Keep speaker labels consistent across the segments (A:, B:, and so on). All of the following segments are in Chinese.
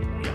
A: 模样。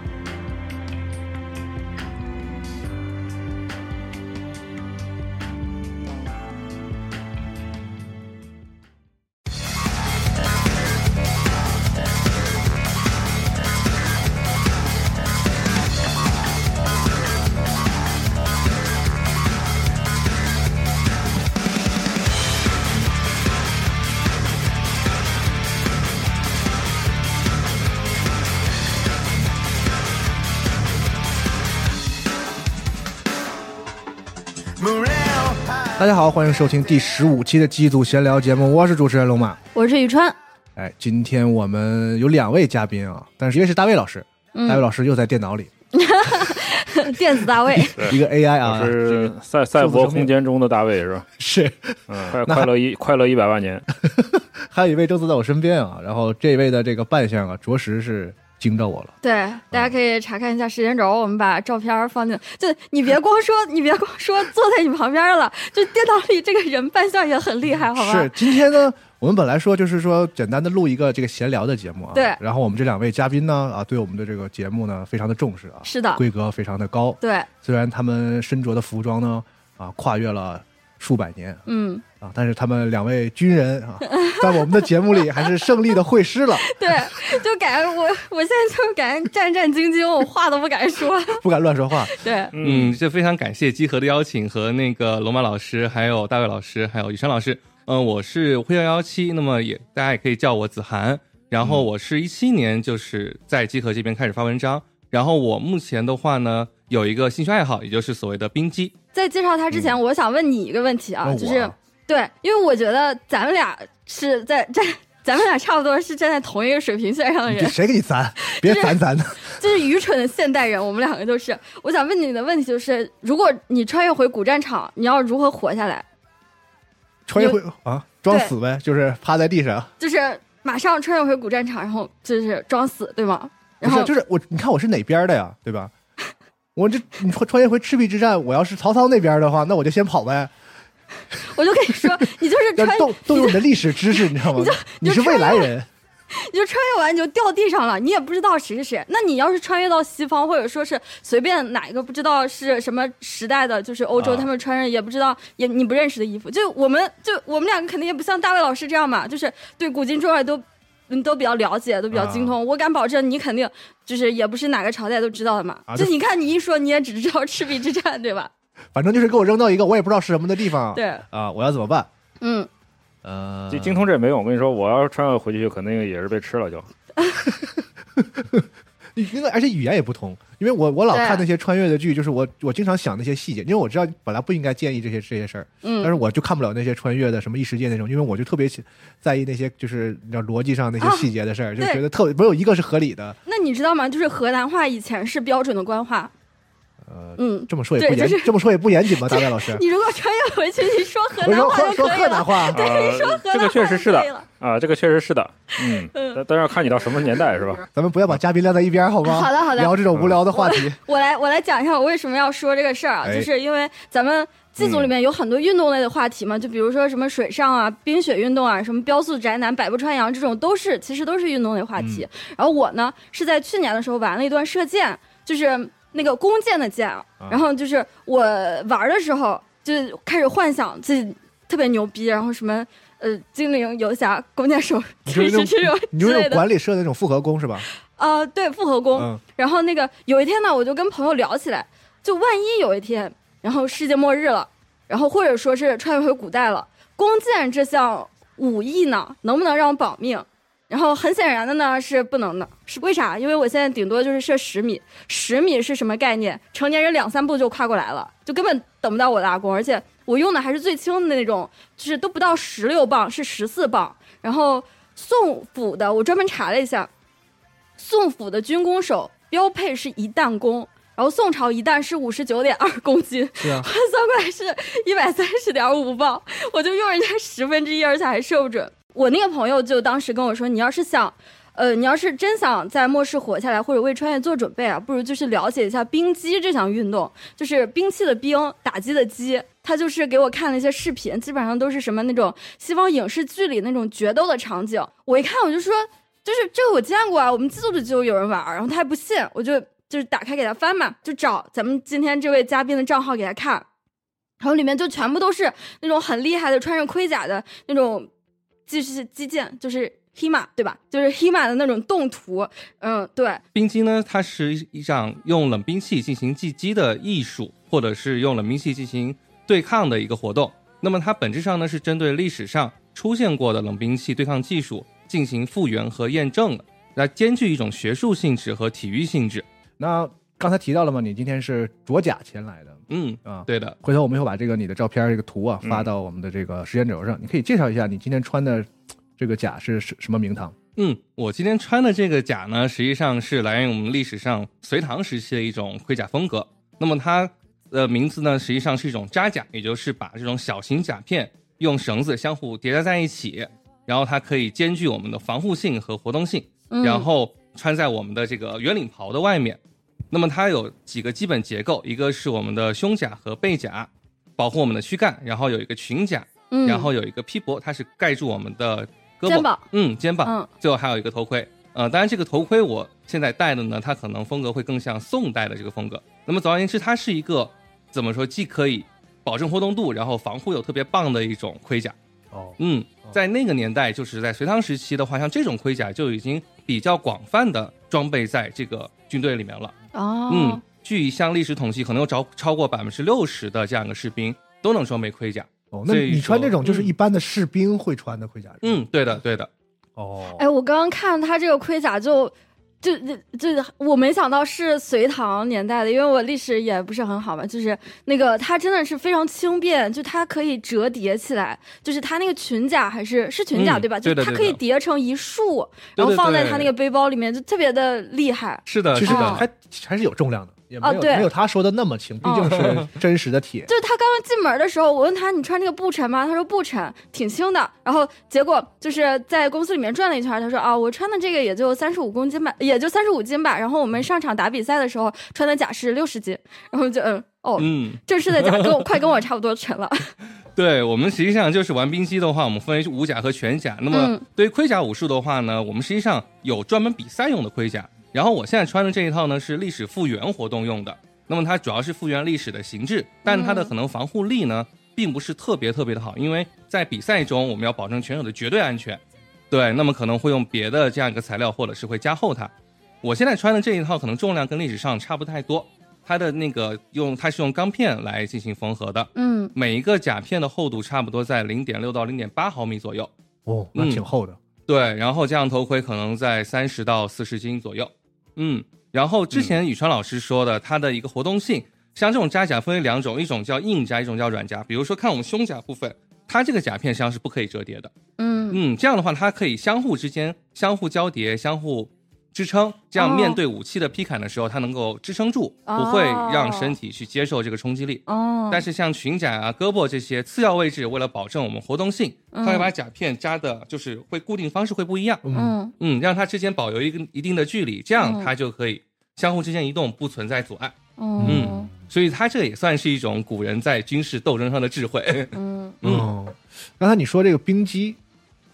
B: 大家好，欢迎收听第十五期的机组闲聊节目，我是主持人龙马。
C: 我是宇川，
B: 哎，今天我们有两位嘉宾啊，但是一位是大卫老师，大卫
C: 嗯，
B: 老师又在电脑里，
C: 电子大卫，
B: 一个 AI 啊
D: 我，是赛赛博空间中的大卫是吧？
B: 是，
D: 嗯，快
B: 那
D: 快乐一快乐一百万年，
B: 还有一位正坐在我身边啊，然后这位的这个扮相啊，着实是惊着我了。
C: 对，大家可以查看一下时间轴，我们把照片放进。就你别光说，你别光说坐在你旁边了，就电脑里这个人扮相也很厉害，好吧
B: 是？今天呢，我们本来说就是说简单的录一个这个闲聊的节目啊，
C: 对
B: 然后我们这两位嘉宾呢啊，对我们的这个节目呢非常的重视啊，
C: 是的，
B: 规格非常的高，
C: 对，
B: 虽然他们身着的服装呢啊跨越了数百年
C: 嗯，
B: 啊，但是他们两位军人啊，在我们的节目里还是胜利的会师了，
C: 对，就感觉我我现在就感觉战战兢兢，我话都不 敢说。
B: 不敢乱说话。
C: 对，
E: 嗯，就非常感谢集合的邀请和那个龙马老师，还有大卫老师，还有雨山老师。嗯、我是灰幺幺七，那么也大家也可以叫我子涵。然后我是一七年就是在集合这边开始发文章，然后我目前的话呢有一个兴趣爱好，也就是所谓的冰机。
C: 在介绍他之前，我想问你一个问题啊，
B: 嗯那我
C: 就是对，因为我觉得咱们俩是在 站，咱们俩差不多是站在同一个水平线上的
B: 你
C: 人
B: 这。谁给你攒？别攒攒的。
C: 就是愚蠢的现代人，我们两个就是。我想问你的问题就是，如果你穿越回古战场，你要如何活下来？
B: 穿一回啊，装死呗，就是趴在地上。
C: 就是马上穿越回古战场，然后就是装死，对吗？
B: 不
C: 然后
B: 是，就是我，你看我是哪边的呀，对吧？我这你穿穿越回赤壁之战，我要是曹操那边的话，那我就先跑呗。
C: 我就跟你说，你就是
B: 要
C: 穿，
B: 动动用你的历史知识，你知道吗？你是未来人，
C: 你就穿越完你就掉地上了，你也不知道谁是谁。那你要是穿越到西方，或者说是随便哪一个不知道是什么时代的，就是欧洲，
B: 啊
C: 他们穿着也不知道也你不认识的衣服。就我们就我们两个肯定也不像大卫老师这样嘛，就是对古今中外都嗯都比较了解，都比较
B: 啊
C: 精通。我敢保证，你肯定就是也不是哪个朝代都知道的嘛。
B: 啊
C: 就
B: 就
C: 你看你一说，你也只知道赤壁之战，对吧？
B: 反正就是给我扔到一个我也不知道是什么的地方。
C: 对，
B: 啊，我要怎么办？
C: 嗯，
B: 呃，
D: 精精通这没用。我跟你说，我要是穿越回去，肯定也是被吃了就。
B: 因为而且语言也不通，因为我我老
C: 对
B: 看那些穿越的剧，就是我我经常想那些细节，因为我知道本来不应该建议这些这些事儿，
C: 嗯
B: 但是我就看不了那些穿越的什么异世界那种，因为我就特别喜在意那些就是你知道逻辑上那些
C: 啊
B: 细节的事儿，就
C: 对
B: 觉得特没有一个是合理的。
C: 那你知道吗？就是河南话以前是标准的官话，
B: 呃，
C: 嗯。
B: 这么说也不
C: 对
B: 严，
C: 就是
B: 这么说也不严 谨吧，大卫老 师。
C: 你如果穿越回去，你说河
B: 我
C: 南
B: 说
C: 话
B: 说
C: 就
B: 说
C: 可以
B: 河南
C: 了。
B: 话，呃
D: 啊
C: 对，你说河南话
D: 这个确实是
C: 就可以
D: 的
C: 了
D: 啊，这个确实是的。嗯，
C: 嗯
D: 但但是要看你到什么年代 是吧？
B: 咱们不要把嘉宾晾在一边，好吗？
C: 好的好的
B: 聊这种无聊的话题，
C: 我来我来讲一下我为什么要说这个事儿啊，
B: 哎
C: 就是因为咱们。剧组里面有很多运动类的话题嘛，就比如说什么水上啊、冰雪运动啊、什么标速宅男、百步穿杨这种，都是其实都是运动类话题。然后我呢是在去年的时候玩了一段射箭，就是那个弓箭的箭啊，然后就是我玩的时候就开始幻想自己特别牛逼，然后什么呃精灵游侠、弓箭手，
F: 你
C: 就
F: 就是是那
C: 这种
F: 你就
C: 之
F: 是那
C: 类
F: 种
C: 的。
F: 管理社的那种复合工是吧？
C: 呃，对，复合弓。
F: 嗯，
C: 然后那个有一天呢，我就跟朋友聊起来，就万一有一天，然后世界末日了，然后或者说是穿越回古代了，弓箭这项武艺呢，能不能让我保命？然后很显然的呢是不能的，是为啥？因为我现在顶多就是射十米，十米是什么概念？成年人两三步就跨过来了，就根本等不到我的阿公，而且我用的还是最轻的那种，就是都不到十六磅，是十四磅。然后宋府的，我专门查了一下，宋府的军弓手标配是一弹弓，然后宋朝一弹是五十九点二公斤，
F: 是啊，
C: 换算过来是一百三十点五磅，我就用人家十分之一，而且还射不准。我那个朋友就当时跟我说，你要是想。呃，你要是真想在末世活下来，或者为穿越做准备啊，不如就是了解一下冰击这项运动，就是兵器的兵，打击的击。他就是给我看了一些视频，基本上都是什么那种西方影视剧里那种决斗的场景。我一看我就说，就是这个我见过啊，我们剧组里就有人玩儿，然后他还不信，我就就是打开给他翻嘛，就找咱们今天这位嘉宾的账号给他看，然后里面就全部都是那种很厉害的穿着盔甲的那种，就是击剑，就是黑马对吧？就是黑马的那种动图，嗯，对，
E: 冰击呢，它是一场用冷兵器进行击击的艺术，或者是用冷兵器进行对抗的一个活动。那么它本质上呢是针对历史上出现过的冷兵器对抗技术进行复原和验证的，来兼具一种学术性质和体育性质。
F: 那刚才提到了嘛，你今天是着甲前来的
E: 嗯，
F: 啊。
E: 对的，
F: 回头我们会把这个你的照片、这个图啊
D: 嗯
F: 发到我们的这个时间轴上，你可以介绍一下你今天穿的这个甲是什什么名堂？
E: 嗯，我今天穿的这个甲呢，实际上是来源于我们历史上隋唐时期的一种盔甲风格。那么它的名字呢，实际上是一种扎甲，也就是把这种小型甲片用绳子相互叠加在一起，然后它可以兼具我们的防护性和活动性，
C: 嗯、
E: 然后穿在我们的这个圆领袍的外面。那么它有几个基本结构，一个是我们的胸甲和背甲，保护我们的躯干，然后有一个裙甲，
C: 嗯，
E: 然后有一个披帛，它是盖住我们的胳膊、
C: 肩膀
E: 嗯，肩膀，
C: 嗯
E: 最后还有一个头盔。呃，当然这个头盔我现在戴的呢，它可能风格会更像宋代的这个风格。那么总而言之，它是一个怎么说，既可以保证活动度，然后防护又特别棒的一种盔甲。
F: 哦，
E: 嗯，在那个年代，就是在隋唐时期的话，像这种盔甲就已经比较广泛的装备在这个军队里面了。
C: 哦，
E: 嗯，据像历史统计，可能有超超过百分之六十的这样一个士兵都能装备盔甲。
F: 哦，那
E: 所以
F: 你穿
E: 说
F: 这种就是
E: 嗯
F: 一般的士兵会穿的盔甲？是吗，
E: 嗯，对的，对的。
F: 哦，
C: 哎，我刚刚看他这个盔甲就。就就就我没想到是隋唐年代的，因为我历史也不是很好嘛。就是那个它真的是非常轻便，就它可以折叠起来，就是它那个裙甲还是是裙甲、
E: 嗯
C: 对吧？
E: 对
C: 就
E: 的
C: 它
E: 对
C: 可以
E: 的
C: 叠成一束，
E: 对
C: 然后
E: 对
C: 放在
E: 对
C: 它那个背包里面，就特别的厉害。
E: 是的，
F: 其
E: 是
F: 实
E: 的，
C: 哦
F: 还还是有重量的，也没
C: 啊
F: 有
C: 对
F: 没有他说的那么轻，毕竟
E: 哦
F: 是真实的
E: 嗯
F: 铁。
C: 就是他刚刚进门的时候，我问他你穿这个不沉吗？他说不沉，挺轻的。然后结果就是在公司里面转了一圈，他说啊，我穿的这个也就三十五公斤吧，也就三十五斤吧。然后我们上场打比赛的时候穿的甲是六十斤，然后就嗯哦，
E: 嗯，
C: 正式的甲跟 我快跟我差不多沉了。
E: 对我们实际上就是玩冰机的话，我们分为武甲和全甲。那么
C: 嗯
E: 对于盔甲武术的话呢，我们实际上有专门比赛用的盔甲。然后我现在穿的这一套呢是历史复原活动用的，那么它主要是复原历史的形制，但它的
C: 嗯
E: 可能防护力呢并不是特别特别的好，因为在比赛中我们要保证选手的绝对安全。对，那么可能会用别的这样一个材料，或者是会加厚它。我现在穿的这一套可能重量跟历史上差不太多，它的那个用它是用钢片来进行缝合的，
C: 嗯，
E: 每一个甲片的厚度差不多在零点六到零点八毫米左右，
F: 哦，那
E: 嗯
F: 挺厚的。
E: 对，然后加上头盔可能在三十到四十斤左右，嗯，然后之前宇川老师说的，它的一个活动性，像这种扎甲分为两种，一种叫硬扎，一种叫软扎。比如说看我们胸甲部分，它这个甲片实际上是不可以折叠的，
C: 嗯
E: 嗯，这样的话，它可以相互之间相互交叠、相互支撑，这样
C: 哦
E: 面对武器的劈砍的时候，它能够支撑住，不会让身体去接受这个冲击力。
C: 哦，
E: 但是像裙甲啊、胳膊这些次要位置，为了保证我们活动性，
C: 嗯
E: 它会把甲片扎的，就是会固定方式会不一样，
F: 嗯，
C: 嗯
E: 嗯，让它之间保留一个一定的距离，这样
C: 嗯
E: 它就可以相互之间移动，不存在阻碍。
C: 嗯
E: 嗯所以它这也算是一种古人在军事斗争上的智慧。
F: 哎
C: 嗯
E: 嗯
F: 哦，刚才你说这个冰击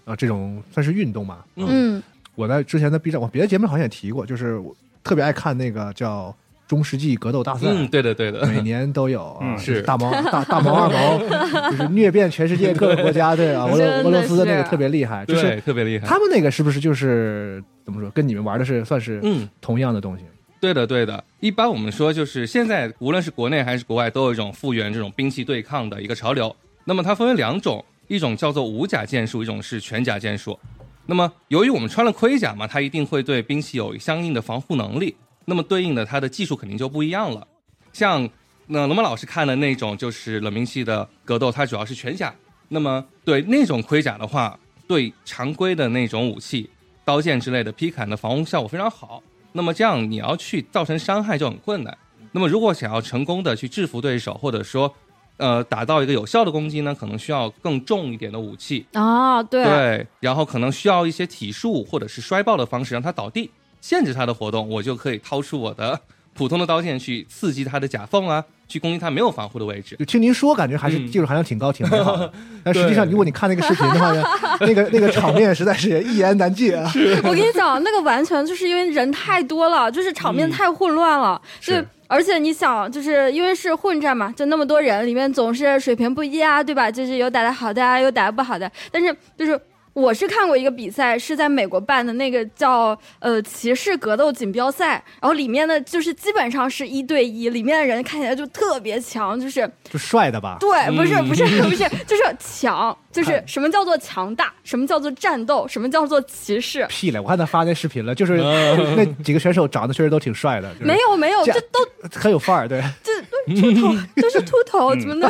F: 啊，这种算是运动嘛？
E: 嗯
C: 嗯
F: 我在之前的 B 站，我别的节目好像也提过，就是我特别爱看那个叫中世纪格斗大赛。
E: 嗯，对的对 的，
F: 每年都有啊，
D: 嗯
F: 就是大毛大大毛二毛，就是虐遍全世界各个国家，对啊，俄罗
C: 真的
F: 俄罗斯的那个
C: 是
F: 特别厉害，就是
E: 对，特别厉害。
F: 他们那个是不是就是怎么说，跟你们玩的是算是
E: 嗯，
F: 同样的东西？
E: 对的，对的。一般我们说，就是现在无论是国内还是国外，都有一种复原这种兵器对抗的一个潮流。那么它分为两种，一种叫做无甲剑术，一种是全甲剑术。那么由于我们穿了盔甲嘛，它一定会对兵器有相应的防护能力。那么对应的它的技术肯定就不一样了。像那龙马老师看的那种就是冷兵器的格斗，它主要是全甲。那么对那种盔甲的话，对常规的那种武器，刀剑之类的劈砍的防护效果非常好。那么这样你要去造成伤害就很困难。那么如果想要成功的去制服对手，或者说，呃，达到一个有效的攻击呢，可能需要更重一点的武器，
C: 啊，对
E: 对，然后可能需要一些体术或者是摔爆的方式让他倒地，限制他的活动，我就可以掏出我的 普通的刀剑去刺激他的甲缝啊，去攻击他没有防护的位 置。
F: 就听您说，感觉还是
E: 嗯
F: 技术含量挺高、挺美好的。但实际上，
E: 对
F: 如果你看那个视频的话呢，那个那个场面实在是一言难尽啊。
C: 我跟你讲，那个完全就是因为人太多了，就是场面太混乱了，就是
F: 是。
C: 而且你想，就是因为是混战嘛，就那么多人，里面总是水平不一啊，对吧？就是有打得好的啊，有打得不好的。但是就是我是看过一个比赛，是在美国办的那个叫呃骑士格斗锦标赛，然后里面的就是基本上是一对一，里面的人看起来就特别强，就是
F: 就帅的吧，
C: 对，不是
E: 嗯
C: 不是不是， 就是强，就是什么叫做强大，什么叫做战斗，什么叫做骑士，
F: 屁嘞！我看他发那视频了，就是那几个选手长得确实都挺帅的，就是
C: 没有没有，
F: 这
C: 这都
F: 很有范儿。对
C: 秃头，就是秃头，
D: 嗯
C: 怎么能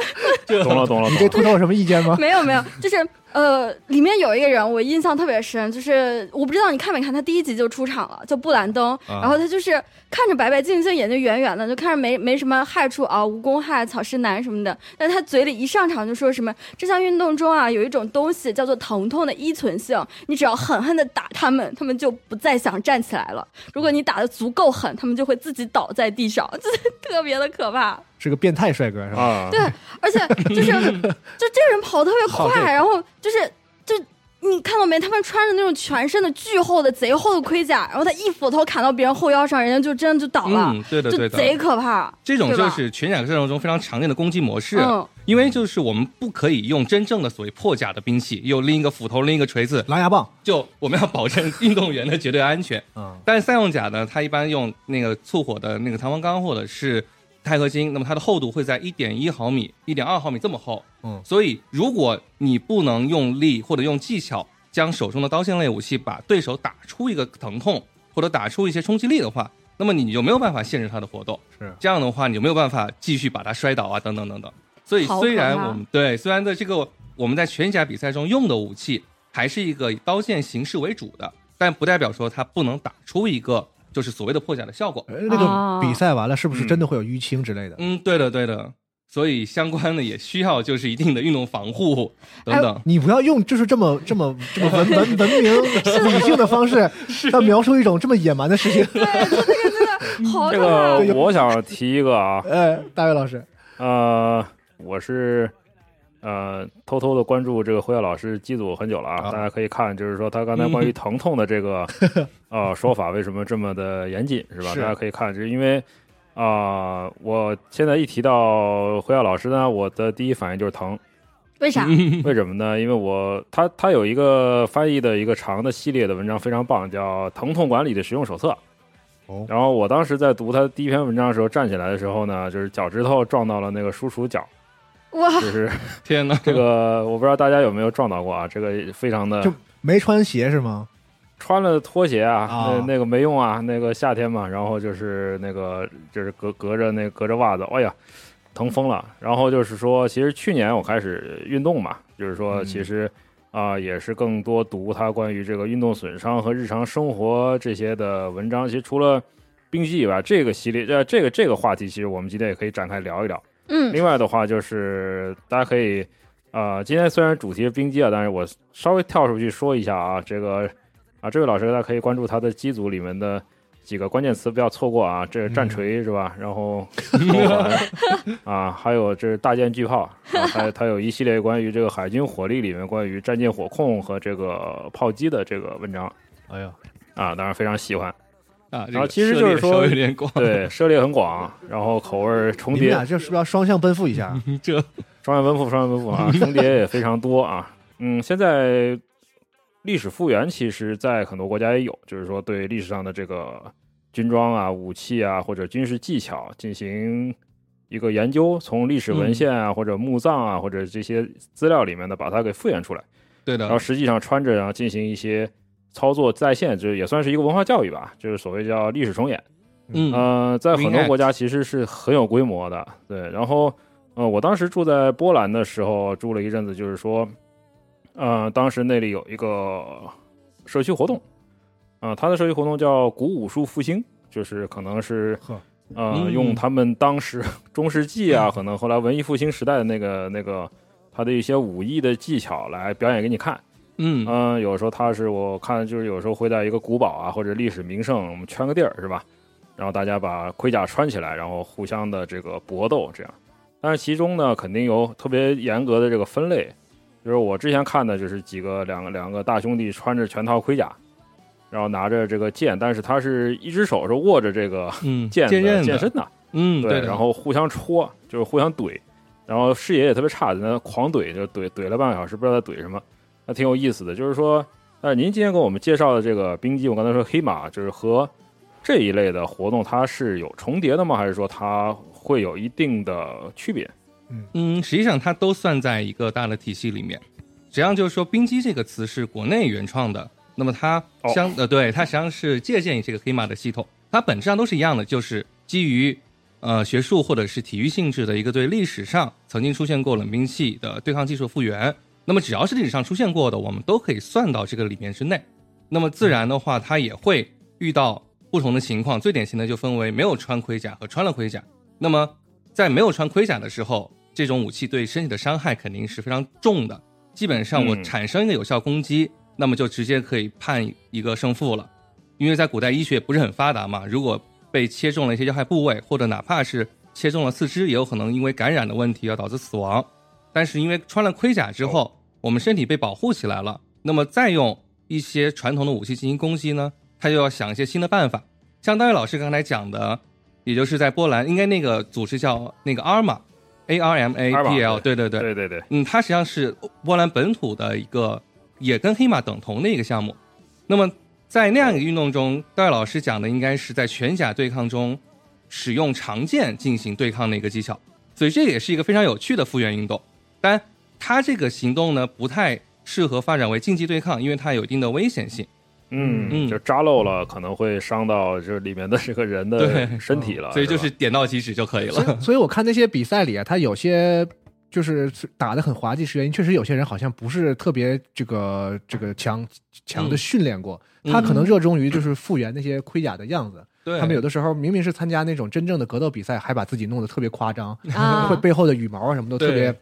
D: 懂了懂了
F: 你
D: 懂
F: 对
D: 了。
F: 秃头有什么意见吗？
C: 没有没有，就是呃，里面有一个人我印象特别深，就是我不知道你看没看，他第一集就出场了，叫布兰登，
E: 啊
C: 然后他就是看着白白净净，眼睛圆圆的，就看着没没什么害处啊，无公害、草食男什么的，但他嘴里一上场就说什么这项运动中啊有一种东西叫做疼痛的依存性，你只要狠狠的打他们，他们就不再想站起来了，如果你打的足够狠，他们就会自己倒在地上， 就是特别的可怕。
F: 是个变态帅哥是吧？
D: 啊，
C: 对而且就是 就这个人跑得特别
F: 好这个
C: 快，然后就是就你看到没？他们穿着那种全身的巨厚的贼厚的盔甲，然后他一斧头砍到别人后腰上，人家就真的就倒了，
E: 嗯，对的，
C: 就
E: 对
C: 贼
E: 的。
C: 可怕。
E: 这种
C: 对
E: 就
C: 吧
E: 是全甲战斗中非常常见的攻击模式。
C: 嗯，
E: 因为就是我们不可以用真正的所谓破甲的兵器，又拎一个斧头，拎一个锤子，
F: 狼牙棒，
E: 就我们要保证运动员的绝对安全。
F: 嗯，
E: 但是赛用甲呢，它一般用那个淬火的那个弹簧钢或者是钛合金，那么它的厚度会在一点一毫米、一点二毫米这么厚。
F: 嗯
E: 所以如果你不能用力或者用技巧将手中的刀剑类武器把对手打出一个疼痛，或者打出一些冲击力的话，那么你就没有办法限制他的活动。
F: 是
E: 这样的话，你就没有办法继续把他摔倒啊，等等等等。所以
C: 好
E: 虽然
C: 可怕
E: 我们对虽然在这个我们在全甲比赛中用的武器还是一个以刀剑形式为主的，但不代表说它不能打出一个就是所谓的破甲的效果。
F: 呃那种比赛完了是不是
D: 嗯
F: 真的会有淤青之类的？
E: 嗯，对的对的，所以相关的也需要就是一定的运动防护
B: 哎
E: 等等。
F: 哎你不要用就是这么这么这么文文文明理性的方式，要描述一种这么野蛮的事情。
C: 对，就这个
E: 嗯
C: 真的好
D: 这
C: 可怕。
D: 个我想提一个啊，
F: 呃，大卫老师，
D: 呃，我是呃偷偷的关注这个辉耀老师机组很久了啊，
F: 啊嗯
D: 大家可以看，就是说他刚才关于疼痛的 这个呃说法为什么这么的严谨是吧？
F: 是
D: 大家可以看，就是因为啊、我现在一提到辉耀老师呢，我的第一反应就是 疼，
C: 为啥？
E: 嗯
D: 为什么呢？因为我他他有一个翻译的一个长的系列的文章非常棒，叫《疼痛管理的实用手册》。
F: 哦
D: 然后我当时在读他第一篇文章的时候，站起来的时候呢，就是脚趾头撞到了那个输出角，
C: 哇，
D: 就是
E: 天哪，
D: 这个我不知道大家有没有撞到过啊，这个非常的
F: 就没穿鞋是吗？
D: 穿了拖鞋啊，
F: 啊
D: 那那个没用啊，那个夏天嘛，然后就是那个就是隔隔着那隔着袜子，哎呀，疼疯了。然后就是说，其实去年我开始运动嘛，就是说
E: 嗯
D: 其实啊、也是更多读它关于这个运动损伤和日常生活这些的文章。其实除了冰激以外，这个系列呃这个这个话题，其实我们今天也可以展开聊一聊。
C: 嗯，
D: 另外的话就是大家可以，呃，今天虽然主题是冰激啊，但是我稍微跳出去说一下啊，这个啊，这位老师大家可以关注他的机组里面的几个关键词，不要错过啊，这个战
F: 嗯
D: 锤是吧？然后光环啊，还有这是大舰巨炮，啊、还他有一系列关于这个海军火力里面关于战舰火控和这个炮击的这个文章
F: 哎呀，
D: 啊，当然非常喜欢。
E: 啊，这
D: 然后
E: 个
D: 其实
E: 涉
D: 就是
E: 猎稍
D: 说
E: 微有点广，
D: 对，涉猎很广，然后口味儿重
F: 你们
D: 叠，
F: 俩这是不是要双向奔赴一下？
E: 这
D: 双向奔赴，双向奔赴啊，重叠也非常多啊。嗯，现在历史复原其实，在很多国家也有，就是说对历史上的这个军装啊、武器啊或者军事技巧进行一个研究，从历史文献啊、或者墓葬啊或者这些资料里面的把它给复原出来，
E: 对的
D: 然后，实际上穿着然后进行一些操作再现，这也算是一个文化教育吧，就是所谓叫历史重演。
E: 嗯
D: 呃，在很
E: Wing
D: 多
E: Act
D: 国家其实是很有规模的，对。然后，呃，我当时住在波兰的时候，住了一阵子，就是说，呃，当时那里有一个社区活动，啊、它的社区活动叫古武术复兴，就是可能是
F: 呵，
D: 呃，
E: 嗯
D: 用他们当时中世纪啊，可能后来文艺复兴时代的那个那个他的一些武艺的技巧来表演给你看。
E: 嗯
D: 嗯，有时候他是我看就是有时候会在一个古堡啊或者历史名胜，我们圈个地儿是吧？然后大家把盔甲穿起来，然后互相的这个搏斗这样。但是其中呢，肯定有特别严格的这个分类，就是我之前看的就是几个两个两个大兄弟穿着全套盔甲，然后拿着这个剑，但是他是一只手是握着这个
E: 嗯，
D: 剑
E: 剑
D: 的
E: 刃
D: 剑
E: 的，
D: 身的，啊
E: 嗯
D: 对，
E: 的
D: 然后互相戳，就是互相怼，然后视野也特别差，在那狂怼，就怼怼了半个小时，不知道在怼什么，还挺有意思的。就是说，但是您今天给我们介绍的这个冰机，我刚才说黑马，就是和这一类的活动，它是有重叠的吗？还是说它会有一定的区别？
E: 嗯，实际上它都算在一个大的体系里面。实际上就是说，冰机这个词是国内原创的，那么它
D: 哦
E: 相、呃对它实际上是借鉴于这个黑马的系统，它本质上都是一样的，就是基于呃学术或者是体育性质的一个对历史上曾经出现过冷兵器的对抗技术复原。那么只要是历史上出现过的，我们都可以算到这个里面之内。那么自然的话，它也会遇到不同的情况，最典型的就分为没有穿盔甲和穿了盔甲。那么在没有穿盔甲的时候，这种武器对身体的伤害肯定是非常重的。基本上我
D: 嗯
E: 产生一个有效攻击，那么就直接可以判一个胜负了。因为在古代医学不是很发达嘛，如果被切中了一些要害部位，或者哪怕是切中了四肢，也有可能因为感染的问题要导致死亡。但是因为穿了盔甲之后，我们身体被保护起来了，那么再用一些传统的武器进行攻击呢，他就要想一些新的办法。像大卫老师刚才讲的，也就是在波兰，应该那个组织叫那个 ARMA，A R M A P L，
D: ARMA
E: 对对对，
D: 对对对，
E: 嗯，它实际上是波兰本土的一个，也跟黑马等同的一个项目。那么在那样一个运动中，戴老师讲的应该是在拳甲对抗中使用长剑进行对抗的一个技巧，所以这也是一个非常有趣的复原运动。当然，它这个行动呢不太适合发展为竞技对抗，因为它有一定的危险性。
D: 嗯，
E: 嗯
D: 就扎漏了可能会伤到就是里面的这个人
E: 对
D: 的身体了，
E: 所以啊就是是
D: 吧
E: 点到即止就可以
F: 所
E: 了。
F: 以所以我看那些比赛里啊，他有些就是打的很滑稽，是原因确实有些人好像不是特别这个这个强强的训练过，
E: 嗯
F: 他可能热衷于就是复原那些盔甲的样子。
E: 对，
F: 他们有的时候明明是参加那种真正的格斗比赛，还把自己弄得特别夸张，
C: 啊
F: 会背后的羽毛啊什么都特别
E: 对，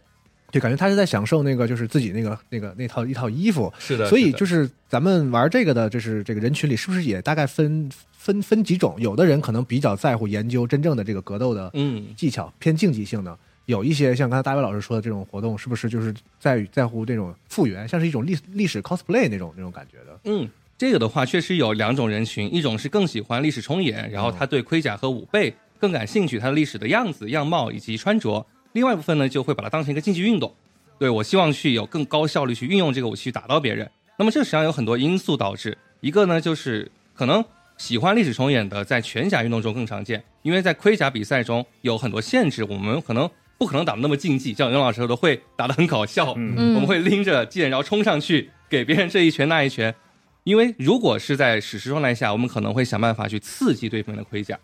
F: 就感觉他是在享受那个就是自己那个那个那套一套衣服。
E: 是的，
F: 所以
E: 是的
F: 就是咱们玩这个的，就是这个人群里是不是也大概分分分几种？有的人可能比较在乎研究真正的这个格斗的
E: 嗯
F: 技巧，偏竞技性的。有一些像刚才大卫老师说的这种活动，是不是就是在于在乎这种复原，像是一种历历史 cosplay 那种那种感觉的？
E: 嗯，这个的话确实有两种人群，一种是更喜欢历史重演，然后他对盔甲和武备更感兴趣，他的历史的样子、样貌以及穿着；另外一部分呢，就会把它当成一个竞技运动。对我希望去有更高效率去运用这个武器去打到别人。那么这实际上有很多因素导致，一个呢就是可能喜欢历史重演的在拳甲运动中更常见，因为在盔甲比赛中有很多限制，我们可能不可能打得那么竞技，像袁老师说的会打得很搞笑，
D: 嗯
C: 嗯
E: 我们会拎着剑然后冲上去给别人这一拳那一拳，因为如果是在史实状态下，我们可能会想办法去刺激对方的盔甲，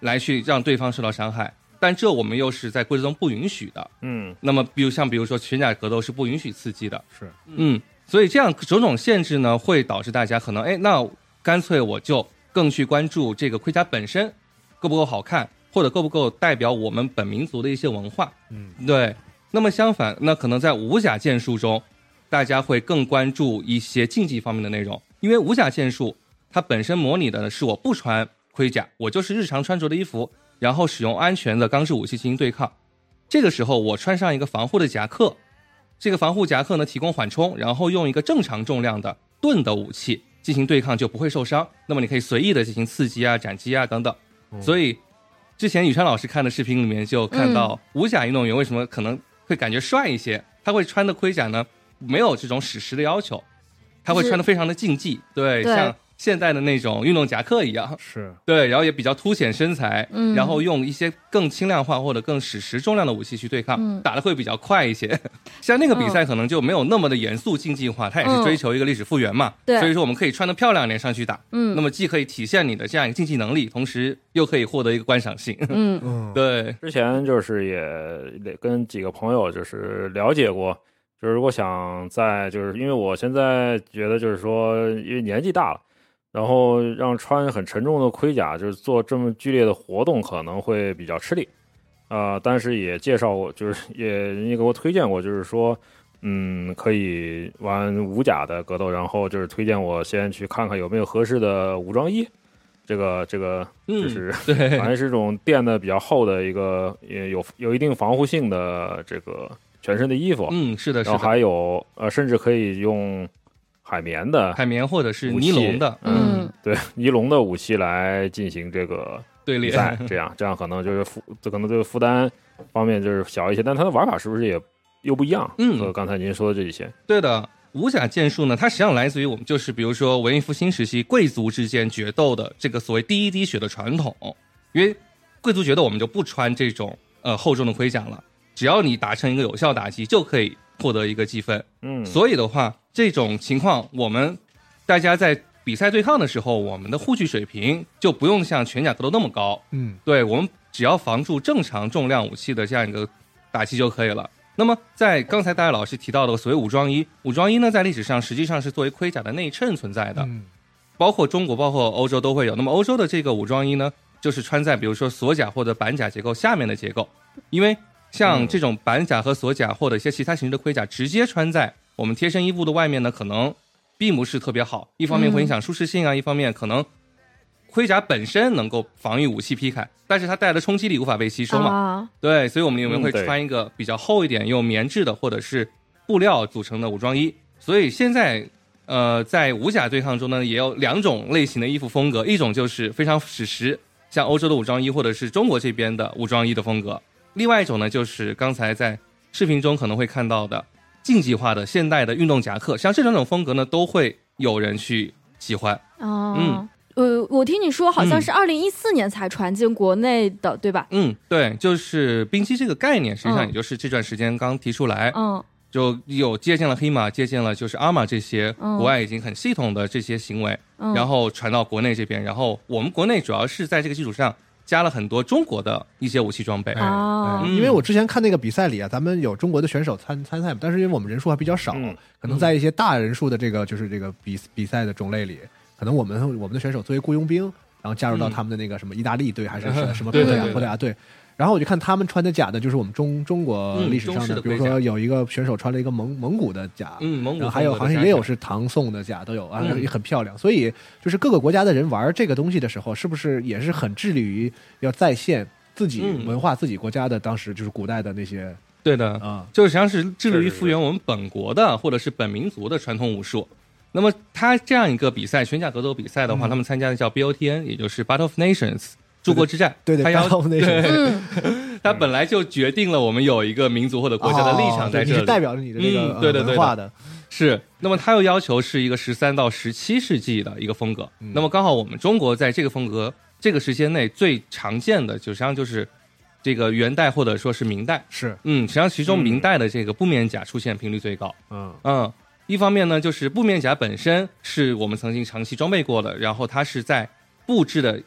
E: 来去让对方受到伤害，但这我们又是在规则中不允许的。
D: 嗯
E: 那么，比如像比如说拳甲格斗是不允许刺激的，
F: 是，
E: 嗯，所以这样种种限制呢，会导致大家可能，哎，那干脆我就更去关注这个盔甲本身够不够好看，或者够不够代表我们本民族的一些文化，
F: 嗯，
E: 对。那么相反，那可能在武甲剑术中，大家会更关注一些竞技方面的内容，因为武甲剑术它本身模拟的是我不穿盔甲，我就是日常穿着的衣服，然后使用安全的钢制武器进行对抗。这个时候，我穿上一个防护的夹克，这个防护夹克呢提供缓冲，然后用一个正常重量的钝的武器进行对抗就不会受伤。那么你可以随意的进行刺激啊、斩击啊等等。所
F: 以
E: 以之前宇川老师看的视频里面就看到武甲运动员为什么可能会感觉帅一些，他会穿的盔甲呢没有这种史实的要求，他会
C: 是
E: 穿的非常的竞技，对，
C: 对
E: 像现代的那种运动夹克一样，
F: 是
E: 对，然后也比较凸显身材，
C: 嗯
E: 然后用一些更轻量化或者更史实重量的武器去对抗，
C: 嗯
E: 打的会比较快一些。 像那个比赛可能就没有那么的严肃竞技化，它也是追求一个历史复原嘛，
C: 嗯对
E: 所以说我们可以穿的漂亮一点上去打，
C: 嗯，
E: 那么既可以体现你的这样一个竞技能力，同时又可以获得一个观赏性。
C: 嗯
F: 嗯，
E: 对，
D: 之前就是也跟几个朋友就是了解过，就是如果想在就是因为我现在觉得就是说，因为年纪大了，然后让穿很沉重的盔甲，就是做这么剧烈的活动可能会比较吃力。啊、但是也介绍过，就是也人家给我推荐过，就是说，嗯，可以玩武甲的格斗，然后就是推荐我先去看看有没有合适的武装衣，这个这个
E: 嗯，
D: 就是
E: 对
D: 反，正是这种垫的比较厚的一个，也有有一定防护性的这个全身的衣服，
E: 嗯，是的，是
D: 然后
E: 的，
D: 还有呃，甚至可以用海绵的
E: 海绵或者是尼龙的，
C: 嗯
E: 嗯，
D: 对尼龙的武器来进行这 个
E: 队
D: 比
E: 列，
D: 赛，这样这样可能就是负，这可能对负担方面就是小一些，但它的玩法是不是也又不一样？
E: 嗯
D: 和刚才您说的这些，
E: 对的，武甲剑术呢，它实际上来自于我们就是比如说文艺复兴时期贵族之间决斗的这个所谓第一滴血的传统，因为贵族决斗我们就不穿这种呃厚重的盔甲了，只要你达成一个有效打击就可以获得一个积分。
D: 嗯，
E: 所以的话，这种情况我们大家在比赛对抗的时候，我们的护具水平就不用像全甲格斗那么高，
F: 嗯
E: 对我们只要防住正常重量武器的这样一个打击就可以了。那么，在刚才大卫老师提到的所谓武装衣，武装衣呢，在历史上实际上是作为盔甲的内衬存在的，
F: 嗯
E: 包括中国、包括欧洲都会有。那么，欧洲的这个武装衣呢，就是穿在比如说锁甲或者板甲结构下面的结构，因为像
D: 嗯
E: 这种板甲和锁甲或者一些其他形式的盔甲，直接穿在我们贴身衣物的外面呢，可能并不是特别好。一方面会影响舒适性啊，一方面可能盔甲本身能够防御武器劈砍，但是它带来的冲击力无法被吸收嘛。
C: 啊，
E: 对，所以我们里面
D: 嗯
E: 会
D: 对
E: 穿一个比较厚一点，用棉质的或者是布料组成的武装衣。所以现在，呃，在武甲对抗中呢，也有两种类型的衣服风格，一种就是非常史实，像欧洲的武装衣或者是中国这边的武装衣的风格；另外一种呢，就是刚才在视频中可能会看到的竞技化的现代的运动夹克，像这两种风格呢，都会有人去喜欢。
C: 哦，
E: 嗯
C: 呃，我听你说好像
E: 嗯
C: 是二零一四年才传进国内的，对吧？
E: 嗯，对，就是冰激这个概念，实际
C: 嗯
E: 上也就是这段时间刚提出来。
C: 嗯
E: 就有借鉴了黑马，借鉴了就是阿玛这些
C: 嗯
E: 国外已经很系统的这些行为，
C: 嗯，
E: 然后传到国内这边，然后我们国内主要是在这个基础上加了很多中国的一些武器装备。
F: 哎
C: 哦
F: 哎因为
E: 嗯
F: 我之前看那个比赛里啊，咱们有中国的选手参参赛嘛，但是因为我们人数还比较少，
D: 嗯
F: 可能在一些大人数的这个就是这个比比赛的种类里，可能我们我们的选手作为雇佣兵，然后加入到
E: 嗯
F: 他们的那个什么意大利队 还是
E: 嗯
F: 什么什么
E: 对
F: 葡
E: 的
F: 萄牙
E: 对的
F: 葡萄牙队，啊然后我就看他们穿的甲的，就是我们中中国
E: 嗯
F: 历史
E: 中
F: 上
E: 式的
F: 比如
E: 盔甲
F: 说有一个选手穿了一个蒙蒙古的甲，
E: 嗯，蒙古
F: 然后
E: 风
F: 还有
E: 格的
F: 好像
E: 战
F: 也有
E: 甲
F: 是唐宋的甲都有啊，
E: 嗯
F: 也很漂亮。所以就是各个国家的人玩这个东西的时候，是不是也是很致力于要再现自己
E: 嗯
F: 文化、自己国家的当时就是古代的那 些
E: 对的，
F: 啊？
E: 就实际上是致力
D: 是
E: 于
D: 是
E: 复原我们本国的或者是本民族的传统武术。那么它这样一个比赛，全甲格斗比赛的话，
F: 嗯
E: 他们参加的叫 BOTN，也就是 Battle of Nations，诸国之战。
F: 对对
E: 它 要
F: Battle of Nations
E: 对
C: 嗯
E: 它本来就决定了我们有一个民族或者国家的立场在
F: 哦对
E: 这
F: 你
E: 里。
F: 是代表着你的这个
E: 嗯
F: 呃
E: 对的对的
F: 文化的，
E: 是，那么它又要求是一个十三到十七世纪的一个风格。
F: 嗯
E: 那么刚好我们中国在这个风格这个时间内最常见的，就实际上就是这个元代或者说是明代。
F: 是
E: 嗯，实际上其中
D: 嗯
E: 明代的这个布面甲出现频率最高。
F: 嗯
E: 嗯，一方面呢，就是布面甲本身是我们曾经长期装备过的，然后它是在布置的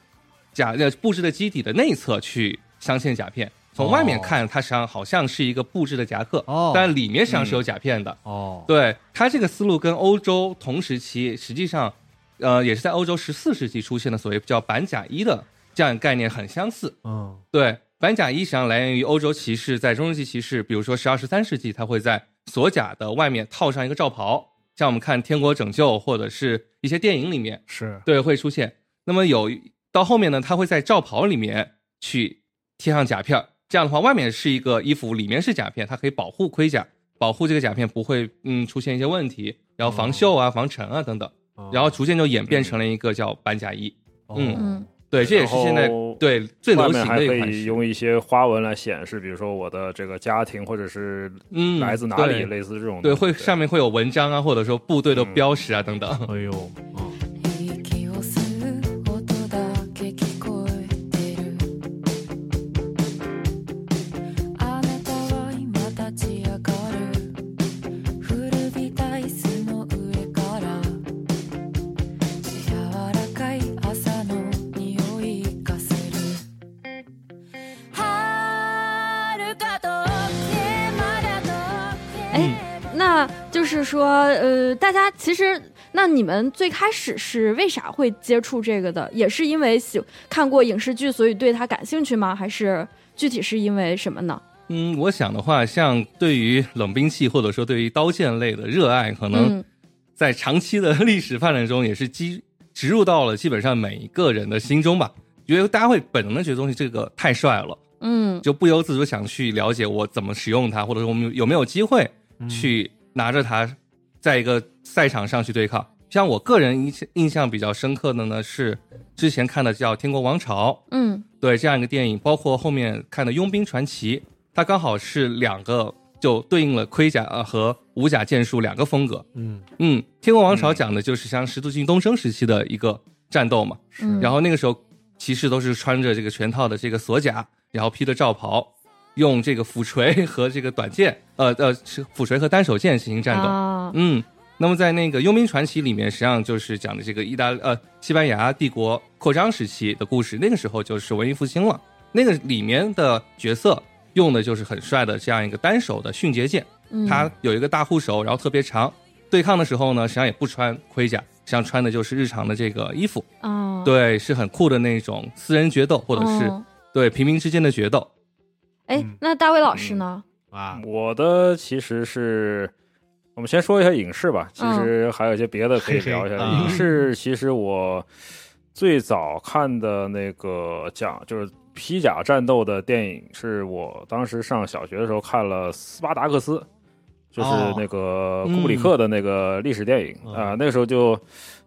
E: 甲呃布置的基底的内侧去镶嵌甲片。从外面
F: 哦
E: 看，它实际上好像是一个布置的夹克，
F: 哦
E: 但里面实际上是有甲片的。
F: 哦
E: 对他这个思路跟欧洲同时期，实际上，呃，也是在欧洲十四世纪出现的所谓叫板甲衣的这样概念很相似。
F: 嗯
E: 对，板甲衣实际上来源于欧洲骑士在中世纪骑士，比如说十二、十三世纪，他会在锁甲的外面套上一个罩袍，像我们看《天国拯救》或者是一些电影里面，
F: 是
E: 对会出现。那么有到后面呢，他会在罩袍里面去贴上甲片儿，这样的话，外面是一个衣服，里面是甲片，它可以保护盔甲，保护这个甲片不会嗯出现一些问题，然后防锈啊、防尘啊等等。然后逐渐就演变成了一个叫板甲衣。
F: 哦
E: 嗯
C: 嗯，
E: 对，这也是现在
D: 然后
E: 对最
D: 外
E: 流
D: 面
E: 行
D: 还
E: 的一
D: 可
E: 款
D: 以
E: 式。
D: 用一些花纹来显示，比如说我的这个家庭或者是
E: 嗯，
D: 来自哪里，
E: 对
D: 类似这种
E: 对，
D: 东西
E: 会上面会有文章啊，或者说部队的
D: 嗯
E: 标识啊等等。
F: 哎呦，
G: 息を吸う音だけ聞こえてるあなたは今立ち上がる古びた椅子の上から柔らかい朝の匂いがする遥か遠くへまだ遠くへ
C: 那就是说，呃，大家其实，那你们最开始是为啥会接触这个的？也是因为喜看过影视剧，所以对它感兴趣吗？还是具体是因为什么呢？
E: 嗯，我想的话，像对于冷兵器或者说对于刀剑类的热爱，可能
C: 嗯
E: 在长期的历史发展中也是基植入到了基本上每一个人的心中吧。觉得大家会本能的觉得东西这个太帅了，
C: 嗯
E: 就不由自主想去了解我怎么使用它，或者说我们有有没有机会去拿着它，在一个赛场上去对抗。像我个人印印象比较深刻的呢，是之前看的叫《天国王朝》，
C: 嗯
E: 对这样一个电影，包括后面看的《佣兵传奇》，它刚好是两个就对应了盔甲呃和武甲剑术两个风格。
F: 嗯，
E: 嗯，《天国王朝》
D: 嗯
E: 讲的就是像十字军东征时期的一个战斗嘛，
C: 嗯，
E: 然后那个时候骑士都是穿着这个全套的这个锁甲，然后披着罩袍，用这个斧锤和这个短剑，呃呃，是斧锤和单手剑进行战斗。
C: 啊，
E: 嗯，那么在那个《佣兵传奇》里面，实际上就是讲的这个意大呃西班牙帝国扩张时期的故事。那个时候就是文艺复兴了，那个里面的角色用的就是很帅的这样一个单手的迅捷剑，
C: 嗯
E: 它有一个大护手，然后特别长。对抗的时候呢，实际上也不穿盔甲，实际上穿的就是日常的这个衣服。
C: 啊，
E: 对，是很酷的那种私人决斗，或者是嗯
C: 哦
E: 对平民之间的 决斗。
C: 哎，那大卫老师呢？
F: 啊，
D: 我的其实是，我们先说一下影视吧，其
C: 嗯
D: 实还有一些别的可以聊一下。
F: 嘿嗯嘿
D: 影视其实我最早看的那个讲就是披甲战斗的电影，是我当时上小学的时候看了《斯巴达克斯》，就是
F: 哦
D: 那个库布里克的那个历史电影
F: 嗯
D: 啊、那个时候就。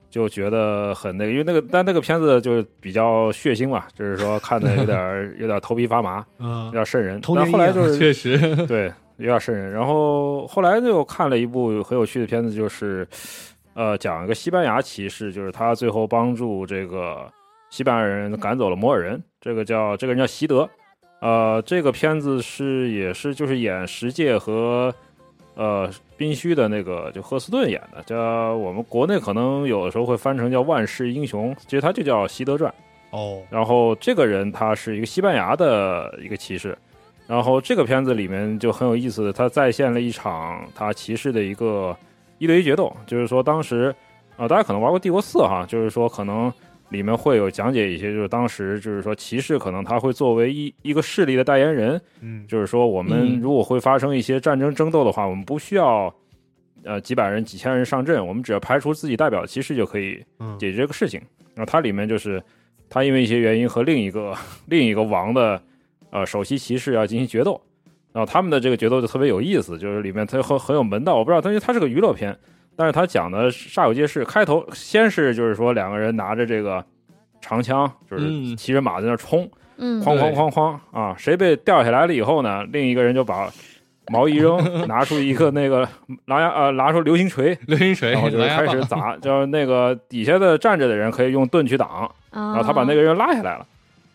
D: 就觉得很那个，因为那个，但那个片子就是比较血腥嘛，就是说看的有点儿有点儿头皮发麻，有
F: 嗯
D: 点儿瘆人。
F: 童
D: 但
F: 年
D: 后来
F: 阴影
D: 就是
E: 确实，
D: 对，有点瘆人。然后后来就看了一部很有趣的片子，就是呃，讲一个西班牙骑士，就是他最后帮助这个西班牙人赶走了摩尔人，这个叫这个人叫席德。呃，这个片子是也是就是演十戒和呃宾虚的那个就赫斯顿演的，叫我们国内可能有的时候会翻成叫《万世英雄》，其实它就叫《席德传》。
F: 哦，
D: 然后这个人他是一个西班牙的一个骑士，然后这个片子里面就很有意思的，他再现了一场他骑士的一个一对一决斗，就是说当时啊、呃大家可能玩过《帝国四》哈，就是说可能里面会有讲解一些，就是当时就是说骑士可能他会作为一一个势力的代言人，
F: 嗯，
D: 就是说，我们
E: 嗯
D: 如果会发生一些战争争斗的话，我们不需要呃几百人、几千人上阵，我们只要排除自己代表骑士就可以
F: 嗯
D: 解决这个事情。那它里面就是他因为一些原因和另一个 另一个王的呃首席骑士要进行决斗，然后他们的这个决斗就特别有意思，就是里面它很很有门道。我不知道，它因为它是个娱乐片，但是它讲的煞有介事。开头先是就是说两个人拿着这个长枪，就是
E: 嗯
D: 骑着马在那儿冲。
C: 嗯
D: 哐哐
E: 对
D: 哐哐啊！谁被掉下来了以后呢，另一个人就把毛一 扔，拿出一个那个狼牙呃，拿出流星锤，
E: 流星锤啊
D: 然后就
E: 蓝牙
D: 开
E: 哎棒
D: 始砸，就是那个底下的站着的人可以用盾去挡，
C: 啊，
D: 然后他把那个人拉下来了，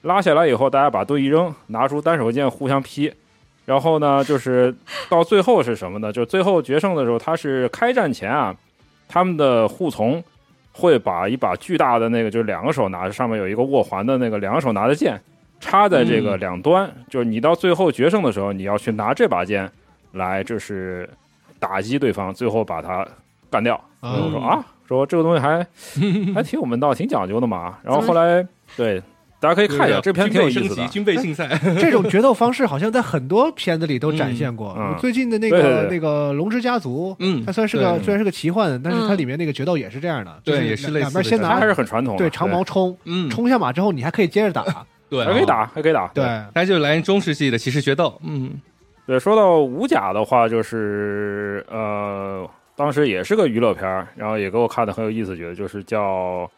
D: 拉下来以后，大家把盾一扔，拿出单手剑互相劈。然后呢，就是到最后是什么呢？就是最后决胜的时候，他是开战前啊，他们的护从会把一把巨大的那个，就是两个手拿着，上面有一个握环的那个两个手拿的剑，插在这个
E: 嗯
D: 两端。就是你到最后决胜的时候，你要去拿这把剑来，就是打击对方，最后把他干掉。然后我
E: 嗯
D: 说啊，说这个东西还还挺有门道，挺讲究的嘛。然后后来对，大家可以看一下，这片挺有意思
E: 军备
D: 的。
E: 升级军备竞赛，
F: 嗯这种决斗方式好像在很多片子里都展现过。
D: 嗯嗯
F: 最近的那
D: 对对
F: 个
D: 对
F: 那个《龙之家族》，
E: 嗯
F: 它虽然是个
D: 对
F: 虽然是个奇幻的，但是它
C: 嗯
F: 里面那个决斗也是这样的，
E: 对
F: 就
E: 也是
F: 两
E: 类
F: 两
E: 似
F: 边
E: 的
F: 先
E: 战
D: 它
F: 拿
D: 还是很传统的，
F: 对长矛啊冲，
E: 嗯，
F: 冲下马之后你还可以接着打，
E: 对，
D: 还可以打，还可以打。
F: 对，
E: 它就是来源中世纪的骑士决斗，嗯
D: 对，说到武甲的话，就是呃，当时也是个娱乐片儿，然后也给我看的很有意思，觉得就是叫《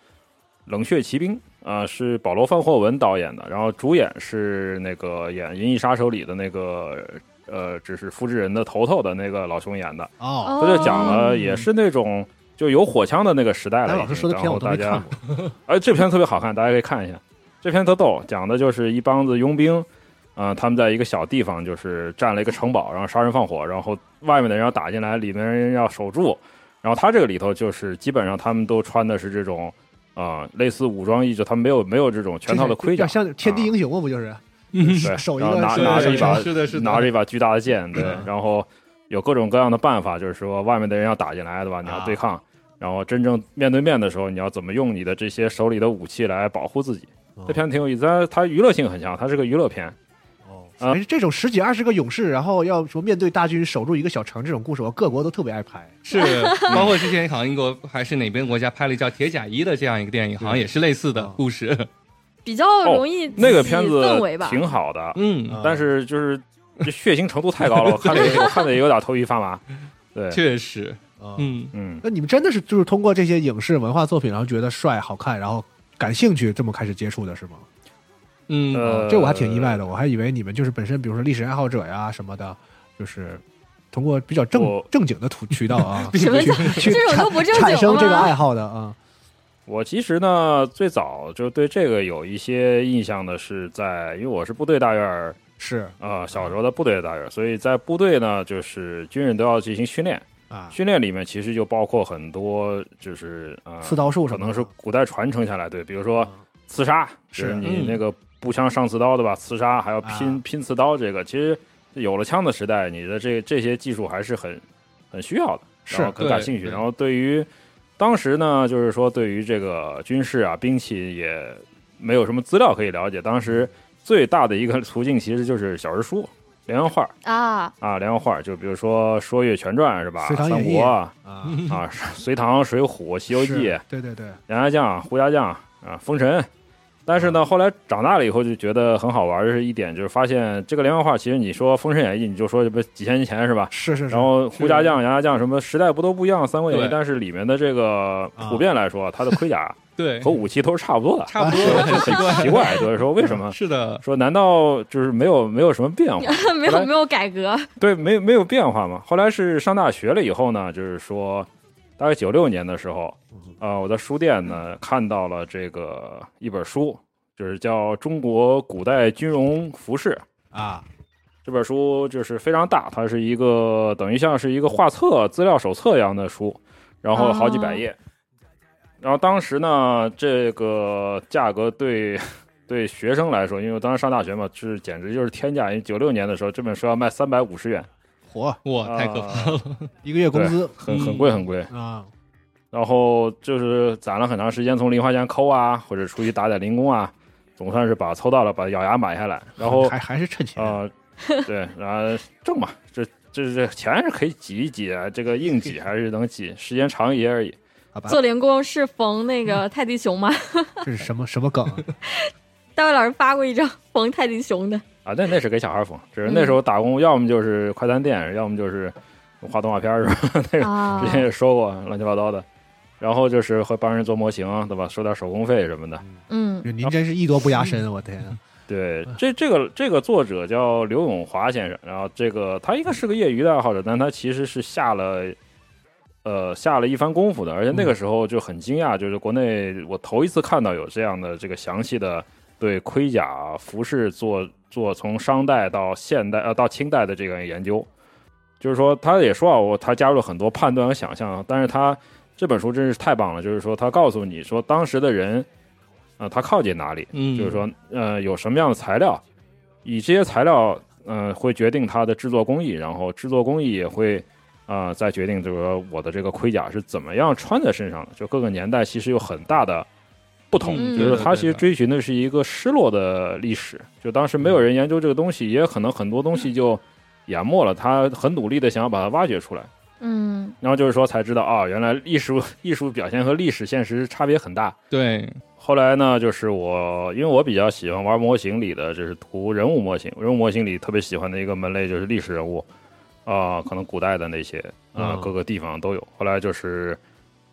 D: 冷血奇兵》啊、是保罗·范霍文导演的，然后主演是那个演《银翼杀手》里的那个呃，只是复制人的头头的那个老兄演的，
F: 哦，
D: 他就讲了
F: 哦
D: 也是那种就有火枪的那个时代了
F: 白
D: 已经。
F: 哎老师说的片
D: 然
F: 我
D: 后
F: 都
D: 大
F: 没
D: 家
F: 看过，
D: 哎，这篇特别好看，大家可以看一下。这篇特逗，讲的就是一帮子佣兵，啊、他们在一个小地方就是占了一个城堡，然后杀人放火，然后外面的人要打进来，里面人要守住。然后他这个里头就是基本上他们都穿的是这种，啊、类似武装衣，就他们没有没有这种全套的盔甲
F: 要，像天地英雄嘛，不就是
E: 嗯
D: 对
F: 手一
D: 然后
F: 个
D: 拿
F: 手
D: 拿着一把
E: 是的，是的，
D: 拿着一把巨大的 剑，对
E: 嗯，
D: 然后有各种各样的办法，就是说外面的人要打进
E: 啊
D: 来，对吧？你要对抗，然后真正面对面的时候，你要怎么用你的这些手里的武器来保护自己
F: 哦？
D: 这片挺有意思，它它娱乐性很强，它是个娱乐
E: 嗯
D: 片。
F: 哦，
D: 啊
F: 哎这种十几二十个勇士，然后要说面对大军守住一个小城这种故事，我各国都特别爱拍。
E: 是，包括之前好像英国还是哪边国家拍了叫《铁甲一》的这样一个电影，好像也是类似的故事。
C: 比较容易
D: 哦那个
C: 起
D: 片子
C: 氛围吧。
D: 挺好的，
E: 嗯，
D: 但是就是这血腥程度太高了，我看了也我看的也有点头皮发 麻。对，
E: 确实，
F: 啊，
E: 嗯，
D: 嗯，
F: 那你们真的是就是通过这些影视文化作品，然后觉得帅、好看，然后感兴趣，这么开始接触的是吗？
E: 嗯，
D: 呃，
F: 这我还挺意外的，我还以为你们就是本身，比如说历史爱好者呀什么的，就是通过比较正
D: 我
F: 正经的途渠道啊，
C: 什么叫
F: 去
C: 这种都不正经
F: 产生这个
C: 吗
F: 爱好的啊。
D: 我其实呢，最早就对这个有一些印象的是在，因为我是部队大院儿
F: 是
D: 啊、小时候在部队的大院，所以在部队呢，就是军人都要进行训练，
F: 啊，
D: 训练里面其实就包括很多，就是啊，
F: 刺刀术
D: 可
F: 什么
D: 能
F: 的
D: 是古代传承下来，对，比如说刺杀，就是你
E: 嗯
D: 那个步枪上刺刀，对吧？刺杀还要拼、
F: 啊
D: 拼刺刀，这个其实有了枪的时代，你的这这些技术还是很很需要的，
F: 是
D: 然后很感
E: 对
D: 兴趣。
E: 对
D: 然后对于当时呢，就是说对于这个军事啊、兵器也没有什么资料可以了解，当时最大的一个 途径其实就是小人书、连环画
C: 啊，
D: 啊，连环画，就比如说《说岳全传》是吧？
F: 隋唐
D: 三
F: 演义
D: 国啊，
F: 啊，
D: 啊，隋唐、水浒、西游记，
F: 是对对对，
D: 杨家将、胡家将啊、封神。但是
E: 啊
D: 呢，后来长大了以后就觉得很好玩的是一点，就是发现这个连环画，其实你说《封神演义》，你就说这不几千年前是吧？
F: 是是是
D: 然，后胡家将、杨家将什么时代不都不一样，《三国演义
E: 对》，
D: 但是里面的这个
F: 啊
D: 普遍来说，它的盔甲
E: 对
D: 和，武器都是差不多的，
E: 差不多，很奇怪，
D: 奇怪，就是说为什么？
E: 是的，
D: 说难道就是没有没有什么变化？
C: 没有没有改革，
D: 对，没没有变化嘛。后来是上大学了以后呢，就是说，大概九六年的时候，
E: 嗯
D: 呃，我在书店呢看到了这个一本书，就是叫《中国古代军容服饰》
F: 啊，
D: 这本书，就是非常大，它是一个等于像是一个画册、资料手册一样的书，然后好几百页。然后当时呢，这个价格对对学生来说，因为我当时上大学嘛，是简直就是天价。因为九六年的时候，这本书要卖三百五十元。
F: 火
E: 哇，太可
D: 啊
E: 怕了，
F: 一个月工资
D: 很
E: 嗯
D: 很贵很贵。
F: 啊，
D: 然后就是攒了很长时间，从零花钱抠啊，或者出去打点零工啊，总算是把凑到了，把咬牙买下来。然后
F: 还还是趁钱
D: 啊、对，然后挣嘛，这这这钱是可以挤一挤啊，这个硬挤还是能挤，时间长一些而已。
F: 好吧？
C: 做零工是缝那
E: 嗯
C: 个泰迪熊吗？
F: 这是什么什么梗啊？
C: 大卫老师发过一张缝泰迪熊的，
D: 啊，那那是给小孩缝，只是
C: 嗯
D: 那时候打工，要么就是快餐店，要么就是画动画片儿，是吧？那个
C: 啊
D: 之前也说过乱七八糟的。然后就是会帮人做模型，对吧？收点手工费什么的。
C: 嗯，
F: 就
E: 啊
F: 您真是艺多不压身，我天啊！
D: 对，这这个这个作者叫刘永华先生，然后这个他应该是个业余的爱好者，但他其实是下了，呃，下了一番功夫的，而且那个时候就很惊讶，就是国内我头一次看到有这样的这个详细的对盔甲服饰做做从商代到现代呃到清代的这个研究，就是说他也说啊，我他加入了很多判断和想象，但是他这本书真是太棒了，就是说他告诉你说当时的人，啊、他靠近哪里。
E: 嗯，
D: 就是说，呃，有什么样的材料，以这些材料，呃，会决定它的制作工艺，然后制作工艺也会，啊，再决定就是说我的这个盔甲是怎么样穿在身上的。就各个年代其实有很大的不同，
C: 嗯
D: 就是它
E: 对的
D: 其实追寻的是一个失落的历史，就当时没有人研究这个东西，也可能很多东西就淹没了，他很努力的想要把它挖掘出来。
C: 嗯，
D: 然后就是说才知道啊，原来艺术 艺术表现和历史现实差别很大。
E: 对，
D: 后来呢，就是我因为我比较喜欢玩模型里的，就是图人物模型，人物模型里特别喜欢的一个门类就是历史人物，啊、可能古代的那些啊、
E: 嗯
D: 各个地方都有。后来就是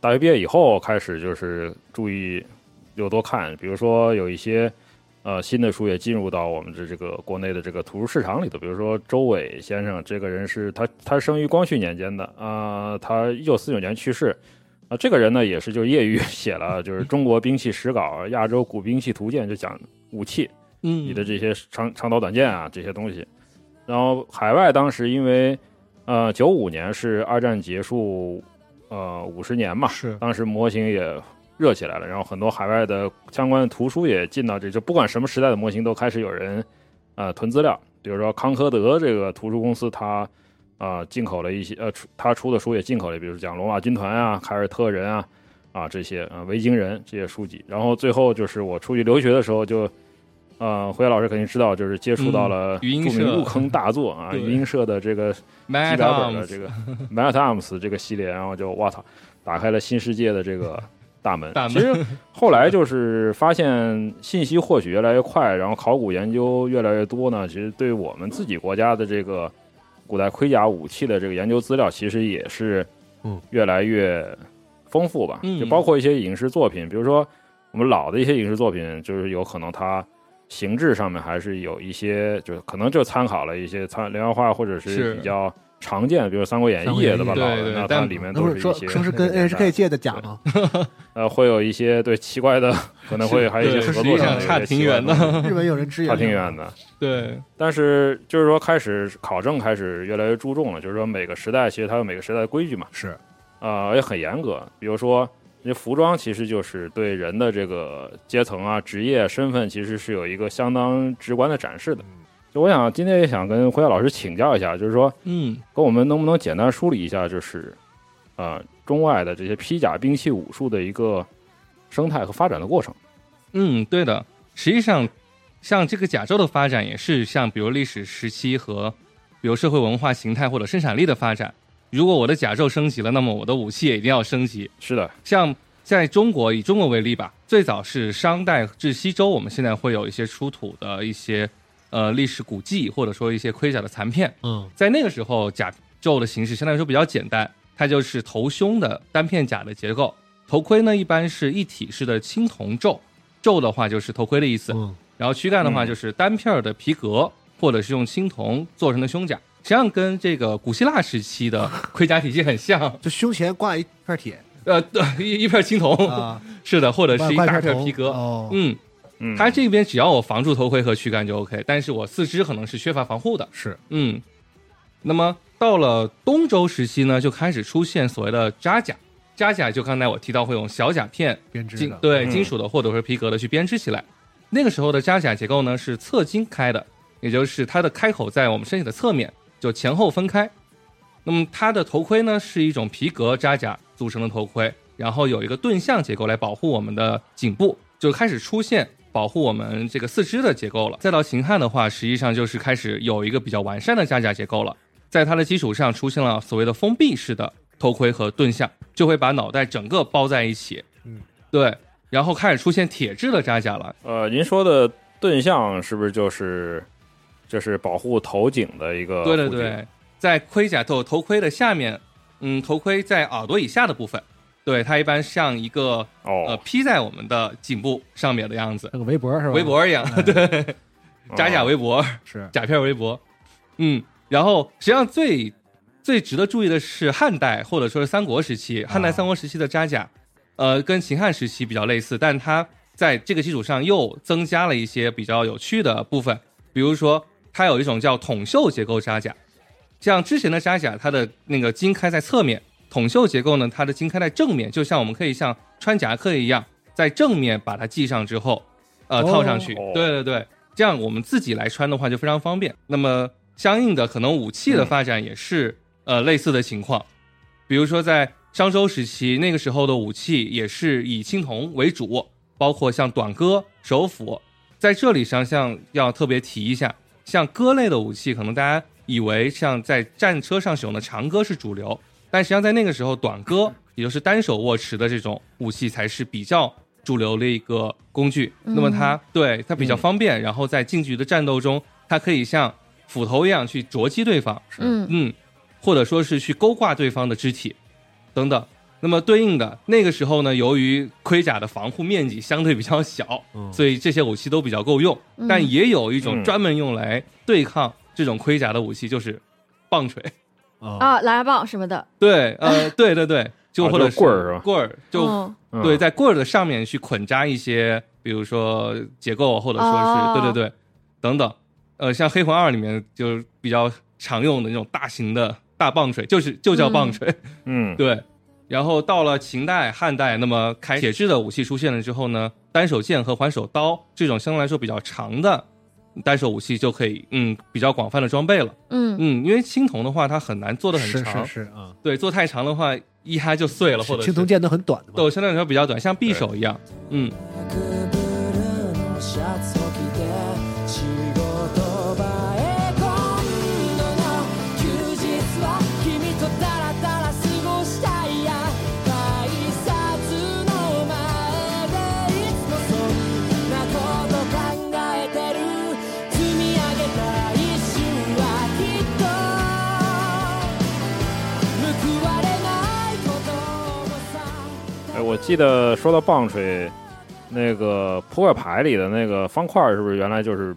D: 大学毕业以后开始就是注意又多看，比如说有一些呃新的书也进入到我们这这个国内的这个图书市场里头，比如说周伟先生这个人是他他生于光绪年间的啊、他一九四九年去世。啊，这个人呢也是就业余 写了就是《中国兵器史稿》《亚洲古兵器图鉴》，就讲武器
E: 嗯
D: 你的这些长长刀短剑啊这些东西。然后海外当时因为呃九五年是二战结束呃五十年嘛，
F: 是
D: 当时模型也热起来了，然后很多海外的相关的图书也进到这，就不管什么时代的模型都开始有人呃囤资料，比如说康科德这个图书公司它。啊、进口了一些呃，出他出的书也进口了，比如讲罗马军团啊、凯尔特人啊、啊这些啊、维京人这些书籍。然后最后就是我出去留学的时候就，呃，辉老师肯定知道，就是接触到了
E: 嗯语音
D: 著名
E: 社
D: 入坑大作啊，
E: 对
D: 语音社的这个
E: ，Mad
D: 几百本的
E: Arms，
D: 这个 Mad Arms 这个系列，然后就我操，打开了新世界的这 个大门。
E: 大门
D: 其实后来就是发现信息获取越来越快，然后考古研究越来越多呢，其实对我们自己国家的这个古代盔甲武器的这个研究资料，其实也是
F: 嗯
D: 越来越丰富吧。
E: 嗯
D: 就包括一些影视作品，比如说我们老的一些影视作品，就是有可能它。形制上面还是有一些，就是可能就参考了一些参连环画，或者
E: 是
D: 是比较常见，比如《三国演
F: 三
D: 义
F: 国演》义
D: 对吧？
E: 对
D: 老的
E: 对
D: 那它
E: 但
D: 里面
F: 那
D: 都
F: 不
D: 是
F: 是说
D: 一些
F: 说是 跟
D: 那个年代
F: NHK 借的假吗？
D: 呃，会有一些对奇怪 的，可能会还有一些
E: 对
D: 合
E: 实际
D: 作
E: 上
D: 上的
E: 差
D: 一些
E: 挺
D: 奇怪
E: 远的
D: 东西，
F: 日本有人支援，
D: 差挺远的。
E: 对，
D: 但是就是说，开始考证开始越来越注重了，就是说每个时代其实它有每个时代的规矩嘛，
F: 是
D: 啊，也很严格。比如说，那服装其实就是对人的这个阶层啊、职业、身份，其实是有一个相当直观的展示的。就我想今天也想跟辉耀老师请教一下，就是说，
E: 嗯
D: 跟我们能不能简单梳理一下，就是呃中外的这些披甲兵器武术的一个生态和发展的过程？
E: 嗯，对的。实际上，像这个甲胄的发展，也是像比如历史时期和比如社会文化形态或者生产力的发展。如果我的甲胄升级了，那么我的武器也一定要升级。
D: 是的，
E: 像在中国，以中国为例吧，最早是商代至西周，我们现在会有一些出土的一些呃历史古迹，或者说一些盔甲的残片。
F: 嗯，
E: 在那个时候，甲胄的形式相对来说比较简单，它就是头胸的单片甲的结构。头盔呢，一般是一体式的青铜胄，胄的话就是头盔的意思。
F: 嗯
E: 然后躯干的话
D: 嗯
E: 就是单片儿的皮革，或者是用青铜做成的胸甲，实际上跟这个古希腊时期的盔甲体系 很像。
F: 就胸前挂一片铁
E: 呃， 对，一一片青铜，
F: 啊，
E: 是的，或者嗯是一
F: 挂
E: 大
F: 挂
E: 片
F: 铜
E: 皮革。
F: 哦，
E: 嗯，
D: 嗯，
E: 它这边只要我防住头盔和躯干就 OK，但是我四肢可能是缺乏防护的。
F: 是
E: 嗯，那么到了东周时期呢，就开始出现所谓的扎甲。扎甲就刚才我提到会用小甲片，
F: 编织
E: 金
F: 的，
E: 对
D: 嗯
E: 金属的或者是皮革的去编织起来。那个时候的扎甲结构呢是侧襟开的，也就是它的开口在我们身体的侧面，就前后分开。那么它的头盔呢是一种皮革扎甲组成的头盔，然后有一个盾像结构来保护我们的颈部，就开始出现保护我们这个四肢的结构了。再到秦汉的话，实际上就是开始有一个比较完善的扎甲结构了。在它的基础上出现了所谓的封闭式的头盔和盾像，就会把脑袋整个包在一起。
F: 嗯，
E: 对，然后开始出现铁质的扎甲了。
D: 呃，您说的盾像是不是就是就是保护头颈的一个？
E: 对对，对，在盔甲头头盔的下面，嗯，头盔在耳朵以下的部分，对它一般像一个呃
D: 哦，
E: 披在我们的颈部上面的样子，
F: 那个围脖是吧？哎
E: 围脖一样，对，
D: 嗯哦
E: 扎甲围脖。
F: 是
E: 甲片围脖，嗯，然后实际上最最值得注意的是汉代或者说是三国时期，汉代三国时期的扎甲，呃，跟秦汉时期比较类似，但它在这个基础上又增加了一些比较有趣的部分，比如说它有一种叫筒袖结构扎甲，像之前的扎甲，它的那个襟开在侧面，筒袖结构呢，它的襟开在正面，就像我们可以像穿夹克一样，在正面把它系上之后，呃，
F: 哦
E: 套上去。
D: 哦
E: 对对对，这样我们自己来穿的话就非常方便。那么相应的，可能武器的发展也是、呃类似的情况，比如说在商周时期，那个时候的武器也是以青铜为主，包括像短戈、手斧。在这里，实际上要特别提一下，像戈类的武器，可能大家以为像在战车上使用的长戈是主流，但实际上在那个时候，短戈也就是单手握持的这种武器才是比较主流的一个工具。
C: 嗯
E: 那么它对它比较方便，然后在近距离的战斗中，它可以像斧头一样去啄击对方。
C: 嗯
E: 嗯，或者说是去勾挂对方的肢体等等。那么对应的那个时候呢，由于盔甲的防护面积相对比较小，
B: 嗯
E: 所以这些武器都比较够用。
C: 嗯
E: 但也有一种
D: 嗯
E: 专门用来对抗这种盔甲的武器，就是 棒槌。
F: 嗯
B: 啊，
C: 啊，狼牙棒什么的，
E: 对，呃，对对对，就
D: 啊
E: 或者
D: 就是棍儿是吧
E: 棍儿就
C: 嗯
D: 嗯
E: 对，，在棍儿的上面去捆扎一些，比如说结构，或者说是、
C: 哦
E: 对对对，等等。呃，像《黑魂二》里面就是比较常用的那种大型的大棒槌，就是就叫棒槌。
D: 嗯，
E: 对，然后到了秦代、汉代，那么开铁制的武器出现了之后呢，单手剑和环手刀这种相对来说比较长的单手武器就可以，嗯，比较广泛的装备了。
C: 嗯，
E: 嗯，因为青铜的话，它很难做的很
F: 是
E: 长，
F: 是是啊，
E: 对，做太长的话一嗨就碎了，或者
F: 青铜
E: 是
F: 剑都很短的嘛，
E: 都相对来说比较短，像匕首一样。嗯，
G: ブルーのシャツを着て仕事場へ今度の休日は君とダラダラ過ごしたいや改札の前でいつもそんなこと考えてる積み上げた一瞬はきっと報われないこともさ
D: 哎，我记得说到棒槌，那个扑克牌里的那个方块儿是不是原来就是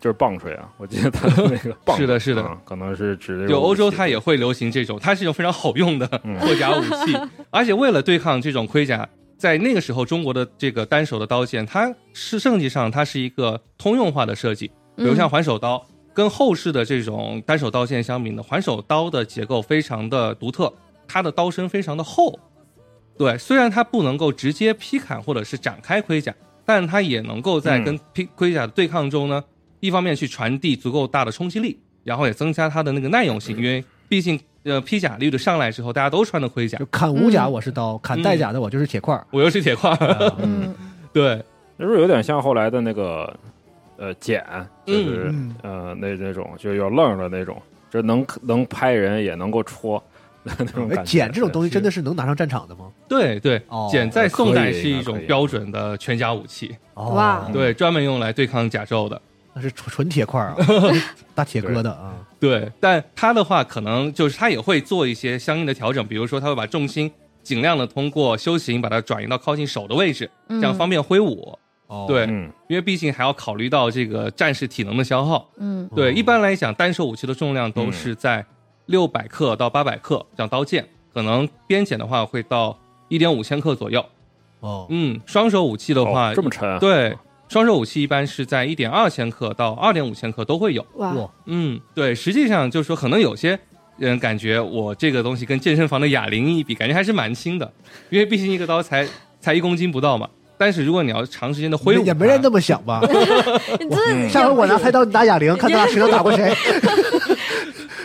D: 就是棒槌啊？我记得它的那个棒
E: 是的是的
D: 啊可能是指这个
E: 就欧洲，
D: 武器
E: 它也会流行这种，它是一种非常好用的
D: 嗯
E: 盔甲武器，而且为了对抗这种盔甲，在那个时候中国的这个单手的刀剑，它是设计上它是一个通用化的设计，比如像环手刀，跟后世的这种单手刀剑相比呢，环手刀的结构非常的独特，它的刀身非常的厚，对，虽然它不能够直接劈砍或者是展开盔甲，但它也能够在
D: 嗯
E: 跟披盔甲的对抗中呢，一方面去传递足够大的冲击力，然后也增加它的那个耐用性，因
D: 嗯
E: 为毕竟呃披甲率的上来之后，大家都穿的盔甲
F: 就，砍五
E: 嗯
F: 甲我是刀，砍带甲的我就是铁块 儿。
E: 我又是铁块，
F: 啊
C: 嗯
E: 对，
D: 那是不是有点像后来的那个呃剪，就是、
F: 嗯
D: 呃那那种就有愣的那种，就能能拍人也能够戳 那种
F: 哎
D: 感觉。
F: 剪这种东西
E: 是
F: 真的是能拿上战场的吗？
E: 对对
F: 哦，
E: 简在宋代是一
D: 可以可
E: 种
D: 以
E: 标准的全甲武器，
F: 哦
C: 哇
D: 嗯
E: 对，专门用来对抗甲胄的。
F: 那是纯纯铁块 儿啊，大铁疙瘩啊，
E: 对，但它的话可能就是它也会做一些相应的调整，比如说它会把重心尽量的通过修行把它转移到靠近手的位置，这样方便挥舞。
F: 哦
E: 对，
D: 嗯，
E: 因为毕竟还要考虑到这个战士体能的消耗。
C: 嗯
D: 哦
E: 对，
F: 嗯
E: 一般来讲，单手武器的重量都
D: 嗯
E: 是在六百克到八百克，像刀剑，可能边剪的话会到一点五千克左右。
F: 哦，
E: 嗯，双手武器的话，
D: 哦、这么沉啊，
E: 对，双手武器一般是在一点二千克到二点五千克都会有。
C: 哇，
F: 哇，
E: 嗯，对，实际上就是说，可能有些人感觉我这个东西跟健身房的哑铃一比，感觉还是蛮轻的，因为毕竟一个刀才才一公斤不到嘛。但是如果你要长时间的挥舞，
F: 也没人那么想吧？
C: 你这
F: 下回我拿菜刀，你拿哑铃，看他俩谁能打过 谁。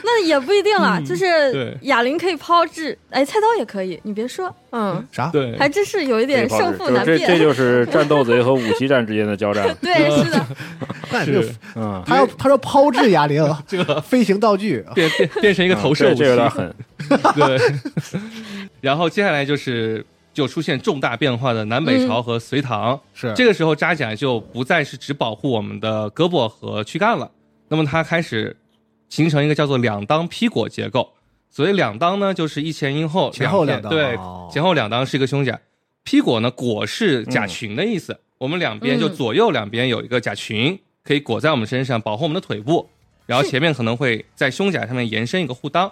C: 那也不一定了，就
E: 对
C: 是哑铃可以抛掷，哎，菜刀也可以，你别说，嗯，
F: 啥？
E: 对，
C: 还真是有一
D: 这
C: 点
D: 个方
C: 胜
D: 式
C: 负
D: 就
C: 难
D: 这这
C: 辨。。
D: 就是战斗贼和武器战之间的交战
C: 对，是的，
F: 那也没有
E: 是
D: 嗯，
F: 他要他说抛掷哑铃，
E: 这个
F: 飞行道具，
E: 变变变成一
D: 这
E: 个投射武器，
D: 啊嗯这有点狠。
E: 对。然后接下来就是就出现重大变化的南北朝和隋唐。
F: 是
E: 这个时候扎甲就不再是只保护我们的胳膊和躯干了，那么它开始形成一个叫做两裆披裹结构。所谓两裆呢，就是一前一后，
F: 前后两
E: 片
F: 裆
E: 对
F: 哦，
E: 前后两裆是一个胸甲，披裹呢裹是甲裙的意思。我们两边就
C: 嗯
E: 左右两边有一个甲裙，可以裹在我们身上，保护我们的腿部。然后前面可能会在胸甲上面延伸一个护裆，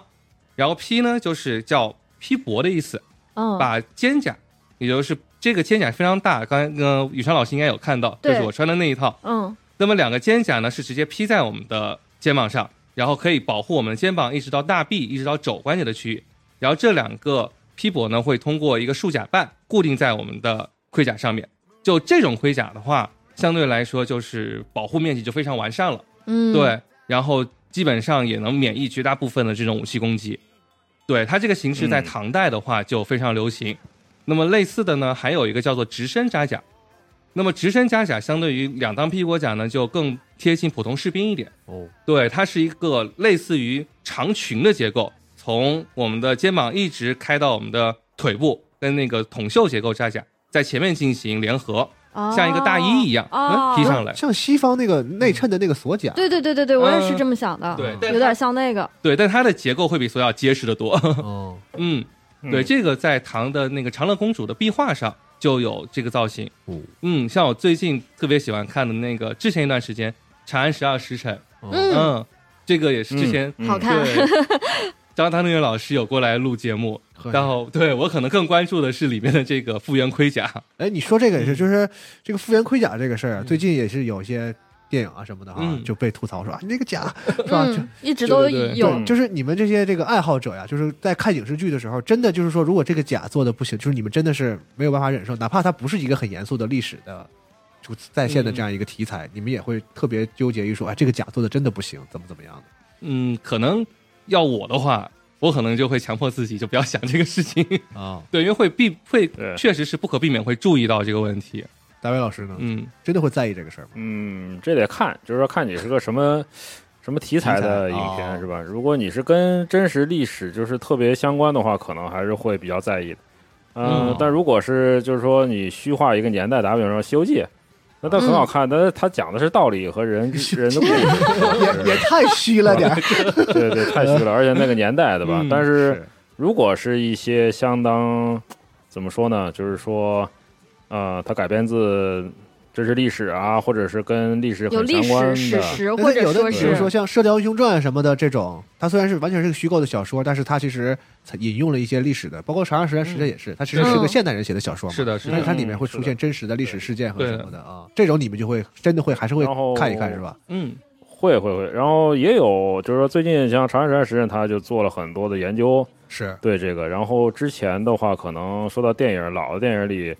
E: 然后披呢就是叫披帛的意思，
C: 嗯，
E: 把肩甲，也就是这个肩甲非常大，刚才呃宇川老师应该有看到，就
C: 对
E: 是我穿的那一套。
C: 嗯，
E: 那么两个肩甲呢是直接披在我们的肩膀上，然后可以保护我们的肩膀一直到大臂，一直到肘关节的区域。然后这两个披帛呢会通过一个束甲带固定在我们的盔甲上面。就这种盔甲的话，相对来说就是保护面积就非常完善了。
C: 嗯，
E: 对，然后基本上也能免疫绝大部分的这种武器攻击。对它这个形式在
D: 嗯
E: 唐代的话就非常流行。那么类似的呢，还有一个叫做直身扎甲。那么直身扎甲相对于两裆披裹甲呢，就更贴近普通士兵一点。
F: 哦，
E: 对，它是一个类似于长裙的结构，从我们的肩膀一直开到我们的腿部，跟那个筒袖结构扎甲在前面进行联合，
C: 哦
E: 像一个大衣一样嗯
C: 哦
E: 披上来。
B: 像西方那个内衬的那个锁甲，
C: 对对对对对，我也是这么想的，
E: 对但
C: 哦有点像那个，
E: 对，但它的结构会比索要结实的多。
B: 哦，
E: 嗯，对，这个在唐的那个长乐公主的壁画上就有这个造型。
B: 哦
E: 嗯，像我最近特别喜欢看的那个，之前一段时间《长安十二时辰》，
C: 嗯，
E: 嗯，这个也是之前、
D: 嗯
C: 好看，
E: 对张唐月老师有过来录节目，
B: 呵
E: 然后对我可能更关注的是里面的这个复原盔甲。
B: 哎，你说这个也是，就是这个复原盔甲这个事儿啊，最近也是有些电影啊什么的啊
E: 嗯，
B: 就被吐槽说啊，你那个 甲是吧？就
C: 嗯，一直都
E: 对对对
C: 有
B: 对，就是你们这些这个爱好者呀，就是在看影视剧的时候，真的就是说，如果这个甲做的不行，就是你们真的是没有办法忍受，哪怕它不是一个很严肃的历史的。就再现的这样一个题材，你们也会特别纠结于说，哎，这个甲做的真的不行，怎么怎么样的？
E: 嗯，可能要我的话，我可能就会强迫自己就不要想这个事情。
B: 啊、
E: 对，因为会避会
D: 对，
E: 确实是不可避免会注意到这个问题。
B: 大卫老师呢，
E: 嗯，
B: 真的会在意这个事儿吗？
D: 嗯，这得看，就是说看你是个什么什么题材的影
B: 题
D: 片、
B: 材哦
D: 是吧？如果你是跟真实历史就是特别相关的话，可能还是会比较在意的。嗯，
E: 嗯
D: 但如果是就是说你虚化一个年代，打比方说《西游记》，那倒很好看，但是它讲的是道理和人人的故
B: 也
D: 事，
B: 也太虚了点儿，
D: 对对，太虚了，而且那个年代对吧？
E: 嗯
D: 但是
B: 是
D: 如果是一些相当怎么说呢，就是说，呃，它改编自真实历史啊，或者是跟历史
C: 有
D: 很
C: 历
D: 相关
C: 史史
D: 的，
C: 实，
B: 但是
C: 或者
B: 有的，比
C: 是
B: 如说像《射雕英雄传》什么的这种，它虽然是完全是个虚构的小说，但是它其实引用了一些历史的，包括《长安十三时辰》也是，它其实是个
C: 嗯
B: 现代人写的小说嘛，
E: 是的，嗯是
B: 但是它
E: 的，
B: 里面会出现真实的历史事件和
E: 对哦
B: 什么的啊，这种你们就会真的会还是会
D: 然后
B: 看一看是吧？
E: 嗯
D: 会会会。然后也有就是说，最近像《长安十二时辰》，他就做了很多的研究，
B: 是，
D: 对这个。然后之前的话，可能说到电影，老的电影里，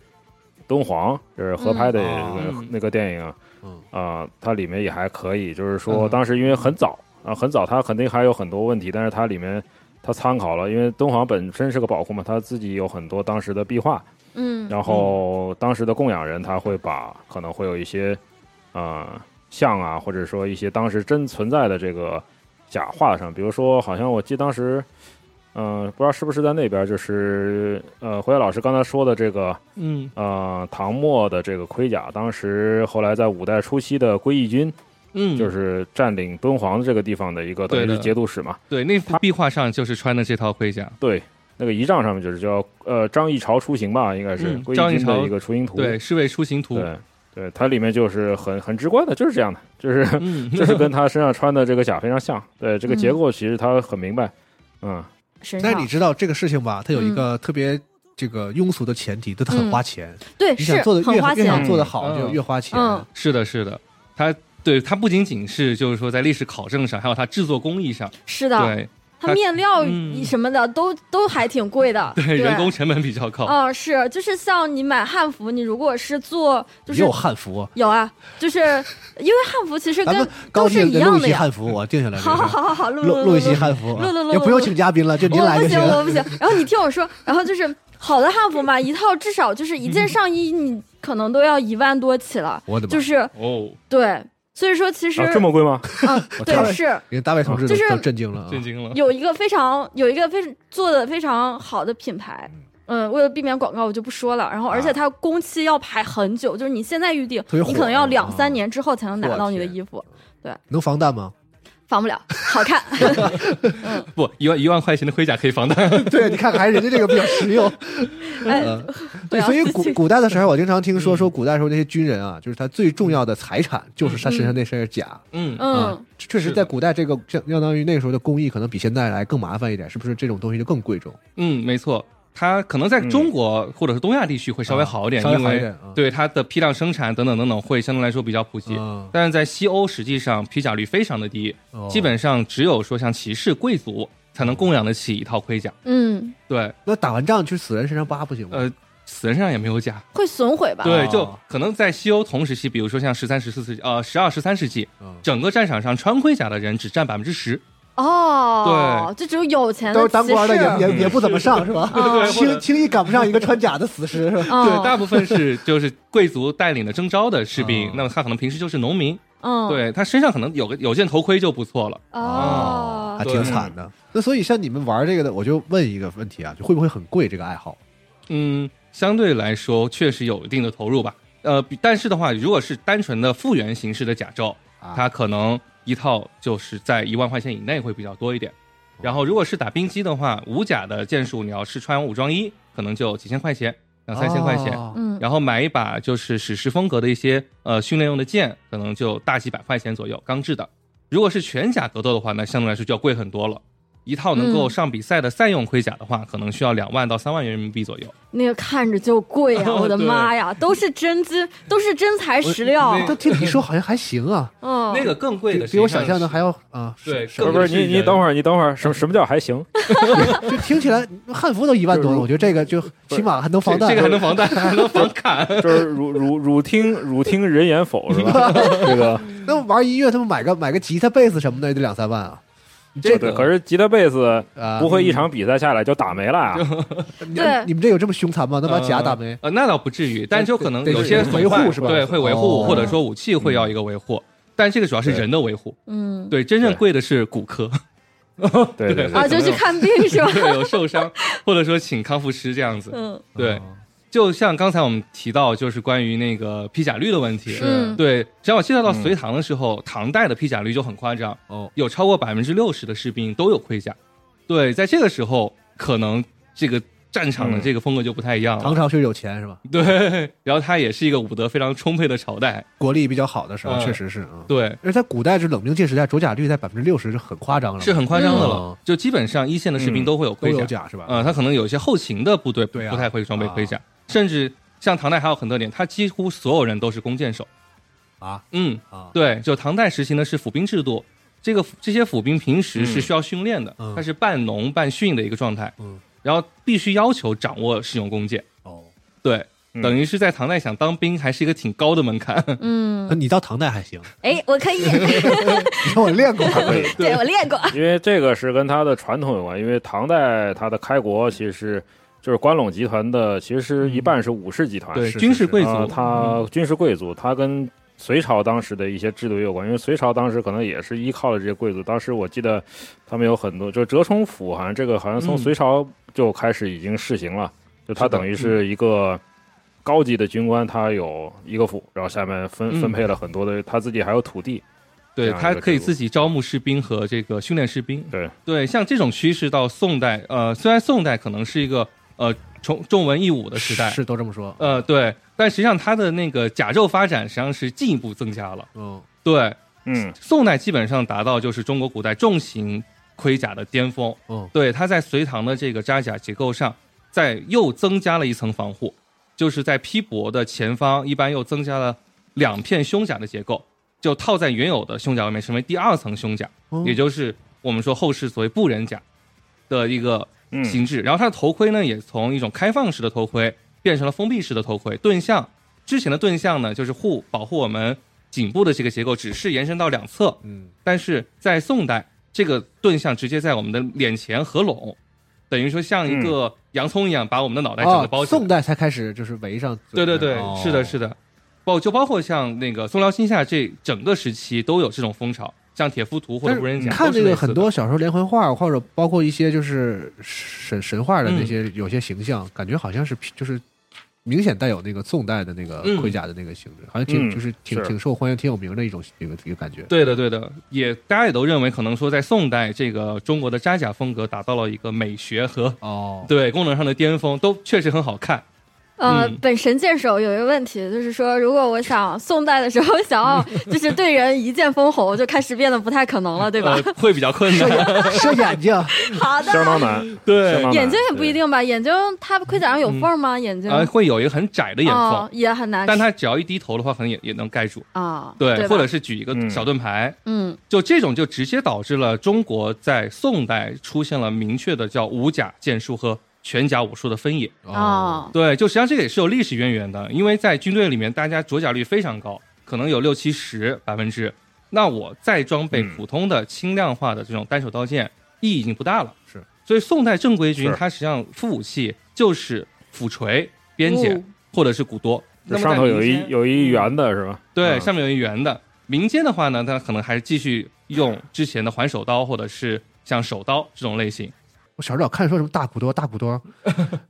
D: 敦煌就是合拍的、
B: 嗯
D: 那个
E: 嗯
D: 那个电影，
B: 嗯
D: 啊、它里面也还可以。就是说，
E: 嗯
D: 当时因为很早啊、很早，它肯定还有很多问题，但是它里面它参考了，因为敦煌本身是个宝库嘛，它自己有很多当时的壁画，
C: 嗯，
D: 然后当时的供养人他会把可能会有一些呃像啊，或者说一些当时真存在的这个假画上，比如说好像我记得当时，嗯、不知道是不是在那边，就是呃，胡烨老师刚才说的这个
E: 嗯
D: 呃唐末的这个盔甲，当时后来在五代初期的归义军
E: 嗯，
D: 就是占领敦煌这个地方的一个等于
E: 对
D: 是
E: 的
D: 节度使嘛，
E: 对那幅壁画上就是穿的这套盔甲。
D: 对。那个仪仗上面就是叫呃张议潮出行吧，应该是
E: 嗯
D: 归
E: 张
D: 义
E: 议
D: 军的
E: 潮
D: 一个出行图。
E: 对，侍卫出行图。
D: 对对，它里面就是很很直观的，就是这样的，就是
E: 嗯，
D: 就是跟他身上穿的这个甲非常像。对，这个结构其实他很明白。嗯，
C: 神
B: 但
C: 少
B: 是你知道这个事情吧？它有
C: 嗯
B: 一个特别这个庸俗的前提，它很花钱，
C: 对
B: 你
C: 嗯是
B: 想做的
C: 很
B: 越
C: 花
B: 越想
C: 钱，
B: 做的好
E: 嗯
B: 就越花钱，
C: 嗯
E: 是的，是的，它对它不仅仅是就是说在历史考证上，还有它制作工艺上，
C: 是的，
E: 对
C: 它面料
E: 嗯
C: 什么的都都还挺贵的，
E: 对，
C: 对
E: 人工成本比较高。
C: 哦，是，就是像你买汉服，你如果是做，就是
B: 也有汉服。
C: 有啊， 就是因为汉服其实
B: 咱们
C: 跟
B: 高
C: 都
B: 低
C: 是一
B: 录
C: 样
B: 一
C: 的
B: 期
C: 呀。
B: 汉服，我定下来这事
C: 好
B: 儿。
C: 好好好好，录
B: 录录一期汉服啊
C: 录录录，
B: 也不用
C: 录
B: 请嘉宾了，就您
C: 我
B: 来
C: 不
B: 就行
C: 行，
B: 了
C: 我。不行。然后你听我说，然后就是好的汉服嘛，一套至少就是一
B: 嗯
C: 件上衣，你可能都要一万多起了，
B: 我的妈！
C: 就是
E: 哦，
C: 对。所以说，其实
D: 啊，这么贵吗？
C: 嗯，对，是
B: 因为大卫同志都
C: 就是
B: 都震惊了啊，
E: 震惊了。
C: 有一个非常有一个非常做的非常好的品牌。嗯，为了避免广告，我就不说了。然后，而且它工期要排很久，就是你现在预定，
B: 特别火
C: 你可能要两
B: 啊
C: 三年之后才能拿
B: 我
C: 到你的
B: 天
C: 衣服，
B: 能防弹吗？
C: 防不了，好看。
E: 不，一万一万块钱的盔甲可以防弹。
B: 对，你看看，还是人家这个比较实用。
C: 哎，
B: 嗯
C: 不
B: 对，
C: 要
B: 所以
C: 自
B: 古
C: 信
B: 古代的时候，我经常听
E: 嗯
B: 说，说古代时候那些军人啊，就是他最重要的财产就是他身上那身甲。
E: 嗯，
B: 啊
C: 嗯，
B: 确实，在古代这个相相当于那个时候的工艺，可能比现在来更麻烦一点，是不是？这种东西就更贵重，
E: 嗯，没错，它可能在中国或者是东亚地区会稍微好一点，
B: 嗯稍微
E: 因
B: 好一
E: 为
B: 点啊。
E: 对它的批量生产等等等等会相对来说比较普及。
B: 啊，
E: 但是在西欧，实际上披甲率非常的低，
B: 哦
E: 基本上只有说像骑士、贵族才能供养得起一套盔甲。
C: 嗯，
E: 对，
B: 那打完仗去死人身上扒不行吗？
E: 呃，死人身上也没有甲。
C: 会损毁吧？
E: 对，就可能在西欧同时期，比如说像十三、十四世纪，呃，十二、十三世纪，
B: 嗯
E: 整个战场上穿盔甲的人只占百分之十。
C: 哦，对，就只有有钱
B: 都
C: 的
B: 是当官的，
C: 骑士
B: 也也也不怎么上，是吧？
C: 对
E: 或
B: 轻
E: 者
B: 轻易赶不上一个穿甲的死尸，是吧？
C: 哦
E: 对，大部分是就是贵族带领的征召的士兵
B: 哦，
E: 那么他可能平时就是农民，
C: 嗯，
E: 对他身上可能有个有件头盔就不错了。
C: 哦
B: 啊还，挺惨的。那所以像你们玩这个的，我就问一个问题啊，就会不会很贵这个爱好？
E: 嗯，相对来说确实有一定的投入吧。呃，比但是的话，如果是单纯的复原形式的甲胄，
B: 啊
E: 它可能一套就是在一万块钱以内会比较多一
B: 哦
E: 点。然后如果是打冰机的话，五甲的剑术你要是穿武装衣，可能就几千块钱，两三千块钱。
B: 哦
C: 嗯，
E: 然后买一把就是史诗风格的一些呃训练用的剑，可能就大几百块钱左右，钢制的。如果是全甲格斗的话，那相对来说就要贵很多了。一套能够
C: 嗯
E: 上比赛的赛用盔甲的话，可能需要两万到三万元人民币左右。
C: 那个看着就贵啊！
E: 哦
C: 我的妈呀，都是真金，都是真材实料。
E: 那
B: 但听你说好像还行啊，
C: 嗯，
E: 那个更贵
B: 比
E: 的，
B: 比我想象的还要啊，
E: 对
B: 是
E: 更
D: 不是不是，你你等会儿，你等会儿，什么什么叫还行？
B: 是就听起来汉服都一万多了，我觉得这个就起码还能防弹
E: 这，个还能防弹， 还能防砍。
D: 就是汝汝汝听汝听人言否是吧？这个
B: 那玩音乐他们买个买个吉他、贝斯什么的也得两三万啊
E: 这
D: 对，
E: 个
D: 可是吉他贝斯
B: 啊！
D: 不会一场比赛下来就打没了啊！
C: 对
B: 你们这有这么凶残吗？ 能把甲打没？
E: 呃，那倒不至于，但就可能
B: 得
E: 有些
B: 得维护
E: 损坏
B: 是吧
E: 对，会维护，
B: 哦
E: 或者说武器会要一个维护，但这个主要是人的维护。
C: 嗯
E: 对，真正
D: 对
E: 贵的是骨科，
D: 对对
E: 对
C: 啊，就去看病是吧？
E: 对，有受伤或者说请康复师这样子。
C: 嗯
B: 哦
E: 对，就像刚才我们提到，就是关于那个披甲率的问题。
C: 嗯，
E: 对，只要我介绍到
D: 嗯
E: 隋唐的时候，唐代的披甲率就很夸张，
B: 哦，
E: 有超过百分之六十的士兵都有盔甲。对，在这个时候，可能这个战场的
D: 嗯
E: 这个风格就不太一样了。
B: 唐朝是有钱是吧？
E: 对，然后它也是一个武德非常充沛的朝代。
B: 国力比较好的时候，
E: 嗯
B: 确实是啊。
E: 对，
B: 而在古代，就冷兵器时代，着甲率在百分之六十就很夸张了嘛，
E: 是很夸张的了，
B: 嗯
E: 就基本上一线的士
D: 嗯
E: 兵都会有
B: 都
E: 盔
B: 有
E: 甲，
B: 甲是吧？
E: 呃，他可能有一些后勤的部队不,、
B: 对啊
E: 太会装备盔甲，甚至像唐代还有很多点，他几乎所有人都是弓箭手
B: 啊。
E: 嗯，
B: 啊，
E: 对，就唐代实行的是府兵制度，这个这些府兵平时是需要训练的，
B: 嗯
E: 他是半农半训的一个状态，
B: 嗯，
E: 然后必须要求掌握使用弓箭，
B: 哦，
E: 对，
D: 嗯
E: 等于是在唐代想当兵还是一个挺高的门槛，
B: 那
C: 嗯，
B: 你到唐代还 行，
C: 哎，我可以，
B: 你看我练过，
D: 还可以，
C: 对我练过，
D: 因为这个是跟它的传统有关，因为唐代它的开国其实是就是关陇集团的，其实是一半是武士集团，
E: 对，
B: 是
E: 军
B: 是
E: 事贵族，
D: 啊，
E: 嗯
D: 它军事贵族，它跟隋朝当时的一些制度也有关，因为隋朝当时可能也是依靠了这些贵族。当时我记得他们有很多，就是折冲府，好像这个好像
E: 嗯
D: 从隋朝就开始已经试行了，就它
E: 是的
D: 等于是一个高级的军官，他有一个府，然后下面分
E: 嗯
D: 分配了很多的，他自己还有土地。
E: 对
D: 这样一
E: 他
D: 个
E: 可以
D: 制度
E: 自己招募士兵和这个训练士兵。
D: 对
E: 对，像这种趋势到宋代，呃，虽然宋代可能是一个呃重重文抑武的时代，
B: 是都这么说。
E: 呃对，但实际上它的那个甲胄发展实际上是进一步增加了。
B: 嗯，
E: 对，
D: 嗯，
E: 宋代基本上达到就是中国古代重型盔甲的巅峰。
B: 嗯
E: 对，它在隋唐的这个扎甲结构上，在又增加了一层防护，就是在披帛的前方一般又增加了两片胸甲的结构，就套在原有的胸甲外面，成为第二层胸甲，
B: 哦
E: 也就是我们说后世所谓布人甲的一个
D: 嗯
E: 形制。然后它的头盔呢，也从一种开放式的头盔变成了封闭式的头盔。盾像之前的盾像呢，就是护保护我们颈部的这个结构，只是延伸到两侧。
B: 嗯，
E: 但是在宋代，这个盾像直接在我们的脸前合拢，等于说像一个洋葱一样把我们的脑袋整个包
B: 嗯哦，
E: 起来。
B: 宋代才开始就是围上
E: 对
B: 嘴
E: 对
B: 边。
E: 对，
B: 哦
E: 是的，是的，包就包括像那个宋辽新夏这整个时期都有这种风潮，像铁浮屠或
B: 但
E: 者
B: 是
E: 无人
B: 你
E: 甲，
B: 看
E: 这
B: 这个很多小时候连环画，或者包括一些就是神神话的那些、
E: 嗯
B: 有些形象，感觉好像是皮就是明显带有那个宋代的那个
E: 嗯
B: 盔甲的那个性质，好像挺、
D: 嗯
B: 就是挺
D: 是
B: 挺受欢迎、挺有名的一种一个一个感 觉。
E: 对的，对的，也大家也都认为，可能说在宋代这个中国的扎甲风格达到了一个美学 和
B: 哦，
E: 对功能上的巅峰，都确实很好看。
C: 呃
E: 嗯，
C: 本神箭手有一个问题，就是说，如果我想宋代的时候想要 就是对人一剑封喉，就开始变得不太可能了，对吧
E: 呃？，会比较困 难。
B: 射眼睛，
C: 好的，
D: 相当难，相
E: 对，
D: 当难
C: 眼睛也不一定吧，眼睛它盔甲上有
E: 嗯
C: 缝吗？眼睛
E: 啊，会有一个很窄的眼
C: 哦
E: 缝，，
C: 也很难，
E: 但他只要一低头的话，可能也也能盖住。
C: 啊，
E: 对，
C: 吧
E: 或者是举一个
D: 嗯
E: 小盾牌，
C: 嗯
E: 就这种就直接导致了中国在宋代出现了明确的叫武甲剑术和全甲武术的分野。
B: 哦
C: 啊，
E: 对，就实际上这个也是有历史渊源的，因为在军队里面，大家着甲率非常高，可能有六七十百分之。那我再装备
D: 嗯
E: 普通的轻量化的这种单手刀剑，意义已经不大了。
B: 是，
E: 所以宋代正规军
D: 是
E: 它实际上副武器就是斧锤、鞭锏
C: 哦
E: 或者是骨多。
D: 就
E: 那么
D: 上
E: 在
D: 头有
E: 民
D: 一
E: 间
D: 有一圆的是吧？
E: 对，
D: 嗯
E: 上面有一圆的。民间的话呢，它可能还是继续用之前的环手刀或者是像手刀这种类型。
B: 我小时候老看说什么大鼓多，大鼓 多，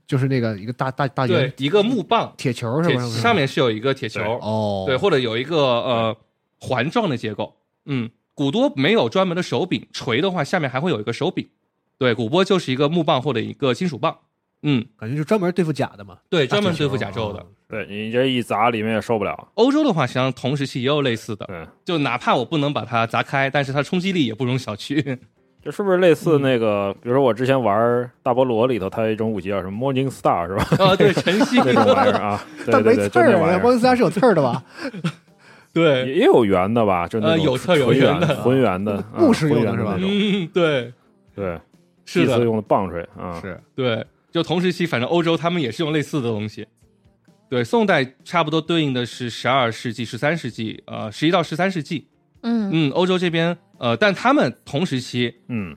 B: 就是那个一个大大大
E: 对
B: 圆，
E: 一个木棒，
B: 铁球是
E: 铁
B: 吧？是吧
E: 上面是有一个铁球，
B: 哦，
E: 对，或者有一个呃环状的结构。嗯，鼓多没有专门的手柄，锤的话下面还会有一个手柄。对，鼓波就是一个木棒或者一个金属棒。嗯，
B: 感觉就专门对付假的嘛。
E: 对，专门
B: 铁
E: 啊对付
B: 球
E: 甲胄的。
D: 对你这一砸里面也受不了。
E: 欧洲的话，实际上同时期也有类似的，
D: 对，
E: 就哪怕我不能把它砸开，但是它冲击力也不容小 觑。
D: 这是不是类似那个？比如说我之前玩大菠萝里头，它有一种武器叫什么 Morning Star 是吧？
E: 啊，对，晨曦
D: 那种玩意儿啊，对
B: 但
D: 对
B: 没
D: 对，
B: 刺
D: 就那
B: 儿
D: 玩
B: 啊，
D: 意
B: 摩
D: 儿
B: 斯三是有刺儿的吧？
E: 对，
D: 也也有圆的吧？就那
E: 呃
D: 种
E: 有侧有
D: 浑
E: 圆
D: 圆
E: 的
D: 浑圆的，啊
B: 故事用
D: 浑
B: 的
D: 圆
B: 是吧
D: 那种
E: 嗯，对，
D: 对，
E: 是
D: 祭祀
E: 的，
D: 用的棒槌啊，
B: 是
E: 对，就同时期，反正欧洲他们也是用类似的东西。对，宋代差不多对应的是十二世纪、十三世纪，呃，十一到十三世纪。
C: 嗯
E: 嗯，欧洲这边，呃，但他们同时期
D: 嗯，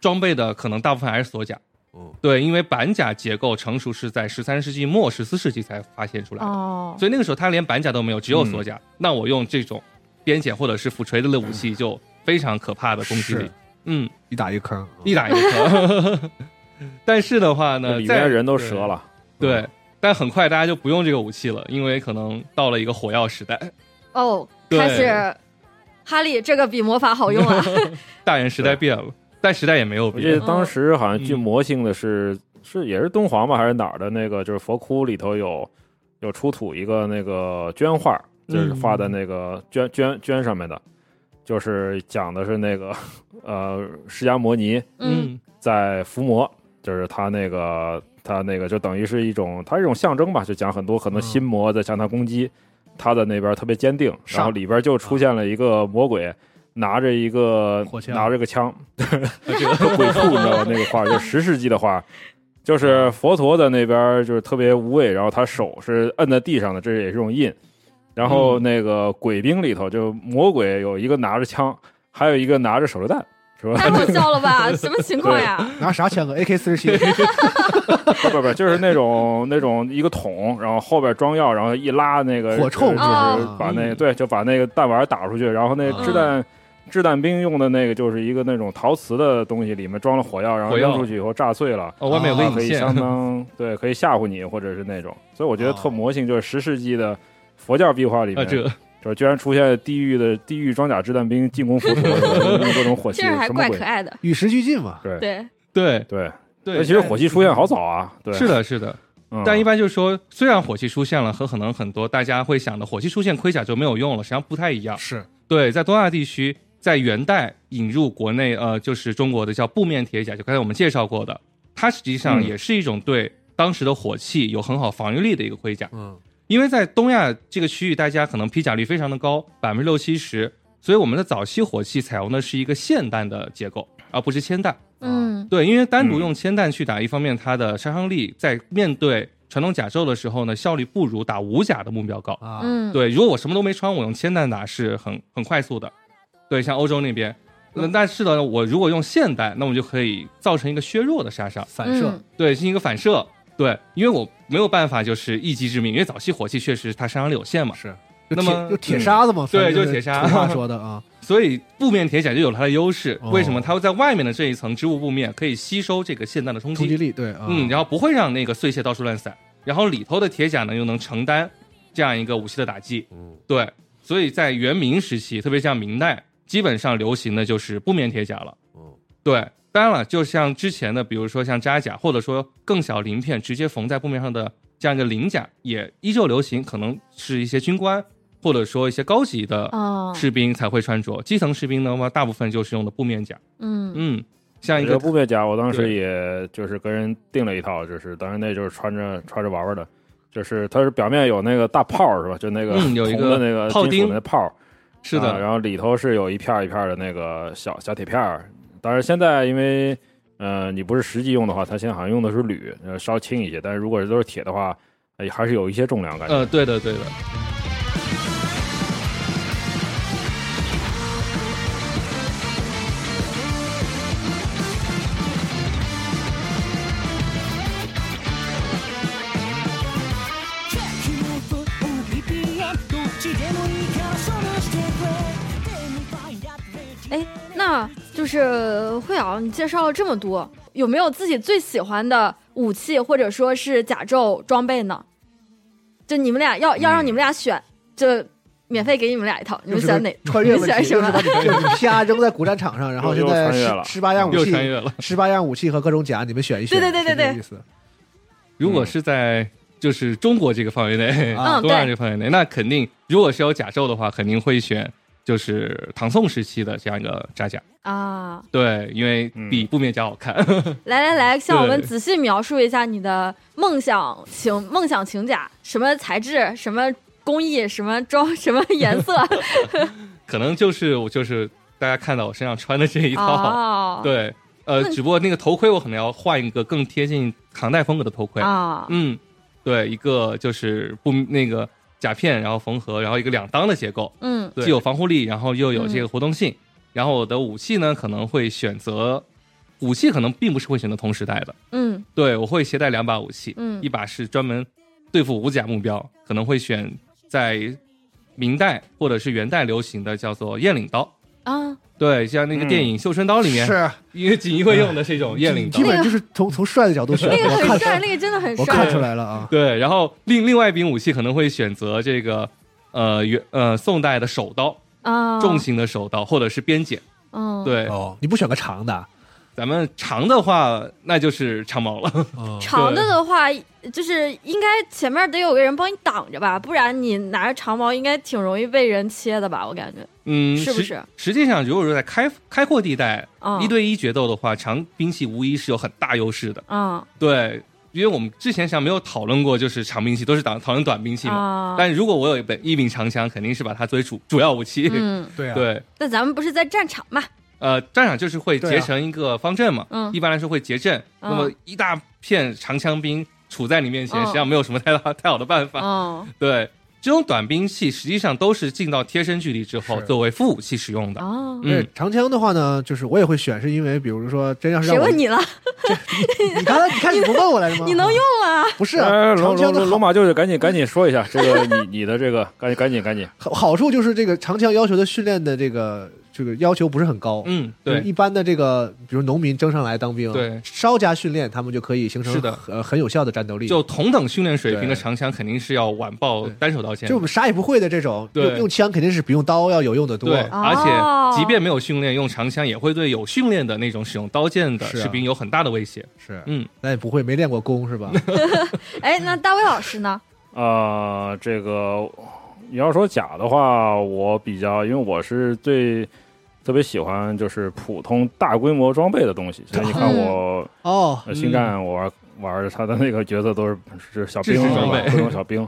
E: 装备的可能大部分还是锁甲。
D: 哦
E: 对，因为板甲结构成熟是在十三世纪末、十四世纪才发现出来的。
C: 哦，
E: 所以那个时候他连板甲都没有，只有锁甲。
D: 嗯
E: 那我用这种边剪或者是斧锤类的武器，就非常可怕的攻击力
B: 是。
E: 嗯，
B: 一打一个坑，
E: 一打一个。 但是的话
D: 哦那
E: 呢，
D: 里
E: 在
D: 面人都折了，
E: 对。但很快大家就不用这个武器了，因为可能到了一个火药时代、
C: 哦，
E: 对
C: 开始，哈利这个比魔法好用啊！
E: 大人时代变了，但时代也没有
D: 我记得
E: 变。
D: 当时好像据
E: 嗯
D: 魔性的是是也是敦煌吧还是哪儿的那个，就是佛窟里头有有出土一个那个绢画，就是画在那个绢绢绢上面的，就是讲的是那个呃释迦摩尼
C: 嗯，
D: 在伏魔，就是他那个他那个就等于是一种他一种象征吧，就讲很多很多心魔在向他攻击，他的那边特别坚定，然后里边就出现了一个魔鬼。拿着一个
B: 火枪
D: 拿着 个枪，
E: 嗯，这个
D: 鬼畜，你知道吗？那个画儿就十世纪的画儿，就是佛陀在那边儿就是特别无畏，然后他手是摁在地上的，这也是一种印。然后那个鬼兵里头，就魔鬼有一个拿着枪，还有一个拿着手榴弹，是
E: 嗯
D: 吧？
C: 太好笑了 吧？什么情况呀？
B: 拿啥枪啊？AK 四十七，
D: 不不不，就是那种那种一个桶，然后后边装药，然后一拉那个
B: 火铳
D: 就是
B: 哦
D: 把那个
E: 嗯
D: 对，就把那个弹丸打出去，然后那
B: 嗯
D: 掷弹。掷弹兵用的那个就是一个那种陶瓷的东西，里面装了火药，然后
E: 火药
D: 扔出去以后炸碎了，
E: 哦，外面有
B: 啊
E: 个
D: 可
E: 引
D: 以
E: 线，
D: 相当对，可以吓唬你，或者是那种。所以我觉得特
B: 哦
D: 魔性，就是十世纪的佛教壁画里
E: 啊，
D: 面，
E: 这个
D: 就是居然出现地狱的地狱装甲掷弹兵进攻佛陀， 用各种火器，
C: 这人还
D: 什么
C: 怪
D: 鬼
C: 可？爱的，
B: 与时俱进嘛。
D: 对
C: 对，
E: 对
D: 对，
E: 对。
D: 那其实火器出现好早啊，对，
E: 是，的，是的。
D: 嗯、
E: 但一般就是说，虽然火器出现了，和可能很多大家会想的火器出现盔甲就没有用了，实际上不太一样。
B: 是
E: 对，在东亚地区，在元代引入国内呃，就是中国的叫布面铁甲，就刚才我们介绍过的，它实际上
D: 嗯
E: 也是一种对当时的火器有很好防御力的一个盔甲。
B: 嗯，
E: 因为在东亚这个区域，大家可能披甲率非常的高，百分之六七十，所以我们的早期火器采用的是一个霰弹的结构，而不是铅弹。
C: 嗯，
E: 对，因为单独用铅弹去打，一方面它的杀伤力在面对传统甲胄的时候呢，效率不如打无甲的目标高。
B: 啊，
C: 嗯，
E: 对，如果我什么都没穿，我用铅弹打是很很快速的。对，像欧洲那边，那
B: 嗯
E: 但是呢，我如果用霰弹，那我就可以造成一个削弱的杀伤，
B: 反射
C: 嗯
E: 对，进行一个反射。对，因为我没有办法就是一击致命，因为早期火器确实它杀伤力有
C: 嗯
E: 限嘛，
B: 是。
E: 那
B: 就铁
E: 么嗯
B: 就铁砂子嘛，
E: 对
B: 反正
E: 就铁砂嗯
B: 俗话说的啊，
E: 所以布面铁甲就有了它的优势。
B: 哦
E: 为什么它会在外面的这一层织物布面可以吸收这个霰弹的冲
B: 冲击
E: 击？
B: 力对啊，
E: 嗯，然后不会让那个碎屑到处乱散，然后里头的铁甲呢又能承担这样一个武器的打击。对，所以在元明时期，特别像明代，基本上流行的就是布面铁甲了。
D: 嗯
E: 对，当然了，就像之前的，比如说像扎甲，或者说更小鳞片直接缝在布面上的这样一个鳞甲，也依旧流行，可能是一些军官或者说一些高级的
C: 哦，
E: 士兵才会穿着，基层士兵的话，大部分就是用的布面甲。
C: 嗯，
E: 嗯，像一
D: 这个
E: 个
D: 布面甲，我当时
E: 对
D: 也就是跟人订了一套，就是当然那就是穿着穿着玩玩的，就是它是表面有那个大泡儿是吧？就那个
E: 嗯有一
D: 铜
E: 个
D: 的那个
E: 炮
D: 金属
E: 钉
D: 那泡儿，
E: 是
D: 啊
E: 的，
D: 然后里头是有一片儿一片儿的那个小小铁片儿。当然现在因为呃你不是实际用的话，它现在好像用的是铝，呃稍轻一些，但是如果都是铁的话，呃还是有一些重量感觉。
E: 呃，对的，对的。
G: 君と OPPM どっちでもいいからそれしてくれ
C: 哎，那就是慧瑶，你介绍了这么多，有没有自己最喜欢的武器或者说是甲胄装备呢？就你们俩要要让你们俩选，就免费给你们俩一套，你们选哪？
B: 穿越
C: 你啊
B: 问题
C: 选什
B: 又是把
C: 么？
B: 你就是你啪扔在古战场上，然后现
D: 又又
B: 在
D: 穿越
B: 十
D: 了
B: 十八样武
E: 又
B: 器，
E: 穿越了。
B: 十八样武器和各种甲，你们选一选，
C: 对对对对对
B: 是这个意思。
E: 如果是在就是中国这个范围内，
C: 啊
E: 东亚
C: 对
E: 这个范围内，那肯定如果是有甲胄的话，肯定会选就是唐宋时期的这样一个扎甲。
C: 啊，
E: 对，因为比不灭甲好看。
C: 来来来，向我们
E: 对
C: 仔细描述一下你的梦想情梦想情甲，什么材质，什么工艺，什么装，什么颜色？
E: 可能就是我就是大家看到我身上穿的这一套，
C: 哦，
E: 对，呃
C: 那，
E: 只不过那个头盔我可能要换一个更贴近唐代风格的头盔。
C: 啊，
E: 嗯，对，一个就是不那个甲片，然后缝合，然后一个两裆的结构，
C: 嗯
E: 既有防护力，然后又有
C: 嗯
E: 这个活动性。然后我的武器呢，可能会选择武器，可能并不是会选择同时代的。
C: 嗯
E: 对，我会携带两把武器，
C: 嗯
E: 一把是专门对付武甲目标，可能会选在明代或者是元代流行的叫做雁翎刀。
C: 啊，
E: 对，像那个电影《绣春刀》里面，
B: 是啊
E: 因为锦衣卫用的是一种雁翎
B: 基
C: 嗯
E: 刀。
B: 本就是从从帅的角度选，
C: 那个
B: 我
C: 很
B: 看
C: 帅，那个真的很
B: 我
C: 帅
B: 看出来了啊，
E: 对，然后另另外一柄武器可能会选择这个呃元呃宋代的手刀，
C: 啊，
E: 重型的手刀或者是边剪。
C: 嗯，
E: 对，
B: 哦，你不选个长的，
E: 咱们长的话那就是长矛了。
C: 长的的话，就是应该前面得有个人帮你挡着吧，不然你拿着长矛应该挺容易被人切的吧？我感觉，
E: 嗯，
C: 是不
E: 实
C: 是？
E: 实际上，如果说在开开阔地带、
C: 嗯
E: 一对一决斗的话，长兵器无疑是有很大优势的。
C: 嗯
E: 对，因为我们之前像没有讨论过，就是长兵器都是讨讨论短兵器嘛。
C: 啊，
E: 但如果我有一本一柄长枪，肯定是把它作为主主 要武器。
C: 嗯，
B: 对啊，
E: 对，
C: 那咱们不是在战场嘛？
E: 呃，战场就是会
B: 对啊
E: 结成一个方阵嘛，
C: 嗯
E: 一般来说会结阵。
C: 嗯
E: 那么一大片长枪兵杵在你面前，
C: 嗯
E: 实际上没有什么太大太 好的办法。
C: 嗯
E: 对，这种短兵器实际上都是进到贴身距离之后
B: 是
E: 作为副武器使用的。
C: 哦，
E: 嗯
B: 对，长枪的话呢，就是我也会选，是因为比如说真要是
C: 谁
B: 让我
C: 问， 你了？
B: 你刚才你看你不问我来着吗？
C: 你能用吗？
B: 不是啊
D: 哎，
B: 长
D: 龙
B: 枪
D: 龙
B: 的
D: 龙龙
B: 好
D: 马舅舅，赶紧赶紧说一下这个你你的这个，赶紧赶紧赶紧，
B: 好好处就是这个长枪要求的训练的这个这个要求不是很高，
E: 嗯，
B: 就是
E: 对，
B: 一般的这个比如农民征上来当兵，
E: 对
B: 稍加训练他们就可以形成
E: 是的
B: 呃很有效的战斗力。
E: 就同等训练水平
B: 对
E: 的长枪肯定是要晚爆
B: 对
E: 单手刀剑
B: 就
E: 的。
B: 我们啥也不会的这种，
E: 对
B: 用用枪肯定是比用刀要有用的多
E: 对，。而
C: 哦
E: 且即便没有训练，用长枪也会对有训练的那种使用刀剑的
B: 是啊
E: 士兵有很大的威胁。
B: 是，
E: 嗯，
B: 咱也不会没练过弓是吧？
C: 哎，那大卫老师呢？
D: 啊，这个你要说假的话，我比较，因为我是最特别喜欢就是普通大规模装备的东西。所以你看我
B: 哦，
D: 呃星战，我玩玩他的那个角色都是是小兵
E: 制式
D: 是吧
E: 装备
D: 各种小兵。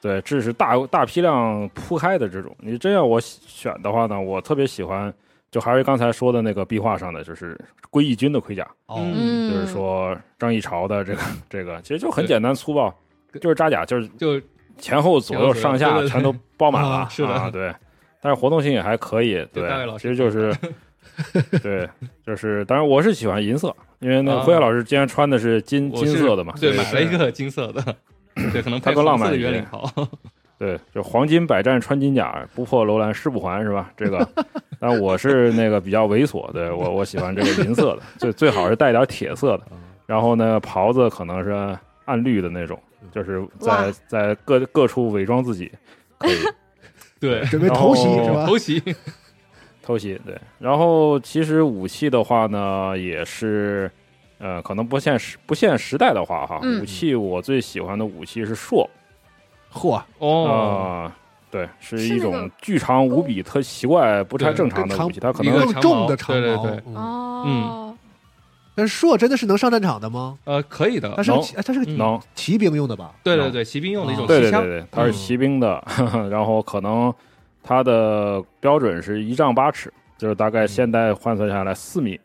D: 对，这是大大批量铺开的这种。你真要我选的话呢，我特别喜欢，就还是刚才说的那个壁画上的，就是归义军的盔甲。
B: 哦，
E: 嗯
C: 嗯，
D: 就是说张议潮的这个这个，其实就很
E: 对
D: 简单粗暴，就是扎甲，就是
E: 就
D: 前后左右上
E: 前
D: 下
E: 后左右
D: 全都包满
E: 啊
D: 了，
E: 是的
D: 啊，对。但是活动性也还可以，
E: 对大卫
D: 对，
E: 老师
D: 其实就是 对，就是当然我是喜欢银色，因为那个
E: 啊
D: 辉耀老师竟然穿的是金
E: 我
D: 金
E: 是
D: 色的嘛，
E: 对，
D: 对
E: 买了一个金 色的，对，可能
D: 它
E: 配
D: 更浪
E: 红色
D: 漫
E: 的
D: 一
E: 圆
D: 点
E: 领袍。
D: 对，就黄金百战穿金甲，不破楼兰誓不还是吧？ 这个，但我是那个比较猥琐的，我我喜欢这个银色的，最最好是带点铁色
E: 啊
D: 的，然后呢，袍子可能是暗绿的那种，就是在
C: 哇
D: 在各各处伪装自己，可以
E: 对，
B: 准备偷袭
D: 然后
B: 是吧？
E: 哦 偷袭。
D: 偷袭。对，然后其实武器的话呢，也是，呃，可能不限时不限时代的话哈，
C: 嗯
D: 武器我最喜欢的武器是槊，
B: 嚯，
E: 哦，
D: 啊、对，是
C: 是那
D: 一种
C: 个
D: 巨长无比、特奇怪、不太
E: 对
D: 正常的
B: 长
D: 武器，它可
E: 一
D: 能
E: 个
B: 更重的长
E: 长矛
B: 矛。
E: 对对
B: 嗯
C: 哦，
B: 但是槊真的是能上战场的吗？
E: 呃，可以的
B: 它。是哦
D: 能
B: 骑哎它是个
E: 嗯
D: 能，
B: 骑兵用的吧？
E: 对对对，骑兵用的一种
D: 对
E: 气
D: 对对
E: 枪。
D: 对，它是骑兵的， 然后可能它的标准是一丈八尺，就是大概现代换算下来四米，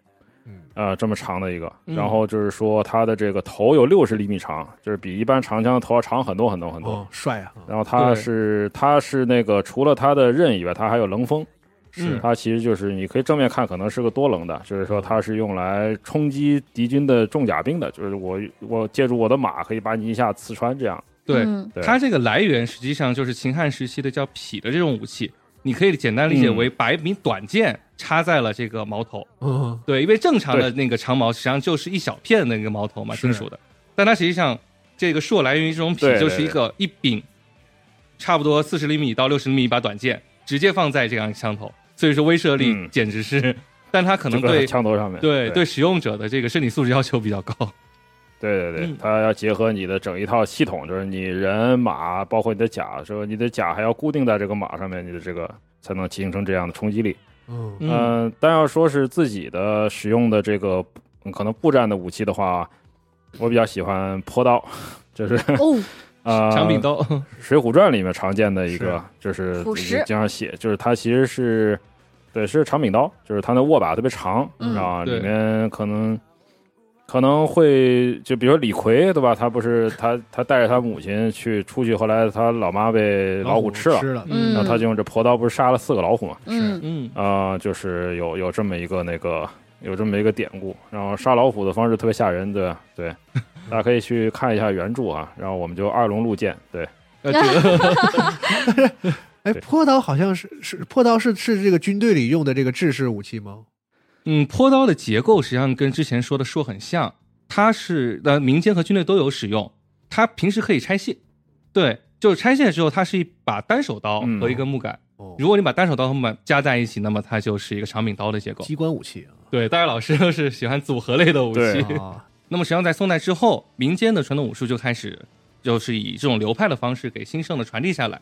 B: 嗯，
D: 呃，这么长的一个，
E: 嗯
D: 然后就是说它的这个头有六十厘米长，就是比一般长枪的头要长很多很多很多。
B: 哦，帅啊！
D: 然后它
E: 对
D: 是它是那个除了它的刃以外，它还有棱锋，
E: 是
D: 它其实就是你可以正面看，可能是个多棱的，就是说它是用来冲击敌军的重甲兵的，就是我我借助我的马可以把你一下刺穿这样。
E: 对，
C: 嗯
D: 对，
E: 它这个来源
D: 嗯
E: 实际上就是秦汉时期的叫劈的这种武器，你可以简单理解为把一柄短剑插在了这个矛头。
B: 嗯，
E: 对，因为正常的那个长矛实际上就是一小片的那个矛头嘛，
B: 是
E: 金属的，但它实际上这个槊来源于这种匹
D: 对，对
E: 就是一个一柄，差不多四十厘米到六十厘米一把短剑，直接放在这样一个枪头，所以说威慑力
D: 嗯
E: 简直是，但它可能
D: 这个
E: 对
D: 枪头上面，
E: 对
D: 对
E: 对使用者的这个身体素质要求比较高。
D: 对对对
E: 嗯，
D: 它要结合你的整一套系统，就是你人马，包括你的甲，说你的甲还要固定在这个马上面，你的这个才能形成这样的冲击力。
B: 嗯
E: 嗯
D: 嗯，但要说是自己的使用的这个嗯可能步战的武器的话，我比较喜欢坡刀， 就是
C: 哦，
D: 啊，
E: 长柄刀，
D: 《水浒传》里面常见的一个，就是
C: 朴实
D: 经常写，就是它其实是，对，是长柄刀，就是它的握把特别长，
C: 嗯
D: 啊，
E: 对
D: 里面可能可能会就比如说李逵对吧？他不是他他带着他母亲去出去，后来他老妈被老虎吃了，
B: 吃了，
D: 然
C: 嗯，
D: 后他就用这婆刀不是杀了四个老虎嘛？
C: 嗯
E: 嗯
D: 啊、就是有有这么一个那个有这么一个典故，然后杀老虎的方式特别吓人，对吧 对，大家可以去看一下原著啊，然后我们就二龙路见，对。
E: 呃这个
B: 哎，
D: 对
B: 破刀好像是是破刀是是这个军队里用的这个制式武器吗？
E: 嗯，坡刀的结构实际上跟之前说的槊很像，它是呃民间和军队都有使用，它平时可以拆卸，对，就是拆卸之后，它是一把单手刀
D: 嗯
E: 和一根木杆。
B: 哦，
E: 如果你把单手刀和木板加在一起，那么它就是一个长柄刀的结构。
B: 机关武器啊
E: 对，大卫老师都是喜欢组合类的武器
D: 对。
B: 啊，
E: 那么实际上在宋代之后，民间的传统武术就开始就是以这种流派的方式给兴盛的传递下来。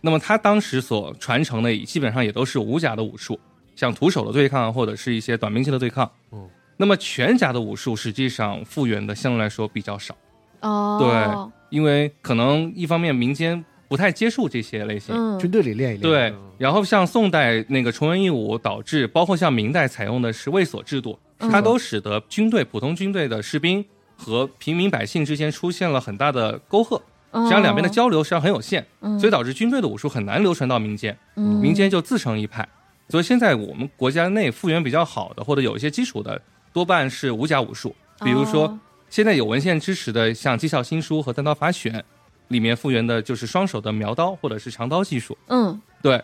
E: 那么他当时所传承的基本上也都是武甲的武术，像徒手的对抗或者是一些短兵器的对抗。
B: 嗯，
E: 那么拳甲的武术实际上复原的相对来说比较少。
C: 哦，
E: 因为可能一方面民间不太接触这些类型，
C: 嗯
B: 军队里练一练。
E: 对
B: 嗯，
E: 然后像宋代那个崇文抑武，导致包括像明代采用的是卫所制度，
C: 嗯
E: 它都使得军队普通军队的士兵和平民百姓之间出现了很大的沟壑，实际上两边的交流实际上很有限，
C: 嗯，
E: 所以导致军队的武术很难流传到民间，
C: 嗯
E: 民间就自成一派。所以现在我们国家内复原比较好的，或者有一些基础的，多半是武甲武术，比如说
C: 哦
E: 现在有文献支持的，像《讥笑新书》和《单刀法选》，里面复原的就是双手的苗刀或者是长刀技术。
C: 嗯
E: 对，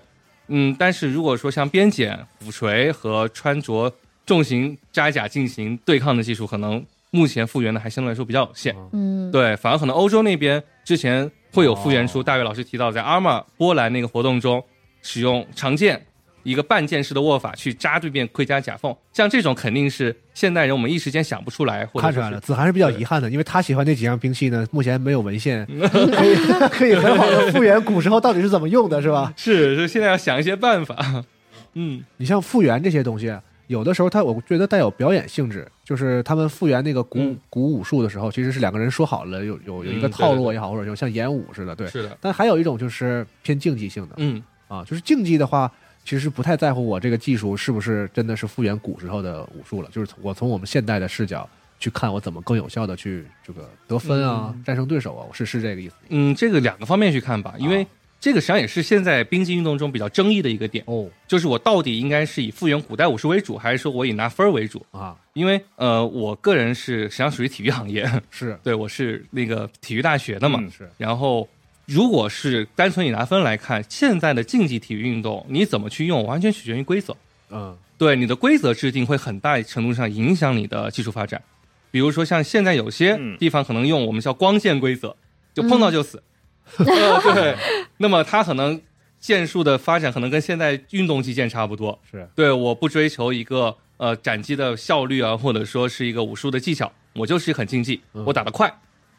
E: 嗯，但是如果说像编剪、斧锤和穿着重型扎甲进行对抗的技术，可能目前复原的还相对来说比较有限。
C: 嗯，
E: 对，反而可能欧洲那边之前会有复原出
B: 哦
E: 大卫老师提到的在阿尔玛波兰那个活动中，使用长剑一个半剑式的握法去扎对面盔甲甲缝，像这种肯定是现代人我们一时间想不出来，或者
B: 看出来了，子涵是比较遗憾的，因为他喜欢那几样兵器呢，目前没有文 献可以可以很好的复原古时候到底是怎么用的，是吧？
E: 是是，现在要想一些办法。 嗯
B: 你像复原这些东西，啊有的时候它我觉得带有表演性质，就是他们复原那个古、
E: 嗯
B: 古武术的时候，其实是两个人说好了有有有一个
E: 嗯对
B: 套
E: 对
B: 路
E: 对
B: 也好，或者就像演武似的，对。
E: 是的，
B: 但还有一种就是偏竞技性的，
E: 嗯
B: 啊，就是竞技的话，其实不太在乎我这个技术是不是真的是复原古时候的武术了，就是从我从我们现代的视角去看我怎么更有效的去这个得分啊，战胜对手啊，我是是这个意思。
E: 嗯，这个两个方面去看吧，因为
B: 啊
E: 这个实际上也是现在冰击运动中比较争议的一个点，
B: 哦
E: 就是我到底应该是以复原古代武术为主，还是说我以拿分儿为主？
B: 啊，
E: 因为呃，我个人是实际上属于体育行业，
B: 是
E: 对我是那个体育大学的嘛，
D: 嗯
B: 是，
E: 然后。如果是单纯以拿分来看，现在的竞技体育运动，你怎么去用，完全取决于规则。
B: 嗯
E: 对你的规则制定会很大程度上影响你的技术发展。比如说像现在有些
D: 嗯
E: 地方可能用我们叫光线规则，就碰到就死。呃对，那么它可能剑术的发展可能跟现在运动击剑差不多。
B: 是
E: 对，我不追求一个呃斩击的效率啊，或者说是一个武术的技巧，我就是很竞技，
B: 嗯
E: 我打得快，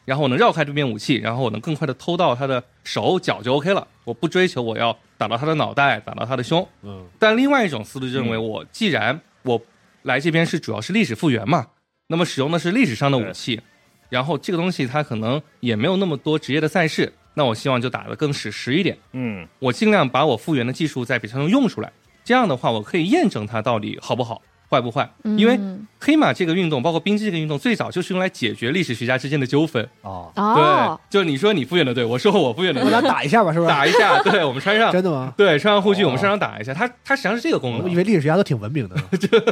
E: 然后我能绕开对面武器，然后我能更快的偷到他的手脚就 OK 了。我不追求我要打到他的脑袋，打到他的胸。
B: 嗯
E: 但另外一种思路认为，我既然我来这边是主要是历史复原嘛，那么使用的是历史上的武器，然后这个东西它可能也没有那么多职业的赛事，那我希望就打得更史实一点，
D: 嗯，
E: 我尽量把我复原的技术在比赛中用出来，这样的话我可以验证它到底好不好。坏不坏？
C: 嗯
E: 因为黑马这个运动，包括冰击这个运动，最早就是用来解决历史学家之间的纠纷。
B: 哦，
C: 哦，
E: 对，就是你说你复原的对，我说我复原的
B: 那咱
E: 对，
B: 打一下吧，是吧？
E: 打一下，嗯对我们穿 上，
B: 真的吗？
E: 对穿上护具，我们上场打一下。它它实际上是这个功
B: 我
E: 能
B: 以。为历史学家都挺文明的呢。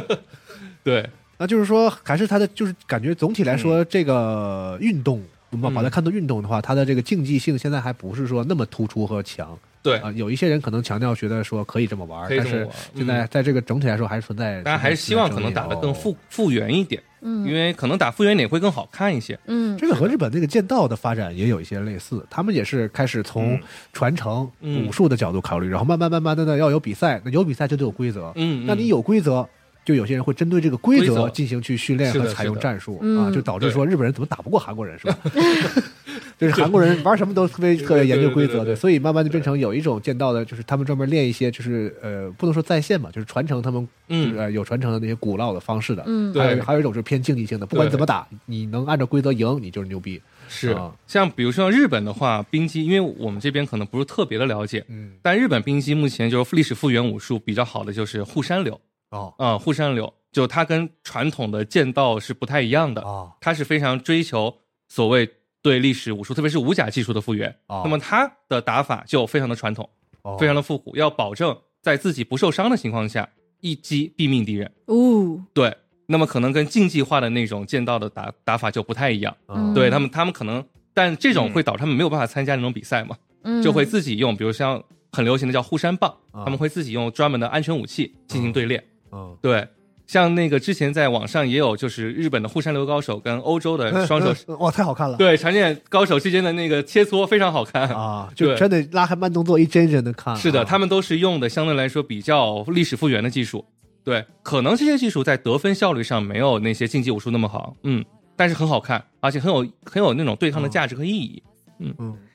E: 对，
B: 那就是说，还是他的，就是感觉总体来
E: 嗯
B: 说，这个运动，我们把它看作运动的话，它的这个竞技性现在还不是说那么突出和强。
E: 对
B: 啊、有一些人可能强调觉得说可以这么玩，
E: 可以这
B: 但
E: 么玩嗯
B: 是现在在这个整体来说还是存在，
E: 大家还是希望可能打得更
B: 哦
E: 复复原一点，
C: 嗯，
E: 因为可能打复原一点会更好看一些。
C: 嗯
B: 这个和日本那个剑道的发展也有一些类似，他们也是开始从
D: 嗯
B: 传承
E: 嗯
B: 武术的角度考虑，然后慢慢慢慢的呢要有比赛，那有比赛就得有规则，
E: 嗯，
B: 那你有规则，就有些人会针对这个规
E: 规
B: 则
E: 则
B: 进行去训练
E: 是
B: 和
E: 的
B: 采
E: 是
B: 用
E: 的
B: 战术
C: 嗯
B: 啊，就导致
E: 对
B: 说日本人怎么打不过韩国人是 吧？ 就是韩国人玩什么都特别特别研究规
E: 对
B: 则
E: 对对
B: 的，
E: 对
B: 所以慢慢就变成有一种剑道的，就是他们专门练一些就是呃不能说在线嘛，就是传承他们就是
E: 嗯，
B: 呃有传承的那些古老的方式的。
C: 嗯
E: 对
B: 还有还有一种是偏竞技性的，不管你怎么打，你能按照规则赢，你就是牛逼。
E: 是
B: 啊
E: 像比如说日本的话，冰击，因为我们这边可能不是特别的了解，
B: 嗯，
E: 但日本冰击目前就是历史复原武术比较好的就是护山流，
B: 哦
E: 啊、护山流就它跟传统的剑道是不太一样的，
B: 哦
E: 它是非常追求所谓对历史武术，特别是武甲技术的复原。
B: 哦
E: 那么它的打法就非常的传统，
B: 哦，
E: 非常的复古，要保证在自己不受伤的情况下，一击毙命敌人。
C: 哦，
E: 对，那么可能跟竞技化的那种剑道的打打法就不太一样。
B: 嗯
E: 对他们，他们可能，但这种会导致他们没有办法参加那种比赛嘛，
G: 嗯
E: 就会自己用，比如像很流行的叫护山棒，
B: 啊
E: 他们会自己用专门的安全武
D: 啊
E: 器进行对练。
B: 嗯
E: 对，像那个之前在网上也有，就是日本的护山流高手跟欧洲的呃双 手，
B: 哇，哦太好看了。
E: 对长剑高手之间的那个切磋非常好看。
B: 啊，就
E: 对
B: 真的拉开慢动作，一帧一帧的看啊。
E: 是的，他们都是用的相对来说比较历史复原的技术。对，可能这些技术在得分效率上没有那些竞技武术那么好，嗯，但是很好看，而且很有很有那种对抗的价值和意义。
D: 嗯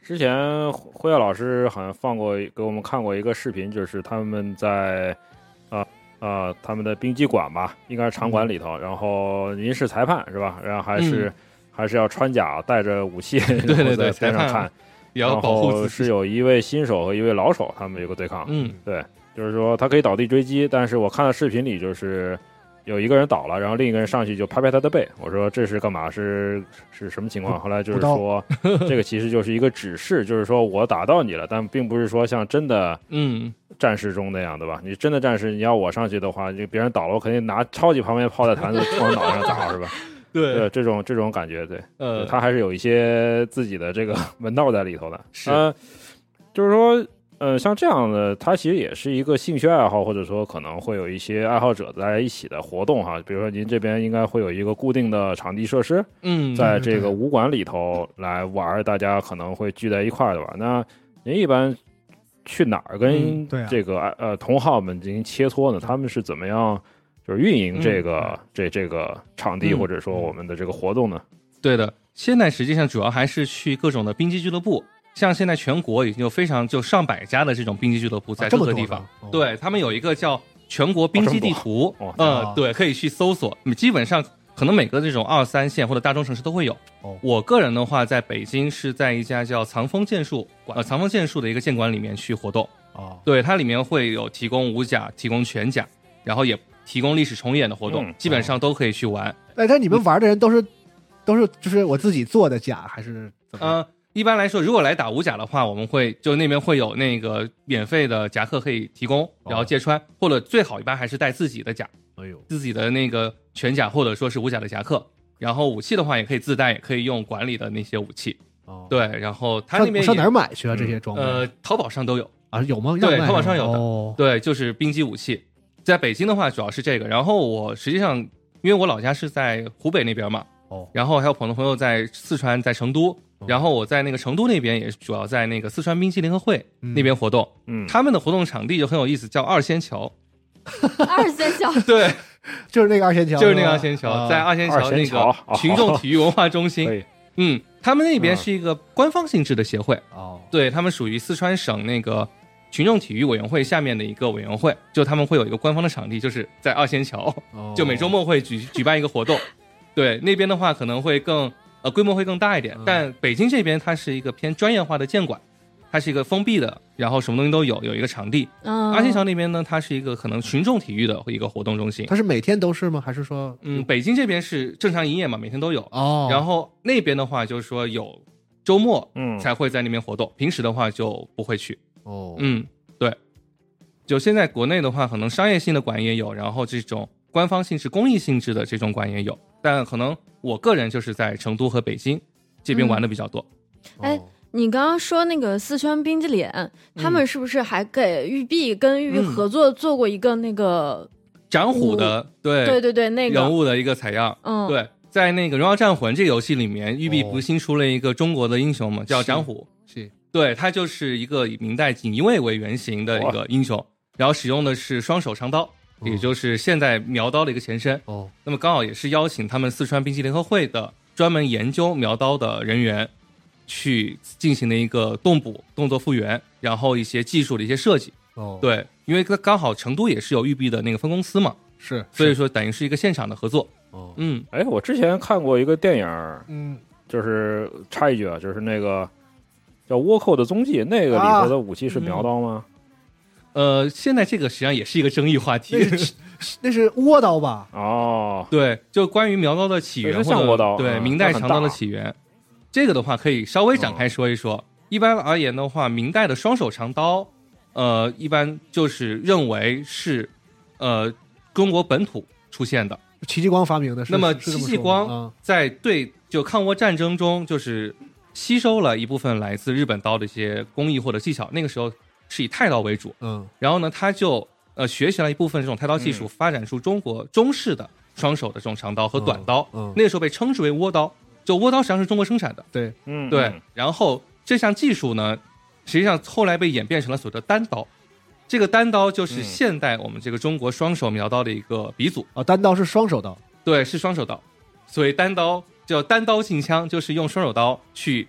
D: 之前辉辉耀老师好像放过给我们看过一个视频，就是他们在啊啊、他们的冰击馆吧，应该是场馆里头，然后您是裁判是吧？然后还是、
E: 嗯
D: 还是要穿甲带着武器，
E: 对对
D: 然后在
E: 对
D: 边上
E: 裁判
D: 看，
E: 也
D: 然
E: 要保护
D: 后
E: 自
D: 是
E: 己。
D: 有一位新手和一位老手，他们有个对抗，
E: 嗯，
D: 对，就是说他可以倒地追击，但是我看到视频里就是有一个人倒了，然后另一个人上去就拍拍他的背，我说这是干嘛？是是什么情况？后来就是说，这个其实就是一个指示，就是说我打到你了，但并不是说像真的
E: 嗯，
D: 战士中那样，对吧？你真的战士，你要我上去的话，就别人倒了，我肯定拿超级旁边炮弹弹子 往脑上砸，是吧？
E: 对
D: 对，，这种这种感觉，对。
E: 呃，
D: 他还是有一些自己的这个 门道在里头的。
E: 是
D: 呃，就是说，呃，像这样的，它其实也是一个兴趣爱好，或者说可能会有一些爱好者在一起的活动哈。比如说，您这边应该会有一个固定的场地设施，
E: 嗯，
D: 在这个武馆里头来玩儿，大家可能会聚在一块儿的吧？那您一般去哪儿
E: 嗯
D: 跟
B: 对啊
D: 这个、呃同好们进行切磋呢？他们是怎么样？就是运营这个、这这个场地，
E: 嗯
D: 或者说我们的这个活动呢？
E: 对的，现在实际上主要还是去各种的冰击俱乐部，像现在全国已经有非常就上百家的这种冰击俱乐部在
B: 啊这
E: 各
B: 么
E: 个
B: 多
E: 地
B: 呢
E: 方，
B: 哦
E: 对他们有一个叫全国冰击地图，
D: 哦
E: 嗯、
B: 哦
E: 对，可以去搜索，嗯基本上可能每个这种二三线或者大中城市都会有。
B: 哦
E: 我个人的话，在北京是在一家叫藏风剑术馆，呃，藏风剑术的一个剑馆里面去活动，
B: 哦，
E: 对，它里面会有提供武甲、提供拳甲，然后也提供历史重演的活动，
D: 嗯
E: 基本
B: 哦
E: 上都可以去玩。
B: 哎，但你们玩的人都是都是就是我自己做的假还是怎么样？
E: 呃，一般来说，如果来打五甲的话，我们会就那边会有那个免费的夹克可以提供，然后借穿，或者最好一般还是带自己的甲，
B: 哦哎呦，
E: 自己的那个全甲或者说是五甲的夹克。然后武器的话也可以自带，也可以用馆里的那些武器。
B: 哦，
E: 对，然后他
B: 上
E: 那边
B: 上哪儿
E: 也
B: 买去啊？这些装备
E: 呃，淘宝上都有。
B: 啊有吗？
E: 对
B: 让卖
E: 淘宝上
B: 吗
E: 有的
B: 哦
E: 对，就是冰击武器。在北京的话，主要是这个。然后我实际上，因为我老家是在湖北那边嘛，
B: 哦
E: 然后还有朋友朋友在四川，在成都，
D: 哦
E: 然后我在那个成都那边也主要在那个四川冰激联合会那边活动。
D: 嗯，
E: 他们的活动场地就很有意思，叫二 仙桥。
C: 二三小，
E: 对，
B: 就是那个二仙桥，
E: 就是那个二仙桥，
B: 啊
E: 在二仙
D: 二
E: 桥
D: 仙
E: 那
D: 桥
E: 个
D: 哦
E: 群众体育文化中
D: 可以
E: 心。嗯，他们那边
D: 嗯
E: 是一个官方性质的协会，
B: 哦
E: 对他们属于四川省那个群众体育委员会下面的一个委员会，就他们会有一个官方的场地，就是在二仙桥，
B: 哦
E: 就每周末会举举办一个活动。对，那边的话可能会更呃规模会更大一点
B: 嗯，
E: 但北京这边它是一个偏专业化的建馆，它是一个封闭的，然后什么东西都有，有一个场地。
C: 嗯，
E: 二仙桥那边呢，它是一个可能群众体育的一个活动中心
B: 它。是每天都是吗？还是说
E: 嗯，北京这边是正常营业嘛，每天都有。
B: 哦，
E: 然后那边的话，就是说有周末
D: 嗯，
E: 才会在那边活动，平时的话就不会去。
B: 哦
E: 嗯，对。就现在国内的话，可能商业性的馆也有，然后这种官方性质、公益性质的这种馆也
C: 嗯
E: 有，但可能我个人就是在成都和北京这边玩的比较多。
C: 哎
B: 哦
C: 你刚刚说那个四川冰激凌，
E: 嗯
C: 他们是不是还给玉碧跟玉碧合作做过一个那个？
E: 长虎的嗯对
C: 哦对对对，那
E: 人
C: 个，
E: 物的一个采样。
C: 嗯，
E: 对，在那个《荣耀战魂》这个游戏里面，育碧
B: 哦
E: 不是新出了一个中国的英雄嘛，叫
B: 是
E: 张虎。
B: 是，
E: 对，他就是一个以明代锦衣卫为原型的一个英雄，然后使用的是双手长刀，
B: 哦
E: 也就是现代苗刀的一个前身。
B: 哦，
E: 那么刚好也是邀请他们四川冰激联合会的专门研究苗刀的人员去进行了一个动捕、动作复原，然后一些技术的一些设计。
B: 哦，，
E: 对，因为刚刚好成都也是有育碧的那个分公司嘛，
B: 是，
E: 所以
B: 是
E: 说等于是一个现场的合作。
B: 哦，
E: 嗯，
D: 哎，我之前看过一个电影，
B: 嗯，
D: 就是插一句啊，就是那个叫《倭寇的踪迹》，那个里头的武器是苗刀吗？
E: 呃，现在这个实际上也是一个争议 话题
B: 那。是那是倭刀吧？
D: 哦，
E: 对，就关于苗刀的起源，
D: 对
E: 或
D: 是像
E: 者
D: 倭刀
E: 对
D: 嗯
E: 明代
D: 它很
E: 长刀的
D: 大嗯
E: 起源，这个的话可以稍微展开说一说。一般而言的话，明代的双手长刀，呃，一般就是认为是，呃，中国本土出现的。
B: 戚继光发明的，是
E: 那么
B: 是这
E: 戚
B: 么
E: 继
B: 说
E: 光
B: 的啊
E: 在对就抗倭战争中，就是吸收了一部分来自日本刀的一些工艺或者技巧。那个时候是以太刀为主，
B: 嗯，
E: 然后呢，他就呃学习了一部分这种太刀技术，
D: 嗯
E: 发展出中国中式的双手的这种长刀和
D: 哦
E: 短刀。
B: 嗯嗯
E: 那个时候被称之为倭刀，就倭刀实际上是中国生产的。
B: 对，
D: 嗯，
E: 对，
D: 嗯
E: 然后这项技术呢，实际上后来被演变成了所谓的单刀。这个单刀就是
D: 嗯
E: 现代我们这个中国双手苗刀的一个鼻祖，
B: 哦，单刀是双手刀，
E: 对，是双手刀。所谓单刀叫单刀进枪，就是用双手刀去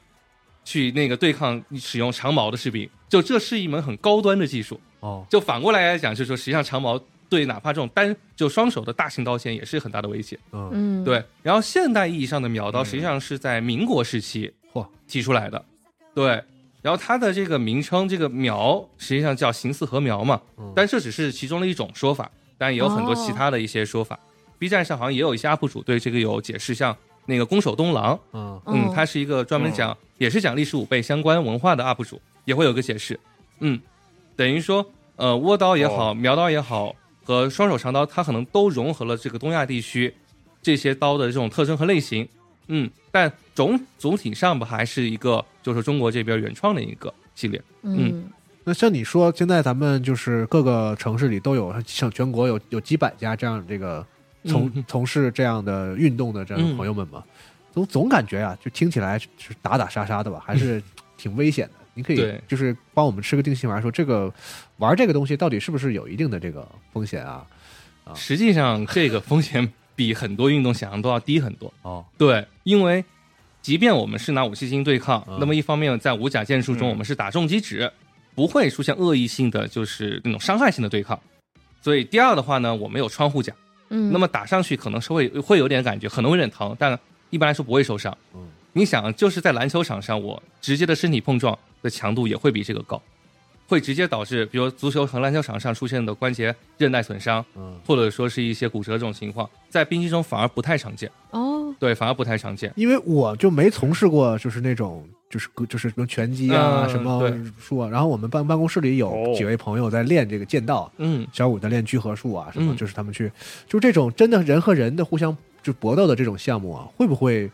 E: 去那个对抗使用长矛的士兵。就这是一门很高端的技术。
B: 哦，
E: 就反过来来讲，就是说，实际上长矛对哪怕这种单就双手的大型刀剑也是很大的威胁。
B: 嗯，
C: 嗯，
E: 对，然后现代意义上的苗刀
D: 嗯
E: 实际上是在民国时期
B: 嚯
E: 提出来的，对。然后它的这个名称，这个苗实际上叫形似禾苗
B: 嗯
E: 嘛，但这只是其中的一种说法，当然也有很多其他的一些说法。B 站上好像也有一些 UP 主对这个有解释，像那个宫守东郎，
B: 嗯，
E: 嗯，
C: 哦
E: 他是一个专门讲、也是讲历史武备相关文化的 UP 主，也会有个解释。嗯，等于说，呃，倭刀也
C: 哦
E: 好，苗刀也好，和双手长刀，它可能都融合了这个东亚地区这些刀的这种特征和类型。嗯，但总总体上吧，还是一个就是中国这边原创的一个系列。
C: 嗯，
B: 那像你说，现在咱们就是各个城市里都有，像全国有有几百家这样这个从、
E: 嗯
B: 从事这样的运动的这样的朋友们嘛，总总感觉啊，就听起来是打打杀杀的吧，还是挺危险的。你可以
E: 嗯对
B: 就是帮我们吃个定心丸，说这个玩这个东西到底是不是有一定的这个风险啊？
E: 实际上，这个风险比很多运动想象都要低很多。
B: 哦，
E: 对，因为即便我们是拿武器进行对抗，
B: 嗯
E: 那么一方面在武甲剑术中，
D: 嗯
E: 我们是打中击指，不会出现恶意性的就是那种伤害性的对抗。所以第二的话呢，我们有穿护甲，
C: 嗯，
E: 那么打上去可能是会会有点感觉，可能会有点疼，但一般来说不会受伤。
B: 嗯
E: 你想，就是在篮球场上，我直接的身体碰撞的强度也会比这个高，会直接导致比如足球和篮球场上出现的关节韧带损伤，
B: 嗯，
E: 或者说是一些骨折这种情况，在冰激中反而不太常见。
C: 哦，
E: 对，反而不太常见。
B: 因为我就没从事过，就是那种就是就是什么拳击啊、
E: 嗯
B: 什么
E: 对
B: 术啊。然后我们办办公室里有
D: 哦
B: 几位朋友在练这个剑道，
E: 嗯，
B: 小五在练聚合术啊，什么、
E: 嗯
B: 就是他们去，就这种真的人和人的互相就搏斗的这种项目啊，会不会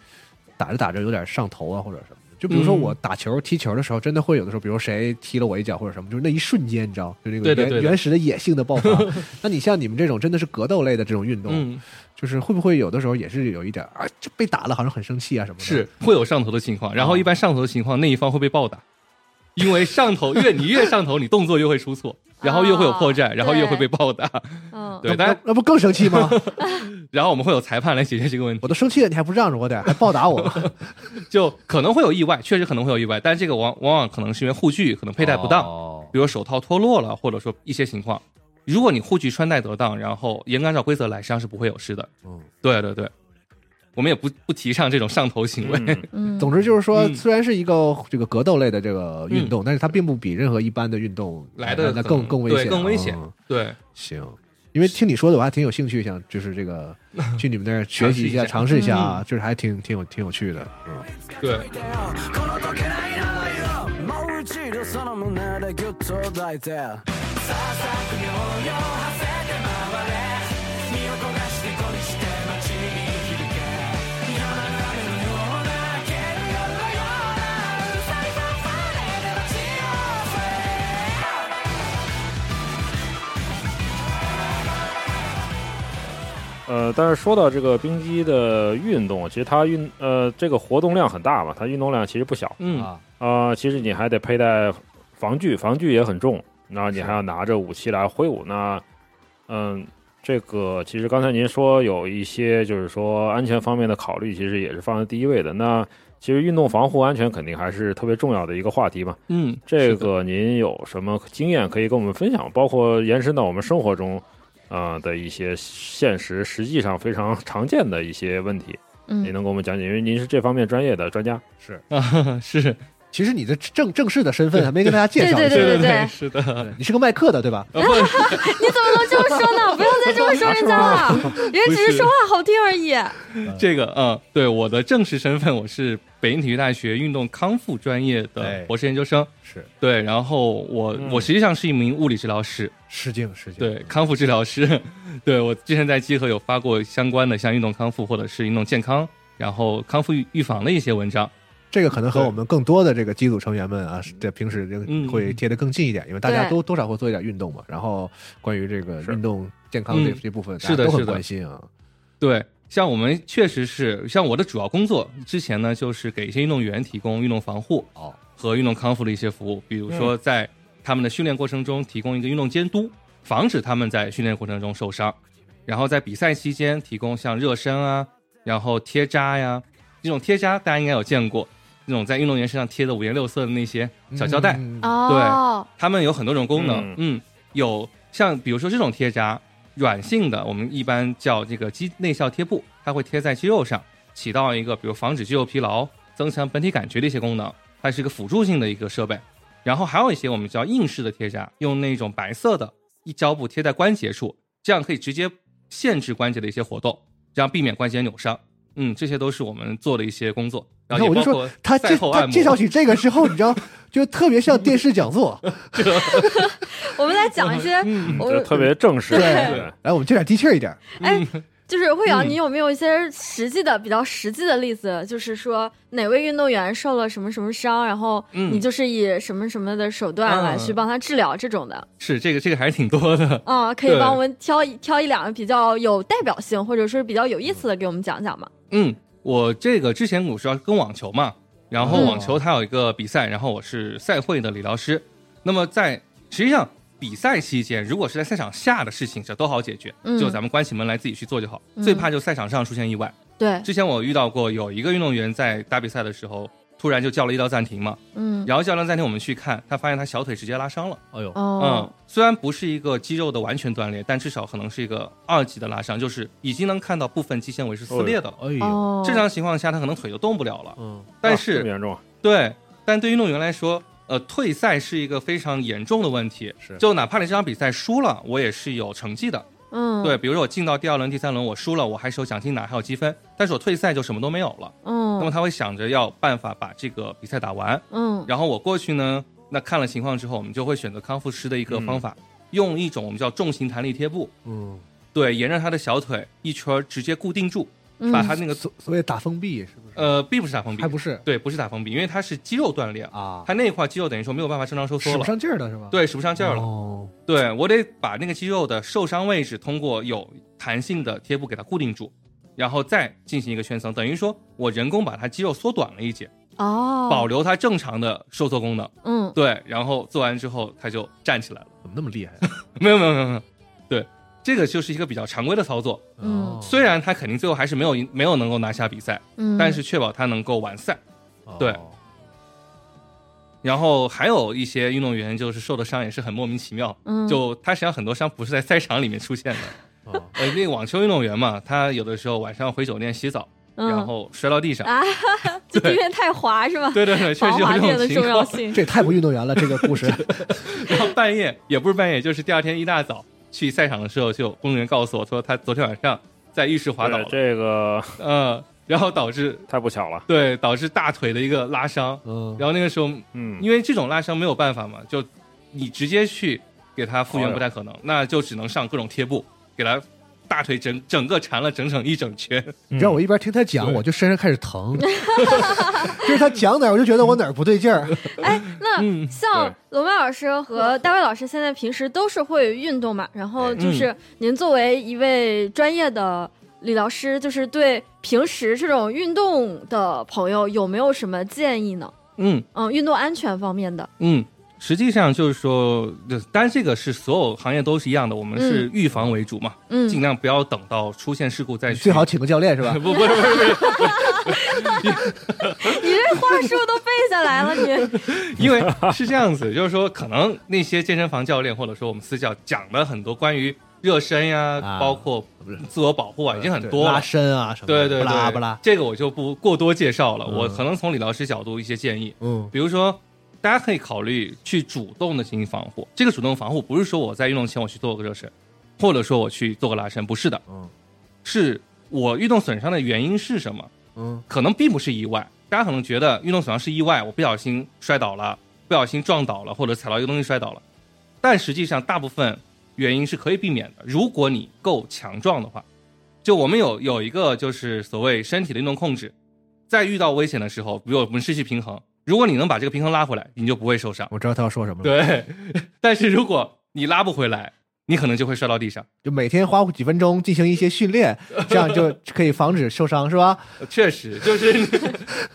B: 打着打着有点上头啊，或者什么的？就比如说
E: 嗯
B: 我打球、踢球的时候，真的会有的时候，比如谁踢了我一脚或者什么，就是那一瞬间，你知道，就那个
E: 对
B: 原
E: 的对的
B: 原始的野性的 爆发。那你像你们这种真的是格斗类的这种运动，
E: 嗯，
B: 就是会不会有的时候也是有一点啊，就被打了好像很生气啊什么的？
E: 是会有上头的情况，然后一般上头的情况，那一方会被暴打，因为上头越你越上头，你动作越会出错，然后越会有破绽，
C: 哦
E: 然后越会被暴打。
C: 嗯，
E: 对，
B: 那
E: 但
B: 那不更生气吗？
E: 然后我们会有裁判来解决这个问题，
B: 我都生气了，你还不让着我点儿，还暴打我，
E: 就可能会有意外，确实可能会有意外，但这个往往往可能是因为护具可能佩戴不当，
B: 哦
E: 比如手套脱落了，或者说一些情况。如果你护具穿戴得当，然后严格按照规则来，实际上是不会有事的。
B: 嗯
E: 对对对，我们也不不提倡这种上头行为。
D: 嗯
C: 嗯，
B: 总之就是说，
E: 嗯
B: 虽然是一个这个格斗类的这个运动，但是它并不比任何一般的运动
E: 来得
B: 那
E: 可
B: 更
E: 能
B: 更危
E: 对
B: 险，
E: 更危险
B: 嗯
E: 对，
B: 行，因为听你说的，我还挺有兴趣，想就是这 个去你们那儿学习一下，尝
E: 尝
B: 试
E: 试
B: 一
E: 一
B: 下
E: 下
C: 嗯
B: 啊，就是还挺挺有挺有趣的。嗯，
E: 对
H: この時ないなのよもう一度その胸でギュッと抱いてさあさく尿を馳せて回れ身を焦がして恋して街に響け山の雨のような煙のようなうるさいファンファ
D: 呃，但是说到这个冰激的运动，其实它运呃这个活动量很大嘛，它运动量其实不小
E: 嗯，
F: 啊，
D: 啊、呃其实你还得佩戴防具，防具也很重，那你还要拿着武器来挥舞。那嗯，这个其实刚才您说有一些就是说安全方面的考虑，其实也是放在第一位的。那其实运动防护安全肯定还是特别重要的一个话题嘛。
E: 嗯，
D: 这
E: 是的
D: 个您有什么经验可以跟我们分享？包括延伸到我们生活中，啊、的一些现实，实际上非常常见的一些问题，您
C: 嗯，
D: 能给我们讲解？因为您是这方面专业的专家。
E: 啊，是
B: 其实你的正正式的身 份还没跟大家介绍一下，
C: 对对对对
E: 是的，啊
B: 你是个卖课的对吧？
E: 不是
C: 你怎么能这么说 呢？不要再这么说人家了，人家只是说话好听而 已。
E: 这个，嗯，对，我的正式身份我是北京体育大学运动康复专业
B: 哎
E: 的博士研究生，
B: 是
E: 对，然后我
D: 嗯
E: 我实际上是一名物理治疗师，
B: 失敬失敬。
E: 对，康复治疗师，对我之前在集合有发过相关的像运动康复或者是运动健康，然后康复预预防的一些文章，
B: 这个可能和
E: 对
B: 我们更多的这个机组成员们啊，是这平时
E: 嗯
B: 会贴得更近一点，因为大家
C: 对
B: 都多少会做一点运动嘛。然后关于这个
D: 是
B: 运动健康这
E: 嗯
B: 这部分，大
E: 是
B: 家
E: 的
B: 都很
E: 是的
B: 关心啊。
E: 对，像我们确实是，像我的主要工作之前呢，就是给一些运动员提供运动防护
B: 哦嗯
E: 和运动康复的一些服务，比如说在他们的训练过程中提供一个运动监督，防止他们在训练过程中受伤，然后在比赛期间提供像热身啊，然后贴扎呀，这种贴扎大家应该有见过，那种在运动员身上贴的五颜六色的那些小胶带，
B: 嗯
C: 哦，
E: 它们有很多种功能，嗯有像比如说这种贴扎，软性的我们一般叫这个肌内效贴布，它会贴在肌肉上，起到一个比如防止肌肉疲劳、增强本体感觉的一些功能，它是一个辅助性的一个设备。然后还有一些我们叫硬式的贴扎，用那种白色的一胶布贴在关节处，这样可以直接限制关节的一些活动，这样避免关节扭伤。嗯，这些都是我们做的一些工作，然后
B: 你看
E: 也
B: 我就说
E: 包括
B: 他
E: 赛
B: 介
E: 后
B: 他
E: 按摩。
B: 介绍起这个之后，你知道，就特别像电视讲 座。
C: 我们来讲一些，
E: 嗯
C: 我
D: 这特别正式，
B: 对来，我们这点低气儿一点，
C: 哎，就是慧瑶，
E: 嗯
C: 你有没有一些实际的、比较实际的例子？就是说哪位运动员受了什么什么伤，然后
E: 嗯
C: 你就是以什么什么的手段来去
E: 嗯
C: 帮他治疗这种的？
E: 是这个这个还是挺多 的。
C: 啊、可以
E: 对
C: 帮我们挑一挑一两个比较有代表性，或者说是比较有意思的给我们讲讲吗？
E: 嗯，我这个之前我是要跟网球嘛，然后
C: 嗯
E: 网球它有一个比赛，然后我是赛会的理疗师。那么在实际上比赛期间，如果是在赛场下的事情，这都好解决，
C: 嗯
E: 就咱们关起门来自己去做就好。
C: 嗯
E: 最怕就赛场上出现意外。
C: 对，
E: 之前我遇到过有一个运动员在打比赛的时候，突然就叫了一道暂停嘛，
C: 嗯，
E: 然后叫了暂停，我们去看，他发现他小腿直接拉伤了。
B: 哎呦，
E: 嗯
C: 哦，，
E: 虽然不是一个肌肉的完全断裂，但至少可能是一个二级的拉伤，就是已经能看到部分肌纤维是撕裂的了。
B: 哎呦，
C: 哦，
E: 正常情况下，他可能腿就动不了了。
B: 嗯，
E: 但
D: 啊这么
E: 是、
D: 严 重啊，
E: 对，但对于运动员来说，呃，退赛是一个非常严重的问题。
B: 是
E: 就哪怕你这场比赛输了，我也是有成绩的。
C: 嗯，
E: 对，，比如说我进到第二轮、第三轮，我输了，我还是有奖金拿，还有积分，但是我退赛就什么都没有了。那么
C: 嗯
E: 他会想着要办法把这个比赛打完。
C: 嗯，
E: 然后我过去呢，那看了情况之后，我们就会选择康复师的一个方法，
C: 嗯
E: 用一种我们叫重型弹力贴布，
B: 嗯，
E: 对，沿着他的小腿一圈儿直接固定住，
C: 嗯
E: 把他那个、
B: 所所谓打封闭是不是？
E: 呃，并不是打封闭
B: 还，不是
E: 对，不是打封闭，因为它是肌肉断裂，
B: 啊，
E: 它那块肌肉等于说没有办法正常收缩
B: 使不
E: 了，
B: 上劲儿了是吧？，
E: 对，使不上劲儿了。
B: 哦，
E: 对我得把那个肌肉的受伤位置通过有弹性的贴布给它固定住，然后再进行一个圈层，等于说我人工把它肌肉缩短了一截，
C: 哦，
E: 保留它正常的收缩功能。
C: 嗯，
E: 对，然后做完之后它就站起来了。
B: 怎么那么厉害啊？
E: 没有没有没有没有，对，这个就是一个比较常规的操作。
C: 嗯
B: 哦
E: 虽然他肯定最后还是没有赢没有能够拿下比赛，
C: 嗯，
E: 但是确保他能够完赛。
B: 哦
E: 对然后还有一些运动员就是受的伤也是很莫名其妙，
C: 嗯
E: 就他实际上很多伤不是在赛场里面出现的。
B: 哦
E: 呃，那个网球运动员嘛，他有的时候晚上回酒店洗澡，然
C: 嗯，
E: 后摔到地上。
C: 啊， 这地面太滑是吧？
E: 对对对，确
C: 防
E: 实有
C: 滑垫的
E: 这
C: 重
E: 种情
C: 要
E: 况。
C: 性，
B: 这也太不运动员了，这个故事。
E: 然后半夜也不是半夜，就是第二天一大早去赛场的时候，就有工作人员告诉我说，他昨天晚上在浴室滑倒
D: 对
E: 了，
D: 这个
E: 嗯，然后导致
D: 太不巧了。
E: 对，导致大腿的一个拉伤。
B: 嗯，
E: 然后那个时候，
D: 嗯，
E: 因为这种拉伤没有办法嘛，就你直接去给他复
D: 哎
E: 原
D: 呦
E: 不太可能，那就只能上各种贴布给他大腿整整个缠了整整一整圈。
B: 你知道我一边听他讲，
E: 对
B: 我就身上开始 疼，就是他讲哪儿我就觉得我哪儿不对劲儿。
C: 哎，那
E: 嗯
C: 像龙曼老师和大卫老师现
E: 嗯
C: 在平时都是会运动嘛，然后就是您作为一位专业的李老师就是对平时这种运动的朋友有没有什么建议呢？
E: 嗯，
C: 嗯，运动安全方面的，
E: 嗯，实际上就是说，这当然这个是所有行业都是一样的，我们
B: 嗯
E: 是预防为主嘛，
C: 嗯
E: 尽量不要等到出现事故再去。
B: 最好请个教练是 吧？
E: 不不是不是不是，
C: 你这话术都背下来了，你
E: 因为 是这样子，就是说，可能那些健身房教练或者说我们私教讲的很多关于热身呀、
B: 啊
E: 包括自我保护啊，已经很多
B: 拉
E: 了。
B: 伸啊什么
E: 对
B: 的，
E: 对对，
B: 不拉不拉，
E: 这个我就不过多介绍了。
B: 嗯
E: 我可能从李老师角度一些建议，
B: 嗯
E: 比如说，大家可以考虑去主动的进行防护。这个主动防护不是说我在运动前我去做个热身，或者说我去做个拉伸，不是的，
B: 嗯
E: 是我运动损伤的原因是什么？
B: 嗯
E: 可能并不是意外。大家可能觉得运动损伤是意外，我不小心摔倒了，不小心撞倒了，或者踩到一个东西摔倒了，但实际上大部分原因是可以避免的。如果你够强壮的话，就我们有有一个就是所谓身体的运动控制，在遇到危险的时候，比如我们失去平衡，如果你能把这个平衡拉回来，你就不会受伤。
B: 我知道他要说什么了。，
E: 对，但是如果你拉不回来，你可能就会摔到地上。
B: 就每天花几分钟进行一些训练，这样就可以防止受伤，是吧？
E: 确实，就是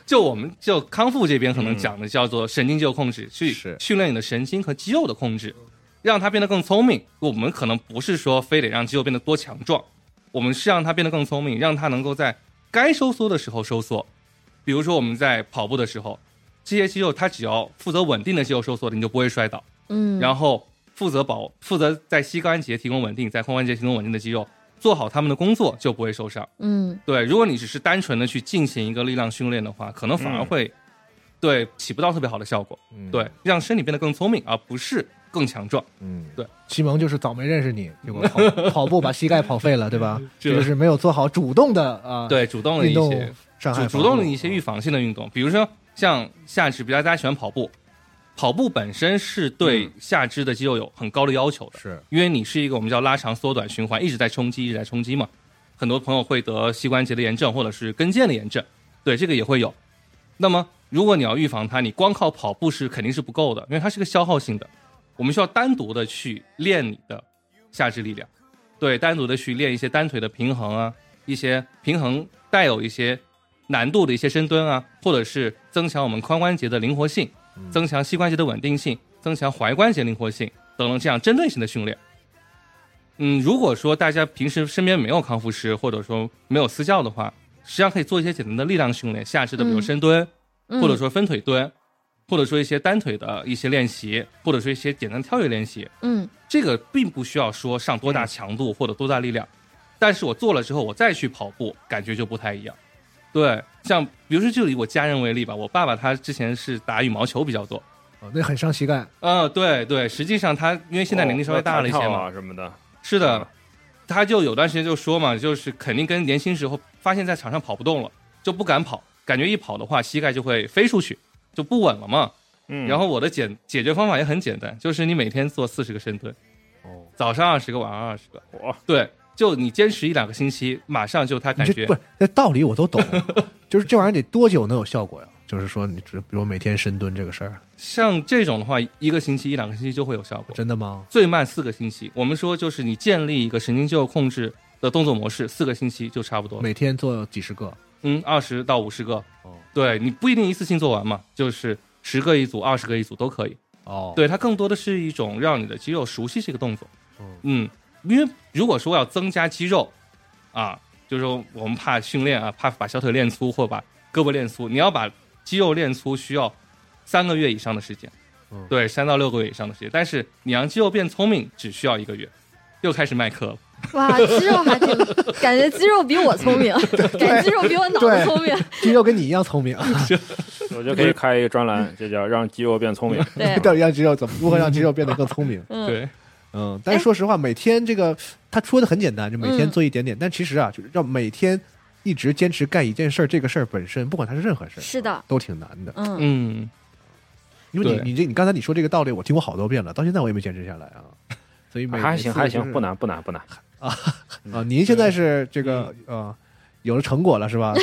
E: 就我们就康复这边可能讲的叫做神经肌肉控制，去
B: 是
E: 训练你的神经和肌肉的控制，让它变得更聪明。我们可能不是说非得让肌肉变得多强壮，我们是让它变得更聪明，让它能够在该收缩的时候收缩。比如说我们在跑步的时候，这些肌肉它只要负责稳定的肌肉收缩的，你就不会摔倒。
C: 嗯，
E: 然后负责保负责在膝关节提供稳定，在髋关节提供稳定的肌肉做好他们的工作，就不会受伤。
C: 嗯
E: 对，如果你只是单纯的去进行一个力量训练的话，可能反而会、对起不到特别好的效果。
B: 嗯
E: 对，让身体变得更聪明，而不是更强壮。
B: 嗯
E: 对，
B: 西蒙就是早没认识你，结果跑跑步把膝盖跑废了，对吧？
E: 是
B: 这就是没有做好主动的啊、
E: 对，主动的一
B: 运动
E: 些
B: 伤害防护，嗯
E: 主
B: 啊
E: 主动的一些预防性的运动，比如说像下肢，比如大家喜欢跑步，跑步本身是
B: 嗯
E: 对下肢的肌肉有很高的要求的。
B: 是
E: 因为你是一个我们叫拉长缩短循环，一直在冲击，一直在冲击嘛。很多朋友会得膝关节的炎症或者是跟腱的炎症，对这个也会有。那么如果你要预防它，你光靠跑步是肯定是不够的，因为它是个消耗性的，我们需要单独的去练你的下肢力量，对，单独的去练一些单腿的平衡啊，一些平衡带有一些难度的一些深蹲啊，或者是增强我们髋关节的灵活性，增强膝关节的稳定性，增强踝关节灵活性等等这样针对性的训练。嗯，如果说大家平时身边没有康复师，或者说没有私教的话，实际上可以做一些简单的力量训练，下肢的比如
C: 嗯
E: 深蹲，
C: 嗯
E: 或者说分腿蹲，或者说一些单腿的一些练习，或者说一些简单跳跃练习，
C: 嗯
E: 这个并不需要说上多大强度或者多大力量，但是我做了之后，我再去跑步，感觉就不太一样。对，像比如说就以我家人为例吧，我爸爸他之前是打羽毛球比较多，
B: 哦那很伤膝盖。
E: 嗯、对对，实际上他因为现在年龄稍微大了一些
D: 哦
E: 嘛，
D: 啊什么的，
E: 是的，他就有段时间就说嘛，就是肯定跟年轻时候发现在场上跑不动了，就不敢跑，感觉一跑的话膝盖就会飞出去，就不稳了嘛。
D: 嗯，
E: 然后我的解解决方法也很简单，就是你每天做四十个深蹲，
D: 哦
E: 早上二十个，晚上二十个，
D: 我
E: 对，就你坚持一两个星期，马上就他
B: 你
E: 感
B: 这
E: 觉
B: 不是那道理我都 懂，就是这玩意儿得多久能有效果呀？就是说你只比如每天深蹲这个事儿，
E: 像这种的话，一个星期一两个星期就会有效果，
B: 真的吗？
E: 最慢四个星期。我们说就是你建立一个神经肌肉控制的动作模式，四个星期就差不多了。
B: 每天做几十个，
E: 嗯，二十到五十个。
B: 哦
E: 对你不一定一次性做完嘛，就是十个一组、二十个一组都可以。
B: 哦，
E: 对，它更多的是一种让你的肌肉熟悉这个动作。嗯，因为如果说要增加肌肉啊，就是说我们怕训练啊，怕把小腿练粗或把胳膊练粗，你要把肌肉练粗需要三个月以上的时间，
B: 嗯
E: 对，三到六个月以上的时间。但是你让肌肉变聪明只需要一个月，又开始卖课了。
C: 哇，肌肉还挺，感觉肌肉比我聪明， 感觉肌肉比我脑子
B: 对
C: 聪明，
B: 肌肉跟你一样聪明，
D: 我觉得可以开一个专栏，这叫让肌肉变聪明。
C: 对，
B: 到底让肌肉怎么如何让肌肉变得更聪明？
C: 嗯，
E: 对，
D: 哎
B: 嗯，但是说实话，每天这个他说的很简单，就每天
C: 嗯
B: 做一点点。但其实啊，就是要每天一直坚持干一件事儿，这个事儿本身，不管它是任何事儿，
C: 是的，
B: 都挺难的。
C: 嗯，
E: 嗯。
B: 因为
E: 对
B: 你你这你刚才你说这个道理，我听过好多遍了，到现在我也没坚持下来啊。所以每
D: 还行还行，不
B: 难
D: 难不难不难。嗯
B: 啊。您现在是 这个呃有了成果了是吧？就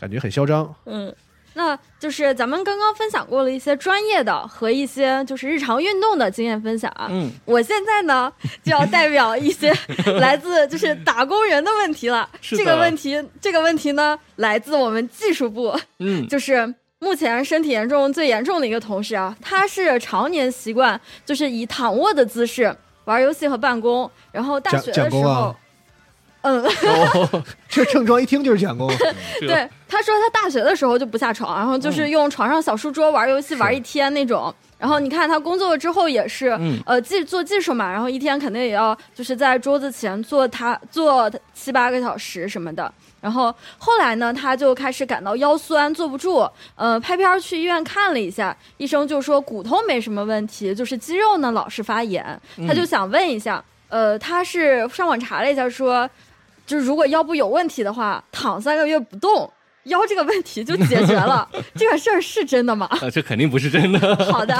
B: 感觉很嚣张。
C: 嗯，那就是咱们刚刚分享过了一些专业的和一些就是日常运动的经验分享啊。
E: 嗯，
C: 我现在 呢就要代表一些来自就是打工人的问题了。
E: 是
C: 这个
E: 的
C: 问题，这个问题呢来自我们技术部，
E: 嗯，
C: 就是目前身体严重最严重的一个同事啊，他是常年习惯就是以躺卧的姿势玩游戏和办公，然后大
B: 蒋
C: 学
B: 蒋
C: 的时
B: 公啊
C: 候，嗯。
E: 哦，
B: 这症状一听就是蒋公，
E: 这
C: 对，他说他大学的时候就不下床，然后就是用床上小书桌玩游戏玩一天那种。然后你看他工作之后也是，
E: 嗯
C: 呃，技做技术嘛，然后一天肯定也要就是在桌子前坐他坐七八个小时什么的。然后后来呢，他就开始感到腰酸，坐不住。呃，拍片儿去医院看了一下，医生就说骨头没什么问题，就是肌肉呢老是发炎。
E: 嗯
C: 他就想问一下，呃，他是上网查了一下说，就是如果腰部有问题的话，躺三个月不动，腰这个问题就解决 了。这个事儿是真的吗？
E: 呃，这肯定不是真的，
C: 好的，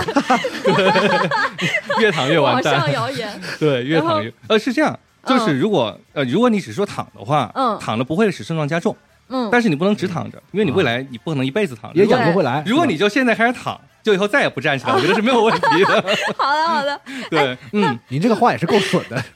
E: 越躺越完
C: 网上
E: 蛋。
C: 谣言，
E: 对，越躺越呃是这样，就是如果呃如果你只说躺的话，
C: 嗯
E: 躺着不会使症状加重，
C: 嗯，
E: 但是你不能只躺着，因为你未来你不可能一辈子躺着。
B: 也
E: 如果
B: 讲不回来。
E: 如果你就现在开始躺，就以后再也不站起来，我觉得是没有问题的。
C: 好的 好的，
E: 对，嗯，
B: 您这个话也是够损的。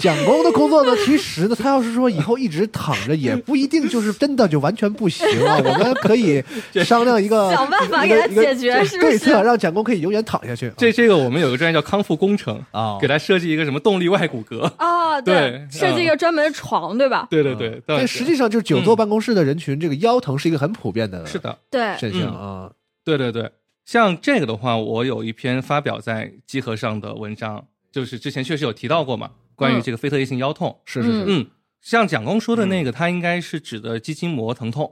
B: 蒋公的工作呢，其实呢，他要是说以后一直躺着，也不一定就是真的就完全不行 啊。我们可以商量一
E: 嗯
B: 个
C: 想办法
B: 一个
C: 给他
B: 一个
C: 解决是不
B: 对
C: 是
B: 策，？让蒋公可以永远躺下去。
E: 这这个我们有个专业叫康复工程，
B: 啊
E: 给，他设计一个什么动力外骨骼。
C: 啊，
E: 对
C: 设计一个专门的床，对吧？
E: 对对
B: 啊
E: 对，
B: 但
E: 对
B: 实际上就是久坐办公室的人群，这个腰疼是一个很普遍的
E: 是的，嗯
C: 对，
B: 现象啊。
E: 对对对，像这个的话，我有一篇发表在集合上的文章，就是之前确实有提到过嘛，关于
C: 嗯
E: 这个非特异性腰痛。
B: 是是是，
E: 嗯，像蒋工说的那个，它应该是指的肌筋膜疼痛，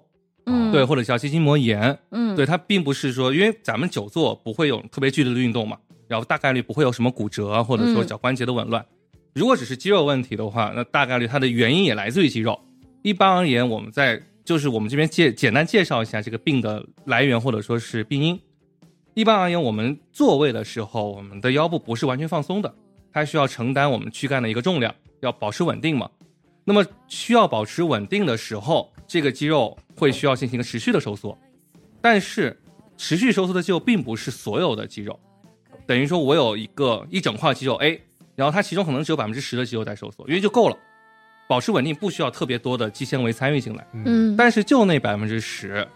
C: 嗯，
E: 对，，或者叫肌筋膜炎。
C: 嗯，
E: 对，它并不是说，因为咱们久坐不会有特别剧烈的运动嘛，然后大概率不会有什么骨折啊或者说
C: 嗯
E: 脚关节的紊乱。如果只是肌肉问题的话，那大概率它的原因也来自于肌肉。一般而言，我们在就是我们这边介简单介绍一下这个病的来源或者说是病因。一般而言，我们坐位的时候，我们的腰部不是完全放松的，它需要承担我们躯干的一个重量，要保持稳定嘛。那么需要保持稳定的时候，这个肌肉会需要进行一个持续的收缩。但是持续收缩的肌肉并不是所有的肌肉，等于说我有一个一整块肌肉 A，然哎后它其中可能只有百分之十的肌肉在收缩，因为就够了，保持稳定不需要特别多的肌纤维参与进来。
C: 嗯，
E: 但是就那百分之十，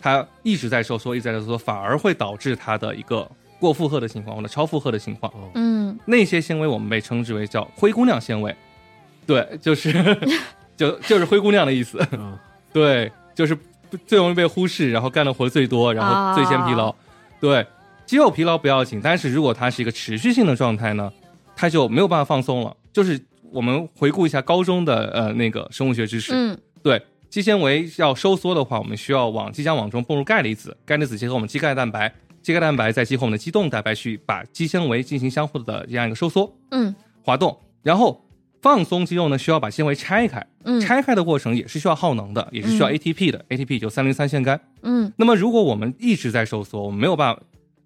E: 它一直在收缩，一直在收缩，反而会导致它的一个过负荷的情况或者超负荷的情况。
C: 嗯，
E: 那些纤维我们被称之为叫灰姑娘纤维，对，就是就就是灰姑娘的意思，对，就是不最容易被忽视，然后干的活最多，然后最先疲劳，对，肌肉疲劳不要紧，但是如果它是一个持续性的状态呢，它就没有办法放松了。就是我们回顾一下高中的呃那个生物学知识，
C: 嗯，
E: 对，肌纤维要收缩的话，我们需要往肌浆网中泵入钙离子，钙离子结合我们肌钙蛋白，肌钙蛋白再结合我们的肌动蛋白去把肌纤维进行相互的这样一个收缩
C: 嗯，
E: 滑动，然后放松肌肉呢需要把纤维拆开，
C: 嗯，
E: 拆开的过程也是需要耗能的，也是需要
C: 嗯
E: ATP 的、a t p 就三磷酸腺苷。
C: 嗯，
E: 那么如果我们一直在收缩，我们没有办法，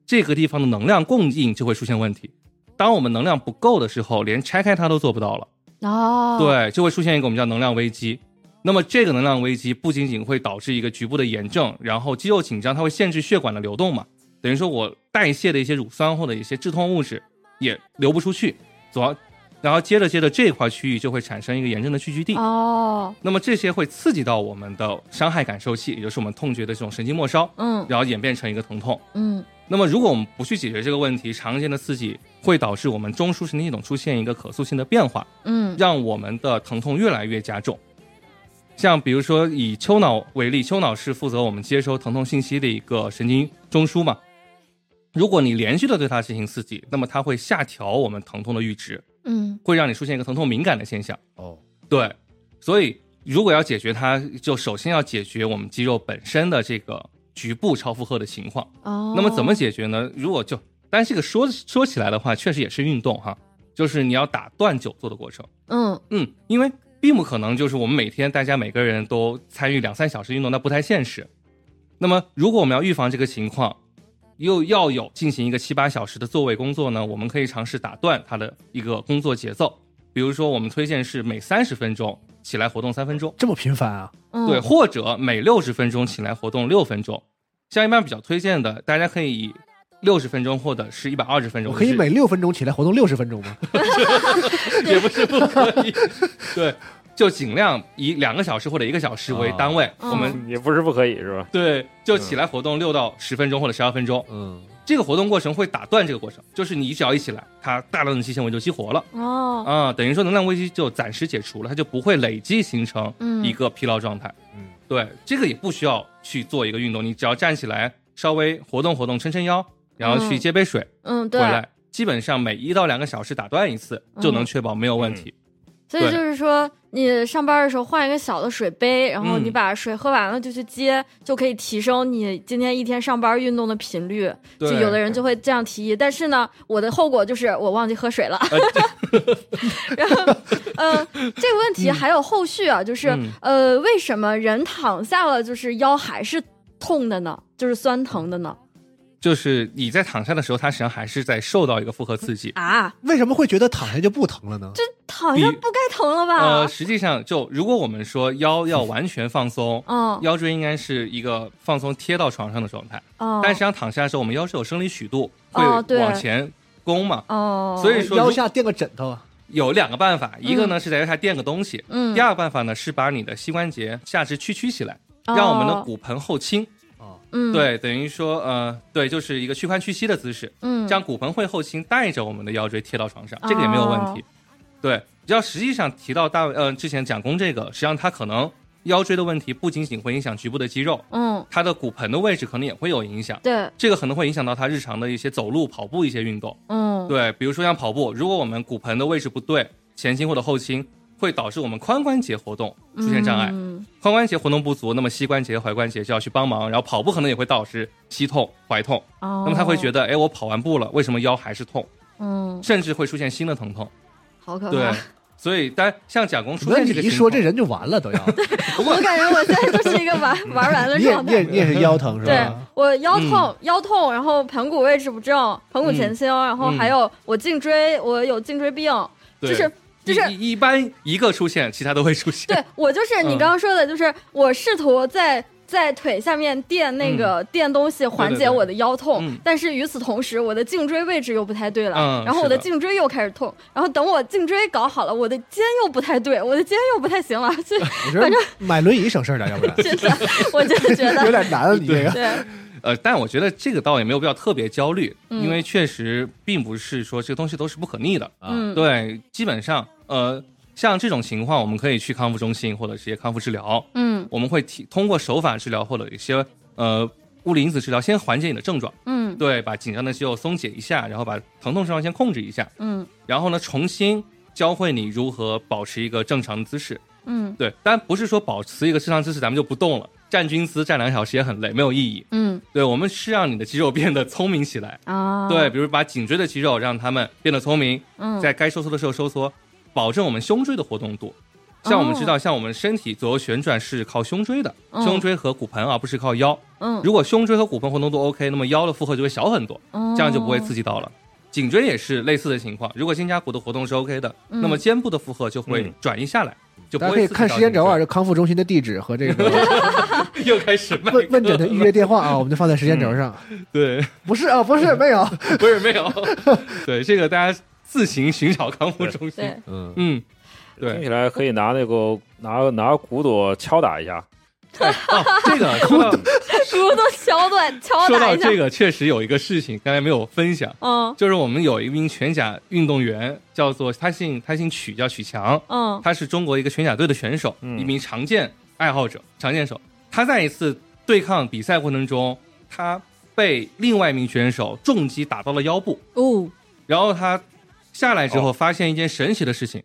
E: 这个地方的能量供应就会出现问题。当我们能量不够的时候，连拆开它都做不到了。
C: 哦，，
E: 对，就会出现一个我们叫能量危机。那么这个能量危机不仅仅会导致一个局部的炎症，然后肌肉紧张，它会限制血管的流动嘛，等于说我代谢的一些乳酸或者一些致痛物质也流不出去，主要，然后接着接着这块区域就会产生一个炎症的聚集地。
C: 哦，
E: 那么这些会刺激到我们的伤害感受器，也就是我们痛觉的这种神经末梢，
C: 嗯，
E: 然后演变成一个疼痛。
C: 嗯，
E: 那么，如果我们不去解决这个问题，常见的刺激会导致我们中枢神经系统出现一个可塑性的变化，
C: 嗯，
E: 让我们的疼痛越来越加重。像比如说以丘脑为例，丘脑是负责我们接收疼痛信息的一个神经中枢嘛。如果你连续的对它进行刺激，那么它会下调我们疼痛的阈值，
C: 嗯，
E: 会让你出现一个疼痛敏感的现象。
B: 哦，
E: 对，所以如果要解决它，就首先要解决我们肌肉本身的这个局部超负荷的情况。
C: 哦，
E: 那么怎么解决呢？如果就但这个说说起来的话，确实也是运动哈，就是你要打断久坐的过程。
C: 嗯，
E: 嗯，因为并不可能就是我们每天大家每个人都参与两三小时运动，那不太现实。那么如果我们要预防这个情况，又要有进行一个七八小时的座位工作呢，我们可以尝试打断它的一个工作节奏。比如说，我们推荐是每三十分钟起来活动三分钟，
F: 这么频繁啊？
C: 嗯
E: 对，或者每六十分钟起来活动六分钟。像一般比较推荐的，大家可以以六十分钟或者是一百二十分钟，
F: 我可以
E: 就是
F: 每六分钟起来活动六十分 钟吗？
E: 也不是不可以， 对，就尽量以两个小时或者一个小时为单位，
C: 哦
E: 我们
D: 嗯也不是不可以是吧？
E: 对就起来活动六到十分钟或者十二分钟，
B: 嗯，
E: 这个活动过程会打断这个过程，就是你只要一起来，它大量的肌纤维就激活了
C: 哦，
E: 啊、等于说能量危机就暂时解除了，它就不会累积形成
C: 嗯
E: 一个疲劳状态。
B: 嗯，
E: 对，这个也不需要去做一个运动，你只要站起来稍微活动活动，撑撑腰，然后去
C: 嗯
E: 接杯水、
C: 嗯，
E: 回
C: 对，
E: 来，基本上每一到两个小时打断一次，就能确保没有问题。
C: 所以
E: 对
C: 就是说，你上班的时候换一个小的水杯，然后
E: 嗯
C: 你把水喝完了就去接，就可以提升你今天一天上班运动的频率。就
E: 对
C: 有的人就会这样提议，但是呢，我的后果就是我忘记喝水了。
E: 呃
C: 然后，呃，这个问题还有后续啊，就是、
E: 嗯
C: 呃，为什么人躺下了就是腰还是痛的呢？就是酸疼的呢？
E: 就是你在躺下的时候，它实际上还是在受到一个负荷刺激。
C: 啊，
B: 为什么会觉得躺下就不疼了呢？
C: 躺下
E: 比
C: 不该疼了吧？
E: 呃，实际上就如果我们说腰要完全放松，
C: 嗯，
E: 腰椎应该是一个放松贴到床上的状态，
C: 哦，
E: 但实际上躺下的时候，我们腰是有生理曲度，会
C: 哦对
E: 往前弓嘛。
C: 哦，
E: 所以说
B: 腰下垫个枕头啊，
E: 有两个办法，一个呢是在腰下垫个东西，
C: 嗯
E: 第，二个办法呢是把你的膝关节下肢屈曲起来，让我们的
C: 哦，
E: 骨盆后倾。
C: 嗯，，
E: 对，等于说呃，对，就是一个屈髋屈膝的姿势。
C: 嗯，哦
E: 这样骨盆会后倾带着我们的腰椎贴到床上，这个也没有问题。对，要实际上提到大卫，呃，之前讲功这个，实际上它可能腰椎的问题不仅仅会影响局部的肌肉，
C: 嗯，
E: 它的骨盆的位置可能也会有影响。
C: 对，
E: 这个可能会影响到他日常的一些走路、跑步一些运动。
C: 嗯，
E: 对，比如说像跑步，如果我们骨盆的位置不对，前倾或者后倾，会导致我们髋关节活动出现障碍。
C: 嗯
E: 髋关节活动不足，那么膝关节、踝关节就要去帮忙。然后跑步可能也会导致膝痛、踝痛。
C: 哦，
E: 那么他会觉
C: 得，
E: 得，哎，我跑完步了，为什么腰还是痛？
C: 嗯，
E: 甚至会出现新的疼痛。
C: 好可怕。
E: 对，所以当然像甲功出
B: 那
E: 现
B: 你
E: 这个
B: 一
E: 情
B: 说
E: 况，
B: 这人就完了都要，
C: 我感觉我现在就是一个 玩玩完的
B: 你也
C: 状
B: 你也
C: 态。
B: 你也是腰疼是
C: 对
B: 吧？
C: 我腰
E: 嗯
C: 痛，腰痛，然后盆骨位置不正，盆骨前倾，然后还有我颈椎，我有颈椎病，
E: 嗯对
C: 就是就是
E: 一一一般一个出现，其他都会出现。
C: 对我就是
E: 嗯
C: 你刚刚说的，就是我试图在。在腿下面垫那个垫东西，缓
E: 嗯对
C: 解
E: 对
C: 我的腰痛，
E: 嗯
C: 但是与此同时，我的颈椎位置又不太对了，
E: 嗯
C: 然后我
E: 是的
C: 的颈椎又开始痛，然后等我颈椎搞好了，我的肩又不太对，我的肩又不太行了， 所以
B: 我觉得买轮椅省事儿了，要不 然
C: 真 的，我真的觉
B: 有
C: 得，
B: 点难了，你这个。
C: 对，
E: 呃，但我觉得这个倒也没有必要特别焦虑，
C: 嗯
E: 因为确实并不是说这个东西都是不可逆的。
C: 嗯，
E: 啊对，基本上呃，像这种情况，我们可以去康复中心或者是一些康复治疗，
C: 嗯
E: 我们会提通过手法治疗或者一些呃物理因子治疗，先缓解你的症状，
C: 嗯
E: 对，把紧张的肌肉松解一下，然后把疼痛症状先控制一下，
C: 嗯
E: 然后呢，重新教会你如何保持一个正常的姿势。
C: 嗯
E: 对，但不是说保持一个正常姿势咱们就不动了，站军姿站两个小时也很累，没有意义。
C: 嗯
E: 对，我们是让你的肌肉变得聪明起来。
C: 啊，
E: 对，，比如把颈椎的肌肉让它们变得聪明，
C: 嗯，
E: 在该收缩的时候收缩，保证我们胸椎的活动度。
C: 哦
E: 像我们知道，像我们身体左右旋转是靠胸椎的，
C: 嗯
E: 胸椎和骨盆而不是靠腰。
C: 嗯，
E: 如果胸椎和骨盆活动度 OK，那么腰的负荷就会小很多，
C: 这
E: 这样就不会刺激到了。颈椎也是类似的情况，如果肩胛骨的活动是 OK 的，
C: 嗯
E: 那么肩部的负荷就会
D: 嗯
E: 转移下来，就不
B: 大家
E: 会
B: 可以
E: 刺激
B: 看
E: 到
B: 时间
E: 颈
B: 轴啊，
E: 椎
B: 这康复中心的地址和这个
E: 又开始卖
B: 问问诊的预约电话啊，我们就放在时间轴上。
E: 对，
B: 不是啊，不是没有。
C: 哦
E: 不是没有， 对这个大家自行寻找康复中心。
C: 对，
B: 嗯，
E: 嗯，
D: 听
E: 对
D: 起来可以拿那个拿拿骨朵敲打一下，
E: 哦，这 个说到
C: 骨头敲断敲
E: 说
C: 打
E: 到
C: 一下，
E: 这个，确实有一个事情刚才没有分享，
C: 嗯
E: 就是我们有一名拳甲运动员，叫做他姓他姓曲，叫曲强，
C: 嗯
E: 他是中国一个拳甲队的选手，
D: 嗯
E: 一名长剑爱好者、长剑手。他在一次对抗比赛过程中，他被另外一名选手重击打到了腰部，
C: 哦
E: 然后他下来之后发现一件神奇的事情，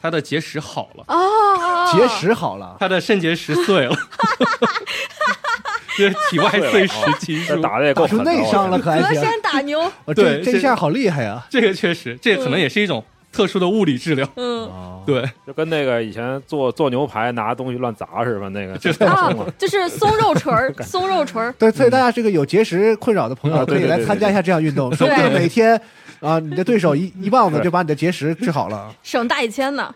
E: 他的结石好了。
C: 哦，
B: 结石好了，
E: 他的肾结石碎了， 这体外碎石技
D: 这
E: 术，
D: 打的也
B: 打
D: 够
B: 出
D: 狠的。
B: 内伤了，
D: 我
B: 可还
C: 隔
B: 行？
C: 山打 牛，
B: 我这
E: 对
B: 这
E: 这
B: 一下好厉害啊！
E: 这个确实，这可能也是一种特殊的物理治疗。
C: 嗯。
E: 对，
D: 就跟那个以前做做牛排拿东西乱砸似的，那个
E: 这
C: 啊，就是松肉锤儿，松肉锤儿，
B: 对，所以大家这个有结石困扰的朋友
D: 啊对
B: 可以
D: 对
B: 来
D: 对
B: 参加一下这样运动，说
C: 对
B: 不定每天啊，你的对手一一棒子就把你的结石治好了。
C: 省大一千呢。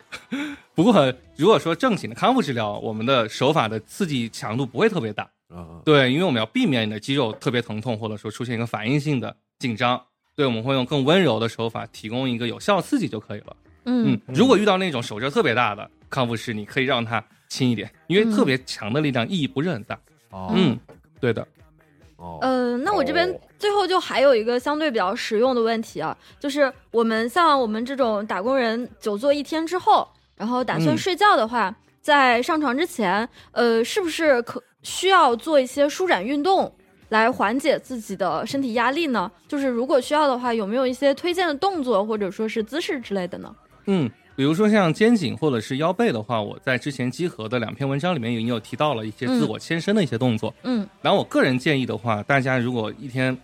E: 不过如果说正经的康复治疗，我们的手法的刺激强度不会特别大，
B: 啊，
E: 对，因为我们要避免你的肌肉特别疼痛，或者说出现一个反应性的紧张，对，我们会用更温柔的手法提供一个有效刺激就可以了。
C: 嗯
E: 嗯，如果遇到那种手劲特别大的康复师，你可以让他轻一点，因为特别强的力量意义不是很大。
B: 哦
E: 嗯，对的，
B: 哦，
C: 呃，那我这边
D: 哦
C: 最后就还有一个相对比较实用的问题啊，就是我们像我们这种打工人，久坐一天之后，然后打算
E: 嗯
C: 睡觉的话，在上床之前，呃，是不是可需要做一些舒展运动来缓解自己的身体压力呢？就是如果需要的话，有没有一些推荐的动作或者说是姿势之类的呢？
E: 嗯，比如说像肩颈或者是腰背的话，我在之前集合的两篇文章里面已经有提到了一些
B: 嗯
E: 自我牵伸的一些动作。
C: 嗯
E: 然后我个人建议的话，大家如果一天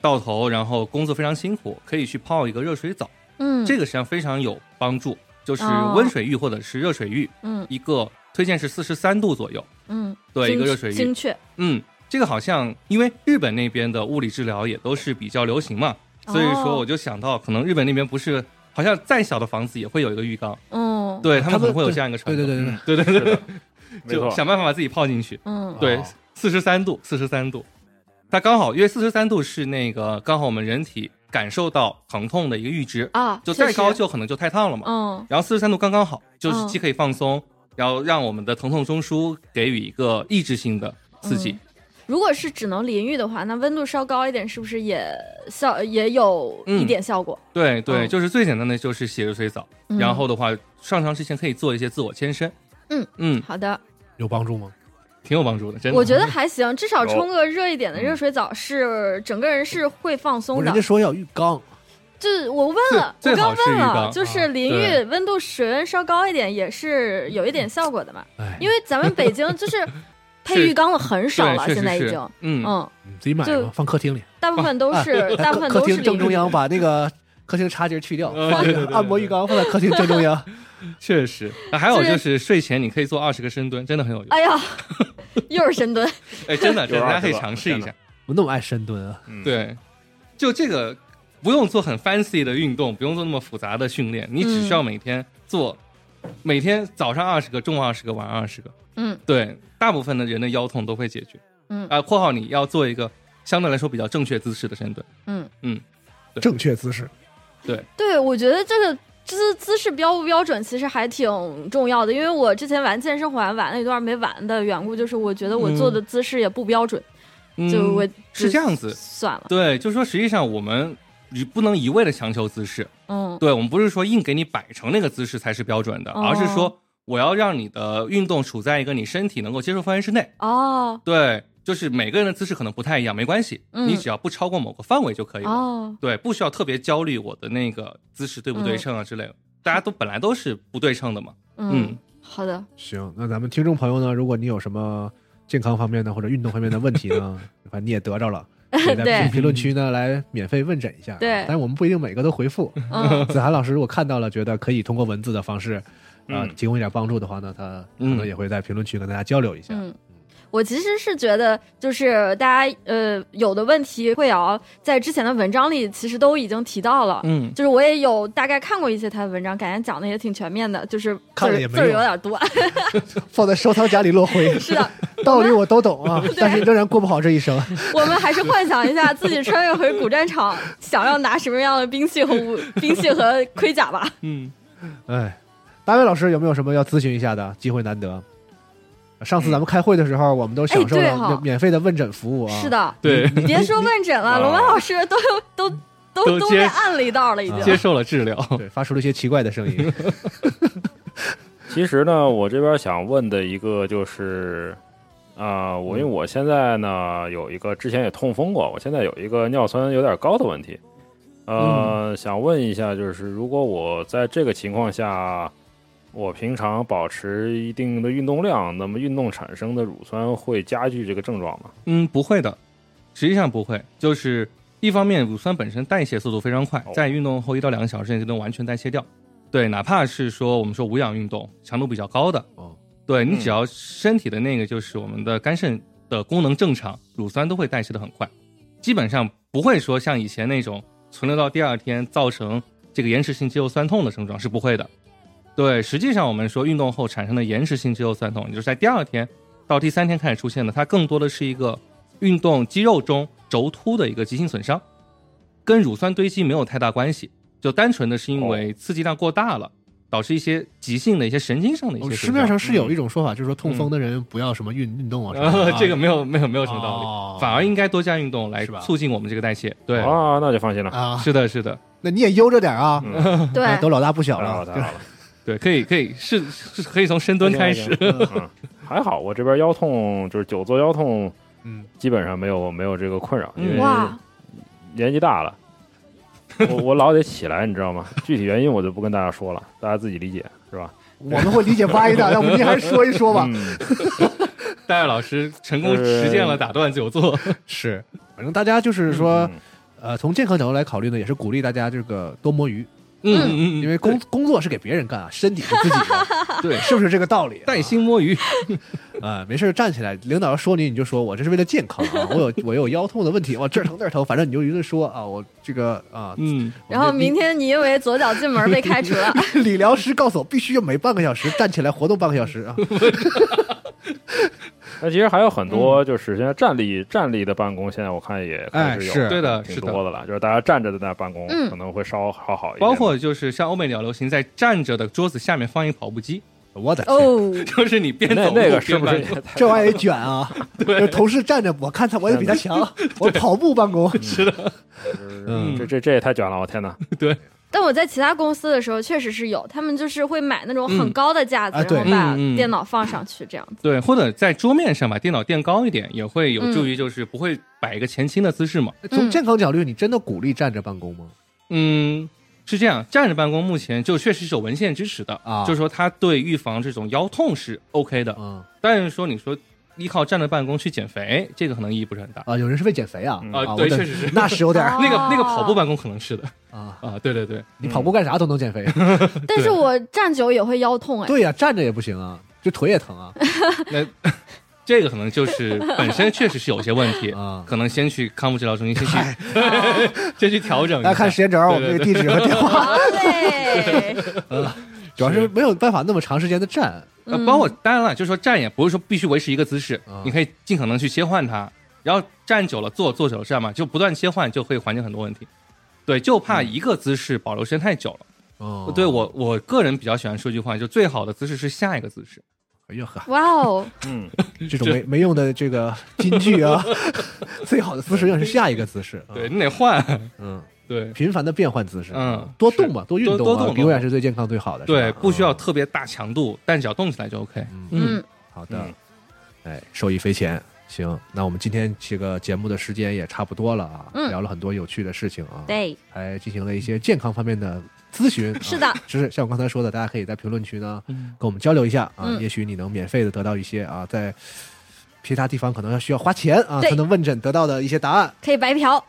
E: 到头，然后工作非常辛苦，可以去泡一个热水澡，
C: 嗯，
E: 这个实际上非常有帮助，就是
C: 哦
E: 温水浴或者是热水浴，
C: 嗯
E: 一个推荐是四十三度左右，
C: 嗯，
E: 对，一
C: 精
E: 个热水浴，
C: 精确，
E: 嗯，这个好像因为日本那边的物理治疗也都是比较流行嘛，所以
C: 哦
E: 说我就想到，可能日本那边不是好像再小的房子也会有一个浴缸，
C: 嗯
E: 对他
B: 哦他们
E: 们可能会有这样一个传
B: 对
E: 统，
B: 对对对，
E: 对对对对
D: 没
E: 就
D: 错，
E: 想办法把自己泡进去。
C: 嗯
E: 对
B: 哦，
E: 四十三度，四十三度，它刚好，因为四十三度是那个刚好我们人体感受到疼痛的一个阈值，
C: 啊，
E: 就
C: 确
E: 再高
C: 实
E: 就可能就太烫了嘛。
C: 嗯
E: 然后四十三度刚刚好，就是
C: 嗯
E: 既可以放松，然后让我们的疼痛中枢给予一个抑制性的刺激。
C: 嗯如果是只能淋浴的话，那温度稍高一点，是不是也效也有
E: 嗯
C: 一点效果？
E: 对对，
C: 嗯
E: 就是最简单的就是洗热水澡，
C: 嗯
E: 然后的话上床之前可以做一些自我牵伸。
C: 嗯
E: 嗯，
C: 好的，
B: 有帮助吗？
E: 挺有帮助的，真的。嗯
C: 我觉得还行，至少
D: 有
C: 冲个热一点的热水澡是整个人是会放
B: 不
C: 松
B: 是，
C: 的
B: 人家。说要浴缸，
C: 就是我问了，
E: 最
C: 我
E: 最好
C: 刚问
E: 是浴
C: 了，
E: 缸啊
C: 就是淋浴
E: 对
C: 温度水温稍高一点也是有一点效果的嘛。
B: 哎，
C: 因为咱们北京就是配浴缸的很少
E: 对，
C: 了，
E: 确
C: 现
E: 实
C: 在已
E: 是
C: 经，
E: 嗯，啊
C: 嗯，
B: 你自己买
C: 就
B: 吧，放客厅里，
C: 大部分都是 大部
B: 啊
C: 分
B: 客
C: 都是
B: 厅
C: 淋
B: 正中
C: 浴。
B: 央，把那个客厅插筋去 掉，
E: 呃
B: 放
E: 对
B: 一
E: 对
B: 个
E: 对
B: 按摩浴缸放在客厅正中央。
E: 确实。啊还有就是睡前你可以做二十个深蹲，真的很有用。
C: 哎 呀，又是深蹲，
E: 哎，真的，真的，
D: 有啊
E: 大家可以
D: 是吧
E: 尝试一下。
B: 我那么爱深蹲啊，
D: 嗯，
E: 对，就这个不用做很 fancy 的运动，不用做那么复杂的训练，你只需要每天做，每天早上二十个，中午二十个，晚上二十个。
C: 嗯，
E: 对，大部分的人的腰痛都会解决。
C: 嗯
E: 啊、括号你要做一个相对来说比较正确姿势的深蹲。对
B: 正确姿势。
C: 对，我觉得这个姿姿势标不标准其实还挺重要的，因为我之前玩健身环玩了一段没玩的缘故，就是我觉得我做的姿势也不标准，
E: 嗯，
C: 就我
E: 是这样
C: 就
E: 子。
C: 算了，
E: 对，就是说实际上我们你不能一味的强求姿势，
C: 嗯
E: 对我们不是说硬给你摆成那个姿势才是标准的，
C: 哦
E: 而是说我要让你的运动处在一个你身体能够接受范围之内。
C: 哦
E: 对，就是每个人的姿势可能不太一样，没关系，
C: 嗯
E: 你只要不超过某个范围就可以了。
C: 哦，
E: 对，不需要特别焦虑我的那个姿势对不对称啊之类的，大家都本来都是不对称的嘛。
C: 嗯，
E: 嗯
C: 好的，
B: 行，那咱们听众朋友呢，如果你有什么健康方面的或者运动方面的问题呢， 反正你也得着了，也在
C: 对
B: 评论区呢来免费问诊一下。啊
C: 对
B: 但是我们不一定每个都回复。
C: 嗯
B: 子涵老师如果看到了，觉得可以通过文字的方式，啊，
D: 嗯
B: 提供一点帮助的话呢，他可能
E: 嗯
B: 也会在评论区跟大家交流一下。
C: 嗯。我其实是觉得，就是大家呃有的问题，慧瑶在之前的文章里其实都已经提到了，
E: 嗯，
C: 就是我也有大概看过一些他的文章，感觉讲的也挺全面的，就是字
B: 看了
C: 儿
B: 也没
C: 字儿有
B: 用
C: 点多，
B: 放在收藏夹里落灰，
C: 是的，
B: 道理我都懂啊，但是仍然过不好这一生。
C: 我们还是幻想一下自己穿越回古战场，想要拿什么样的兵器和武兵器和盔甲吧。
E: 嗯，
B: 哎，大卫老师有没有什么要咨询一下的？机会难得。上次咱们开会的时候，我们都享受
C: 哎对哈
B: 了免费的问诊服务啊。
C: 是，的，
E: 对，
C: 你别说问诊了，
D: 嗯
C: 龙文老师都 都都
E: 都
C: 都
E: 接
C: 被按了一道了，已
B: 啊
E: 接
C: 经。
E: 受了治疗。
B: 对，发出了一些奇怪的 声音。
D: 其实呢，我这边想问的一个就是，啊、我因为
E: 嗯
D: 我现在呢有一个之前也痛风过，我现在有一个尿酸有点高的问题，呃，
E: 嗯
D: 想问一下，就是如果我在这个情况下，我平常保持一定的运动量，那么运动产生的乳酸会加剧这个症状吗？
E: 嗯，不会的，实际上不会。就是一方面，乳酸本身代谢速度非常快
D: 哦，
E: 在运动后一到两个小时内就能完全代谢掉。对，哪怕是说我们说无氧运动强度比较高的，
B: 哦，
E: 对你
D: 嗯
E: 只要身体的那个就是我们的肝肾的功能正常，乳酸都会代谢的很快，基本上不会说像以前那种存留到第二天造成这个延迟性肌肉酸痛的症状是不会的。对，实际上我们说运动后产生的延迟性肌肉酸痛，也就是在第二天到第三天开始出现的，它更多的是一个运动肌肉中轴突的一个急性损伤，跟乳酸堆积没有太大关系，就单纯的是因为
B: 哦
E: 刺激量过大了，导致一些急性的一些神经上的一些
B: 哦
E: 损
B: 市
E: 伤。
B: 面上是有一种说法，就是说痛风的人不要什么运运 动啊，什么
E: 呃，
B: 的啊
E: 这个没有没有没有什么道理，
B: 哦
E: 反而应该多加运动来
B: 是吧哦
E: 促进我们这个代谢。对，
D: 啊，那就放心了。
B: 啊，
E: 是的，是的，
B: 那你也悠着点啊，
D: 嗯，
C: 对，
B: 都老大不小
D: 太啊好了，
B: 了，
D: 太好了。
E: 对，可以可以是是可以从深蹲开始。
D: 嗯，还好我这边腰痛就是久坐腰痛，
B: 嗯，
D: 基本上没有没有这个困扰，因
E: 嗯
D: 为
C: 哇，
D: 年纪大了，我我老得起来，你知道吗？具体原因我就不跟大家说了，大家自己理解是吧？
B: 我啊们会理解歪的，要不您还是说一说吧。
D: 嗯，
E: 戴尔老师成
B: 呃
E: 功实践了打断 久坐，
B: 是，反正大家就是说，
D: 嗯
B: 呃，从健康角度来考虑呢，也是鼓励大家这个多摸鱼，
E: 嗯
B: 因为工工作是给别人干啊，身体是自己的，
E: 对
B: 是不是这个道理啊？
E: 带薪摸鱼，
B: 啊，没事儿站起来，领导要说你，你就说我这是为了健康啊， 我有我有腰痛的问题，我这儿疼那儿疼，反正你就一顿说啊，我这个啊，
E: 嗯，
B: 我
C: 然后
B: 们
C: 明天你因为左脚进门被开除 了，
B: 理疗师告诉我，必须要每半个小时站起来活动半个小时啊，
D: 那其实还有很多，就是现在站立站立的办公，现在我看也开始
B: 嗯
D: 有，
B: 哎是
E: 对的，
D: 挺
E: 是的
D: 多。的了。就是大家站着的那办公，
C: 嗯
D: 可能会稍好好一点。
E: 包括就是像欧美比较流行在站着的桌子下面放一跑步机，
B: 我的天，
C: 哦，
E: 就是你边
D: 那
E: 走路
D: 那个是
E: 边
D: 不是
E: 办
D: 也
E: 公？
D: 太
B: 这玩意儿也卷啊， 对， 同事站着，我看他我也比他强，我跑步办公，是的，嗯
D: 这这这也太卷了，我天哪！
C: 但我在其他公司的时候确实是有，他们就是会买那种很
E: 嗯
C: 高的架子，
B: 啊对
C: 然后把
E: 嗯嗯
C: 电脑放上去这样子。
E: 对，或者在桌面上把电脑垫高一点，也会有助于就是不会摆一个前倾的姿势嘛。
B: 从健康角度，你真的鼓励站着办公吗？
E: 嗯，是这样，站着办公目前就确实是有文献支持的
B: 啊
E: 就是说它对预防这种腰痛是 OK 的。
B: 啊
E: 但是说你说依靠站着办公去减肥，这个可能意义不是很大。
B: 啊，有人是为减肥啊
D: 嗯
E: 啊，
B: 啊，
E: 对，
B: 我的
E: 确实是。
B: 那是有点儿
C: 啊
E: 那个那个跑步办公可能是的
B: 啊，
E: 啊，对对对，
B: 你跑步干啥都能减肥，
E: 嗯
C: 但是我站久也会腰痛哎，
B: 对呀，站着也不行啊，这腿也疼啊
E: 那这个可能就是本身确实是有些问 题，
B: 啊。
E: 可能先去康复治疗中心先去 先去调整一
B: 大家看
E: 下
B: 时。间轴，我们这个地址和电话，
C: 好嘞，
B: 主要是没有办法那么长时间的站。
E: 呃
C: 嗯
E: 包括当然了，就是说站也不是说必须维持一个姿势
B: 啊，
E: 你可以尽可能去切换它，然后站久了坐，坐久了站嘛，就不断切换就会缓解很多问题。对，就怕一个姿势保留时间太久了。
B: 嗯哦
E: 对，我我个人比较喜欢说一句话，就最好的姿势是下一个姿势。
B: 哎呀呵，
C: 哇哦，
D: 嗯，
B: 这种没没用的这个金句啊， 最好的姿势应该是下一个姿势。啊
E: 对，你得 换，
B: 嗯，
E: 对
B: 频繁的变换姿势，
E: 嗯
B: 多动吧，多运动吧，
E: 多多动
B: 永远是最健康最好的。是吧
E: 对，不需要
B: 嗯
E: 特别大强度，但只要动起来就 OK。
C: 嗯，
B: 好的
D: 嗯，
B: 哎，受益匪浅。行，那我们今天这个节目的时间也差不多了啊，
C: 嗯
B: 聊了很多有趣的事情啊，
C: 对，
B: 还进行了一些健康方面的咨询。
C: 是
B: 啊
C: 的，
B: 就是像我刚才说的，大家可以在评论区呢
E: 嗯
B: 跟我们交流一下啊，
C: 嗯
B: 也许你能免费的得到一些啊，在其他地方可能要需要花钱啊
C: 对
B: 才能问诊得到的一些答案。
C: 可以白嫖，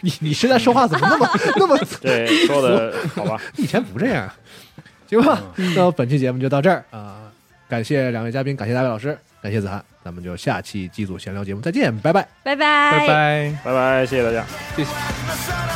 B: 你你现在说话怎么 那么那么？
D: 这说的 好吧？
B: 以前不这样，行吧？ 那本期节目就到这儿啊、感谢两位嘉宾，感谢大卫老师，感谢子涵，咱们就下期机组闲聊节目再见，拜拜。
C: 拜拜
E: 拜拜。
D: 拜拜，谢谢大家。
E: 谢谢。
G: 「今更